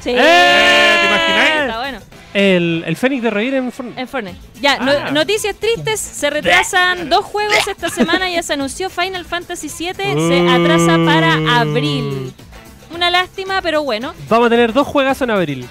Speaker 2: Sí.
Speaker 1: ¡Eh!
Speaker 3: ¿Te imagináis?
Speaker 2: Está bueno.
Speaker 1: el, el Fénix de reír en Fortnite.
Speaker 2: En Fortnite. Ya,
Speaker 1: Ah.
Speaker 2: no- noticias tristes. Se retrasan dos juegos esta semana. Ya se anunció Final Fantasy VII. Se atrasa para abril. Una lástima, pero bueno.
Speaker 1: Vamos a tener dos juegazos en abril.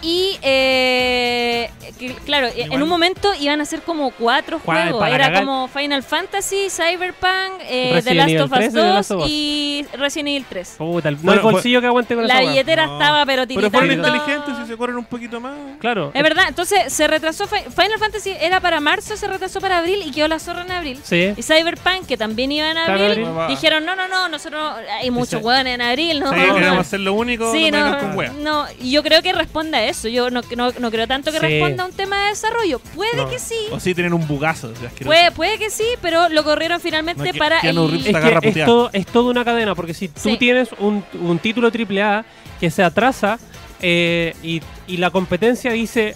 Speaker 2: Y, eh, que- claro, en
Speaker 3: Igual.
Speaker 2: un momento iban a ser como cuatro
Speaker 1: Cuál,
Speaker 2: juegos.
Speaker 1: para
Speaker 2: Era
Speaker 1: cagar.
Speaker 2: como Final Fantasy, Cyberpunk, eh, The
Speaker 1: Resident
Speaker 2: Last
Speaker 1: Evil
Speaker 2: of
Speaker 1: 3 y The
Speaker 2: Us
Speaker 1: Last
Speaker 2: 2
Speaker 1: of Us.
Speaker 2: y Resident Evil 3.
Speaker 1: Puta, el- no
Speaker 3: Bueno, pues,
Speaker 1: hay bolsillo que aguante con
Speaker 2: La
Speaker 1: esa weá.
Speaker 2: billetera
Speaker 3: No.
Speaker 2: estaba pero
Speaker 3: Pero
Speaker 2: tiritando.
Speaker 3: fueron inteligentes y se corren un poquito más.
Speaker 1: Claro.
Speaker 2: Es verdad, entonces se retrasó. Fi- Final Fantasy era para marzo, se retrasó para abril y quedó la zorra en abril.
Speaker 1: Sí.
Speaker 2: Y Cyberpunk, que también iba en
Speaker 1: Está en
Speaker 2: abril,
Speaker 3: abril.
Speaker 2: dijeron: no, no, no, nosotros hay muchos
Speaker 1: Dice-
Speaker 2: hueones en abril. No,
Speaker 3: Sí,
Speaker 2: no,
Speaker 3: queremos
Speaker 2: no".
Speaker 3: hacer lo único,
Speaker 2: Sí,
Speaker 3: no,
Speaker 2: no,
Speaker 3: menos con wea.
Speaker 2: no, y yo creo que responde a eso. Yo no, no, no creo tanto que
Speaker 1: Sí.
Speaker 2: responda a un tema de desarrollo. Puede
Speaker 1: No.
Speaker 2: que sí,
Speaker 3: O sí, tienen un bugazo. es asqueroso.
Speaker 2: puede, puede que sí, pero lo corrieron
Speaker 3: No,
Speaker 2: finalmente
Speaker 3: que-
Speaker 2: para
Speaker 3: Keanu
Speaker 2: el-
Speaker 3: Reeves
Speaker 1: Es
Speaker 3: Te agarra
Speaker 1: que es
Speaker 3: puteada.
Speaker 1: todo, es toda una cadena, porque si tú
Speaker 2: Sí.
Speaker 1: tienes un, un título AAA que se atrasa eh, y, y la competencia dice,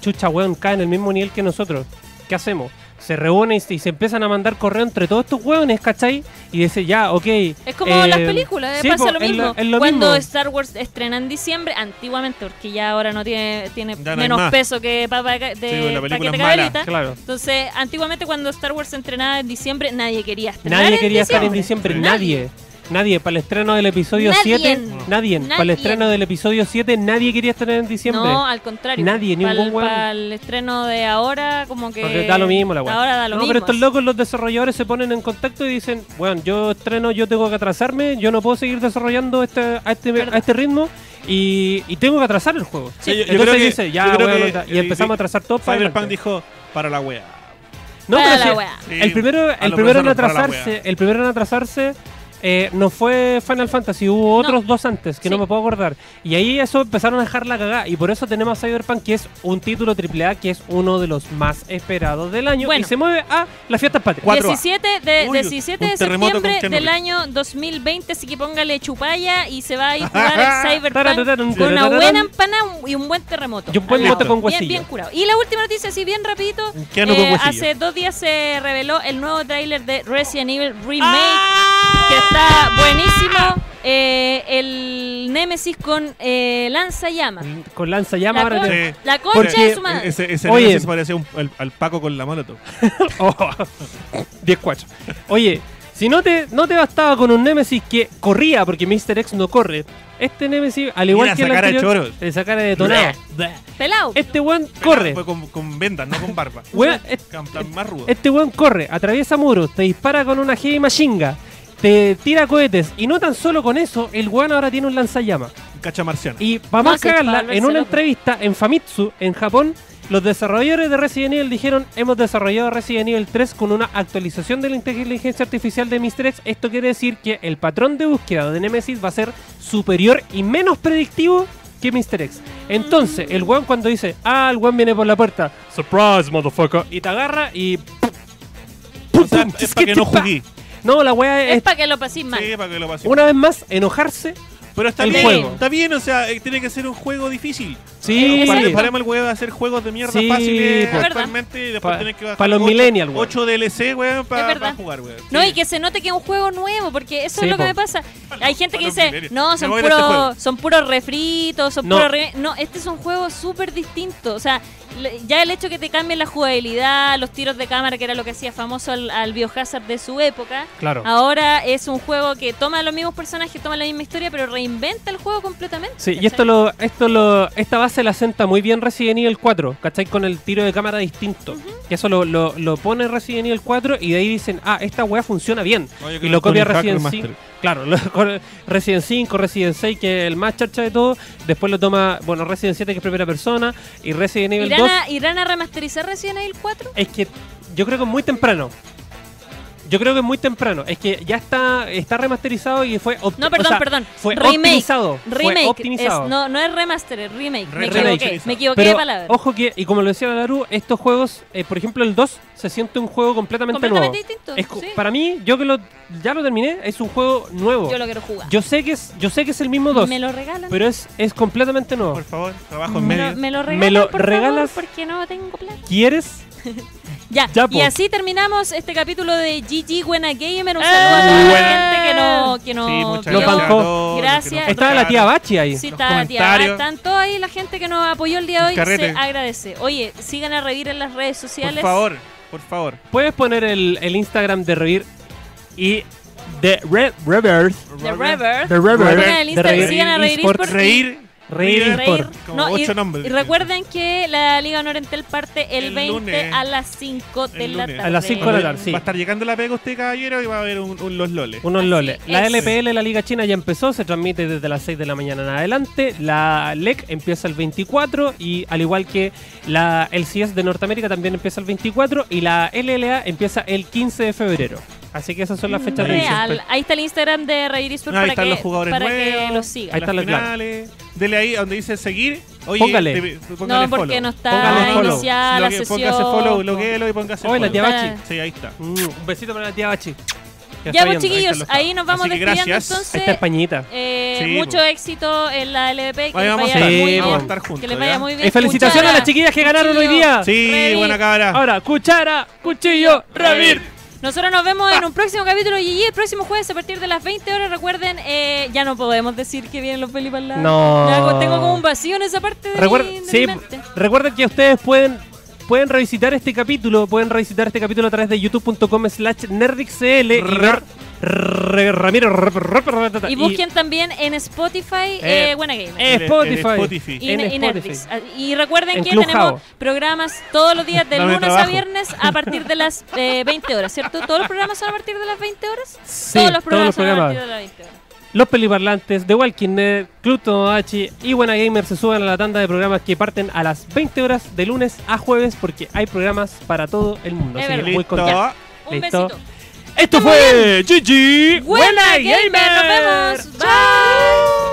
Speaker 1: chucha, weón, cae en el mismo nivel que nosotros, ¿qué hacemos? Se reúnen y, y se empiezan a mandar correo entre todos estos weones, ¿cachai? Y dice, ya, ok.
Speaker 2: Es como
Speaker 1: eh,
Speaker 2: las películas, eh,
Speaker 1: sí,
Speaker 2: pasa
Speaker 1: po,
Speaker 2: lo
Speaker 1: es
Speaker 2: mismo.
Speaker 1: es lo
Speaker 2: Cuando
Speaker 1: mismo.
Speaker 2: Star Wars estrena en diciembre, antiguamente, porque ya ahora no tiene, tiene
Speaker 3: Ya no hay
Speaker 2: menos
Speaker 3: más.
Speaker 2: peso que Papa de, Ca- de
Speaker 3: Sí, bueno, la película
Speaker 2: Paquete
Speaker 3: es mala,
Speaker 2: Cabrita.
Speaker 1: Claro.
Speaker 2: Entonces, antiguamente cuando Star Wars estrenaba en diciembre, nadie quería estrenar
Speaker 1: Nadie
Speaker 2: en
Speaker 1: quería estar en
Speaker 2: diciembre.
Speaker 1: diciembre, nadie. Nadie, para el estreno del episodio
Speaker 2: Nadie. Mm.
Speaker 1: 7, nadie. Para el
Speaker 2: Nadie.
Speaker 1: estreno del episodio 7, nadie quería estar en diciembre.
Speaker 2: No, al contrario.
Speaker 1: Nadie, ni
Speaker 2: Pa'l-
Speaker 1: ningún hueón.
Speaker 2: Para el estreno de ahora, como que.
Speaker 1: Porque da lo mismo la weá.
Speaker 2: Ahora da lo
Speaker 1: no,
Speaker 2: mismo.
Speaker 1: pero estos locos, los desarrolladores, se ponen en contacto y dicen, bueno, yo estreno, yo tengo que atrasarme, yo no puedo seguir desarrollando este, a, este,
Speaker 2: Verdad.
Speaker 1: a este ritmo y, y tengo que atrasar el juego.
Speaker 3: Sí, yo- yo
Speaker 1: Entonces
Speaker 3: creo que-
Speaker 1: dice, ya,
Speaker 3: yo creo
Speaker 1: weón,
Speaker 3: que-
Speaker 1: onda, y
Speaker 3: eh,
Speaker 1: empezamos a atrasar todo para
Speaker 3: Cyberpunk
Speaker 1: adelante.
Speaker 3: dijo, para la wea.
Speaker 1: No,
Speaker 2: Para
Speaker 1: pero
Speaker 2: la
Speaker 1: sí,
Speaker 2: weá.
Speaker 3: Sí,
Speaker 1: el primero,
Speaker 3: a
Speaker 1: el
Speaker 3: lo
Speaker 1: primero en
Speaker 3: personal, para la
Speaker 1: atrasarse, el primero en atrasarse eh, no fue Final Fantasy, hubo otros dos antes que no
Speaker 2: Sí.
Speaker 1: me puedo acordar. Y ahí eso empezaron a dejar la cagada. Y por eso tenemos a Cyberpunk, que es un título AAA, que es uno de los más esperados del año.
Speaker 2: Bueno.
Speaker 1: Y se mueve a las fiestas patrias.
Speaker 3: 4A.
Speaker 2: 17 de,
Speaker 3: Uy,
Speaker 2: 17 de
Speaker 3: un terremoto con
Speaker 2: septiembre
Speaker 3: Keanu
Speaker 2: del
Speaker 3: Reeves.
Speaker 2: año 2020, así que póngale chupalla y se va a ir a jugar al Cyberpunk con una
Speaker 1: Tarararán.
Speaker 2: buena empanada y un buen terremoto.
Speaker 1: Y un buen
Speaker 2: Al lado.
Speaker 1: mote con
Speaker 2: bien,
Speaker 1: huesillo.
Speaker 2: bien curado. Y la última noticia, así bien rapidito,
Speaker 3: Keanu con
Speaker 2: eh,
Speaker 3: huesillo.
Speaker 2: hace dos días se reveló el nuevo tráiler de Resident Evil Remake
Speaker 3: Ah.
Speaker 2: que está buenísimo. Eh, el Nemesis con eh, lanzallamas.
Speaker 1: Con
Speaker 2: La
Speaker 1: lanzallamas ahora
Speaker 2: concha,
Speaker 1: te-
Speaker 3: Sí.
Speaker 2: la concha
Speaker 1: Porque
Speaker 2: de su madre.
Speaker 3: Ese, ese
Speaker 1: Oye.
Speaker 3: Nemesis parecía un- al, al Paco con la molotov.
Speaker 1: Oh, 10-4. Oh. Oye, Si no te, no te bastaba con un Nemesis que corría, porque Mr. X no corre, este Nemesis, al igual
Speaker 3: Mira,
Speaker 1: que el
Speaker 3: sacara
Speaker 1: anterior,
Speaker 3: choros.
Speaker 1: le sacara detonado.
Speaker 2: Pelao.
Speaker 1: Este weón corre.
Speaker 3: Fue con, con vendas, no con barba.
Speaker 1: Weón, es-
Speaker 3: Cam- tan más rudo.
Speaker 1: Este weón corre, atraviesa muros, te dispara con una heavy machinga, te tira cohetes. Y no tan solo con eso, el weón ahora tiene un lanzallamas.
Speaker 3: Cacha marciano.
Speaker 1: Y para más
Speaker 2: No, sí, para
Speaker 1: cagarla,
Speaker 2: volverse
Speaker 1: en una
Speaker 3: pues.
Speaker 2: loco.
Speaker 1: entrevista en Famitsu, en Japón, los desarrolladores de Resident Evil dijeron: Hemos desarrollado Resident Evil 3 con una actualización de la inteligencia artificial de Mr. X. Esto quiere decir que el patrón de búsqueda de Nemesis va a ser superior y menos predictivo que Mr. X. Entonces, el weón cuando dice: Ah, el weón viene por la puerta, surprise, motherfucker, y te agarra y.
Speaker 3: O sea, es
Speaker 1: este
Speaker 3: para que no jugué.
Speaker 1: No, la weá
Speaker 2: Es
Speaker 1: es.
Speaker 2: para que lo paséis mal.
Speaker 3: Sí, para que lo pase.
Speaker 1: Una vez más, enojarse.
Speaker 3: Pero está
Speaker 1: el
Speaker 3: bien,
Speaker 1: juego.
Speaker 3: está bien, o sea, eh, tiene que ser un juego difícil.
Speaker 1: Eh, Sí,
Speaker 3: Para,
Speaker 2: Exacto.
Speaker 3: paremos el weón de hacer juegos de mierda
Speaker 1: Sí,
Speaker 3: fáciles
Speaker 1: po.
Speaker 3: actualmente y después
Speaker 1: Pa-
Speaker 3: tenés que bajar
Speaker 1: pa los
Speaker 3: ocho-
Speaker 1: millennial, weón.
Speaker 3: ocho DLC, weón,
Speaker 2: Es
Speaker 3: para
Speaker 2: verdad.
Speaker 3: jugar, weón.
Speaker 2: No,
Speaker 3: Sí.
Speaker 2: y que se note que es un juego nuevo, porque eso
Speaker 1: Sí,
Speaker 2: es lo que
Speaker 1: po.
Speaker 2: me pasa. Hay gente que
Speaker 3: Palo
Speaker 2: dice,
Speaker 3: Mileri.
Speaker 2: no,
Speaker 3: Me
Speaker 2: son
Speaker 3: voy de este juego.
Speaker 2: puros son puros refritos, son
Speaker 1: No.
Speaker 2: puros re- No, este es un juego súper distinto. O sea, le- ya el hecho que te cambien la jugabilidad, los tiros de cámara, que era lo que hacía famoso al, al Biohazard de su época,
Speaker 1: Claro.
Speaker 2: ahora es un juego que toma los mismos personajes, toma la misma historia, pero reinventa el juego completamente.
Speaker 1: Sí, y
Speaker 2: ¿cachai?
Speaker 1: esto lo, esto lo, esta base la asenta muy bien Resident Evil 4, ¿cachai? Con el tiro de cámara distinto. Que eso lo, lo, lo pone Resident Evil 4 y de ahí dicen, ah, esta weá funciona bien.
Speaker 3: Oye,
Speaker 1: y
Speaker 3: creo
Speaker 1: lo
Speaker 3: que
Speaker 1: copia
Speaker 3: Tony Hawk
Speaker 1: Resident
Speaker 3: Remastered.
Speaker 1: 5. Claro, lo- con Resident 5, Resident 6, que es el más charcha de todo. Después lo toma, bueno, Resident 7, que es primera persona. Y Resident Evil 2.
Speaker 2: ¿Irán a, irán a remasterizar Resident Evil 4?
Speaker 1: Es que yo creo que es muy temprano. Yo creo que es muy temprano. Es que ya está, está remasterizado y fue opt-
Speaker 2: No,
Speaker 1: o
Speaker 2: perdón,
Speaker 1: sea,
Speaker 2: perdón.
Speaker 1: Fue
Speaker 2: remake.
Speaker 1: optimizado. fue
Speaker 2: Remake.
Speaker 1: optimizado.
Speaker 2: Es- no, no es remaster, es remake. Me
Speaker 3: Remake.
Speaker 2: equivoqué, me equivoqué
Speaker 1: Pero,
Speaker 2: de palabra.
Speaker 1: Ojo que, y como lo decía Laru, estos juegos, eh, por ejemplo el 2, se siente un juego completamente,
Speaker 2: completamente
Speaker 1: nuevo.
Speaker 2: distinto.
Speaker 1: Es co-
Speaker 2: sí.
Speaker 1: Para mí, yo que lo, ya lo terminé, es un juego nuevo.
Speaker 2: Yo lo quiero jugar.
Speaker 1: Yo sé que es, yo sé que es el mismo 2,
Speaker 2: ¿Me lo regalan?
Speaker 1: pero es, es completamente nuevo.
Speaker 3: Por favor, trabajo en
Speaker 2: ¿Me,
Speaker 3: medio.
Speaker 2: lo, me lo regalan,
Speaker 1: ¿Me lo
Speaker 2: por
Speaker 1: regalas?
Speaker 2: favor, porque no tengo plata.
Speaker 1: ¿Quieres?
Speaker 2: Ya,
Speaker 1: Ya,
Speaker 2: y
Speaker 1: po.
Speaker 2: así terminamos este capítulo de GG Buena Gamer. Un saludo a toda
Speaker 1: ¡Eh!
Speaker 2: la gente que no, que no
Speaker 3: Sí, muchas
Speaker 1: Lo
Speaker 2: vio.
Speaker 1: bancó.
Speaker 3: a todos,
Speaker 2: Gracias.
Speaker 3: que nos
Speaker 2: Está
Speaker 1: Estaba la tía
Speaker 3: escucharon.
Speaker 1: Bachi ahí.
Speaker 2: Sí,
Speaker 3: Los
Speaker 2: está, tía,
Speaker 3: comentarios.
Speaker 2: están todos ahí la gente que nos apoyó el día de hoy.
Speaker 3: Carrete.
Speaker 2: Se agradece. Oye, sigan a Revir en las redes sociales.
Speaker 3: Por favor, por favor.
Speaker 1: Puedes poner el, el Instagram de Revir y de Re Reverse.
Speaker 2: The Rever.
Speaker 1: The Rever.
Speaker 3: Rever.
Speaker 2: Pongan el Insta-
Speaker 1: Rever
Speaker 2: sigan a Rever
Speaker 1: Esports.
Speaker 2: Esports.
Speaker 3: Reír.
Speaker 1: Reír
Speaker 3: Reír.
Speaker 1: Esports.
Speaker 3: Como
Speaker 2: No, y,
Speaker 3: ocho nombres.
Speaker 2: y recuerden que la Liga Norentel parte el,
Speaker 3: El
Speaker 2: 20
Speaker 3: lunes.
Speaker 2: a las 5 de
Speaker 3: El
Speaker 2: la
Speaker 3: lunes.
Speaker 2: tarde.
Speaker 1: A las 5 de la tarde, sí.
Speaker 3: eh, Va a estar llegando la pega a usted, caballero, y va a haber un, un los loles.
Speaker 1: Unos
Speaker 2: Así
Speaker 1: loles. La
Speaker 2: es.
Speaker 1: LPL, la Liga China, ya empezó, se transmite desde las 6 de la mañana en adelante. La LEC empieza el 24 y al igual que la LCS de Norteamérica también empieza el 24 y la LLA empieza el 15 de febrero. Así que esas son las fechas de
Speaker 2: Real.
Speaker 1: inicio.
Speaker 2: Ahí está el Instagram de Revir Esports
Speaker 3: pues. Ahí
Speaker 2: para,
Speaker 3: están
Speaker 2: que,
Speaker 3: los jugadores
Speaker 2: para
Speaker 3: nuevos.
Speaker 2: que los sigan.
Speaker 1: Ahí está
Speaker 3: las
Speaker 1: la clave.
Speaker 3: finales. Dele ahí donde dice seguir. Oye,
Speaker 1: Póngale.
Speaker 3: te- póngale
Speaker 2: No, porque
Speaker 3: follow.
Speaker 2: no está
Speaker 1: Póngale follow.
Speaker 2: iniciada la
Speaker 3: Logue-
Speaker 2: sesión.
Speaker 3: Póngase follow,
Speaker 2: po.
Speaker 3: loguéelo y póngase
Speaker 1: Hola,
Speaker 3: follow.
Speaker 1: tía Bachi.
Speaker 3: Sí, ahí está.
Speaker 1: Mm, un besito para la tía
Speaker 2: Ya,
Speaker 1: Bachi. está
Speaker 2: pues
Speaker 1: viendo, ahí
Speaker 2: chiquillos,
Speaker 3: los cabros.
Speaker 2: ahí nos vamos
Speaker 3: Así que
Speaker 2: despidiendo
Speaker 3: gracias.
Speaker 1: Ahí está
Speaker 2: entonces.
Speaker 1: Españita.
Speaker 2: Eh,
Speaker 3: Sí,
Speaker 2: mucho
Speaker 3: pues.
Speaker 2: éxito en la LVP. Que
Speaker 3: Ahí
Speaker 2: les vaya
Speaker 3: vamos
Speaker 1: a
Speaker 2: muy
Speaker 1: estar,
Speaker 2: bien.
Speaker 1: vamos a
Speaker 3: estar juntos,
Speaker 2: que les vaya
Speaker 3: ¿ya?
Speaker 2: muy bien.
Speaker 1: Eh, felicitaciones a
Speaker 2: Cuchara.
Speaker 1: las chiquillas que ganaron hoy día.
Speaker 3: Sí,
Speaker 2: Reír.
Speaker 3: buena cabra.
Speaker 1: Ahora, cuchara, cuchillo, revir.
Speaker 2: Nosotros nos vemos
Speaker 1: Ah.
Speaker 2: en un próximo capítulo y el próximo jueves a partir de las 20 horas. Recuerden, eh, ya no podemos decir que vienen los Felipe al lado.
Speaker 1: No.
Speaker 2: Ya, Tengo como un vacío en esa parte de,
Speaker 1: Recuer-
Speaker 2: mi, de
Speaker 1: sí,
Speaker 2: mi mente.
Speaker 1: recuerden que ustedes pueden pueden revisitar este capítulo, pueden revisitar este capítulo a través de youtube.com slash nerdixl y ver- re- Ramiro r- r- r- r-
Speaker 2: Y busquen también en Spotify
Speaker 1: Eh,
Speaker 2: eh, Buena Gamer.
Speaker 1: en Spotify.
Speaker 3: En Spotify.
Speaker 2: y,
Speaker 1: en
Speaker 2: y
Speaker 1: Spotify.
Speaker 2: Netflix. Ah, Y recuerden
Speaker 1: En
Speaker 2: que
Speaker 1: Clubhouse.
Speaker 2: tenemos programas todos los días de
Speaker 3: Dame
Speaker 2: lunes a
Speaker 3: trabajo.
Speaker 2: viernes a partir de las eh, 20 horas, ¿cierto? ¿Todos los programas son a partir de las 20 horas?
Speaker 1: Sí,
Speaker 2: todos los programas
Speaker 1: todos los
Speaker 2: son a
Speaker 1: programas.
Speaker 2: partir de las 20 horas.
Speaker 1: Los peliparlantes, The Walking Dead, Club Tomodachi y Buena Gamer se suben a la tanda de programas que parten a las 20 horas de lunes a jueves porque hay programas para todo el mundo.
Speaker 2: Es
Speaker 1: Así que
Speaker 2: verdad.
Speaker 1: muy
Speaker 3: Listo.
Speaker 1: contento.
Speaker 2: Un
Speaker 1: Listo.
Speaker 2: besito.
Speaker 1: Esto fue GG.
Speaker 2: Buena Gamer, nos vemos. Bye.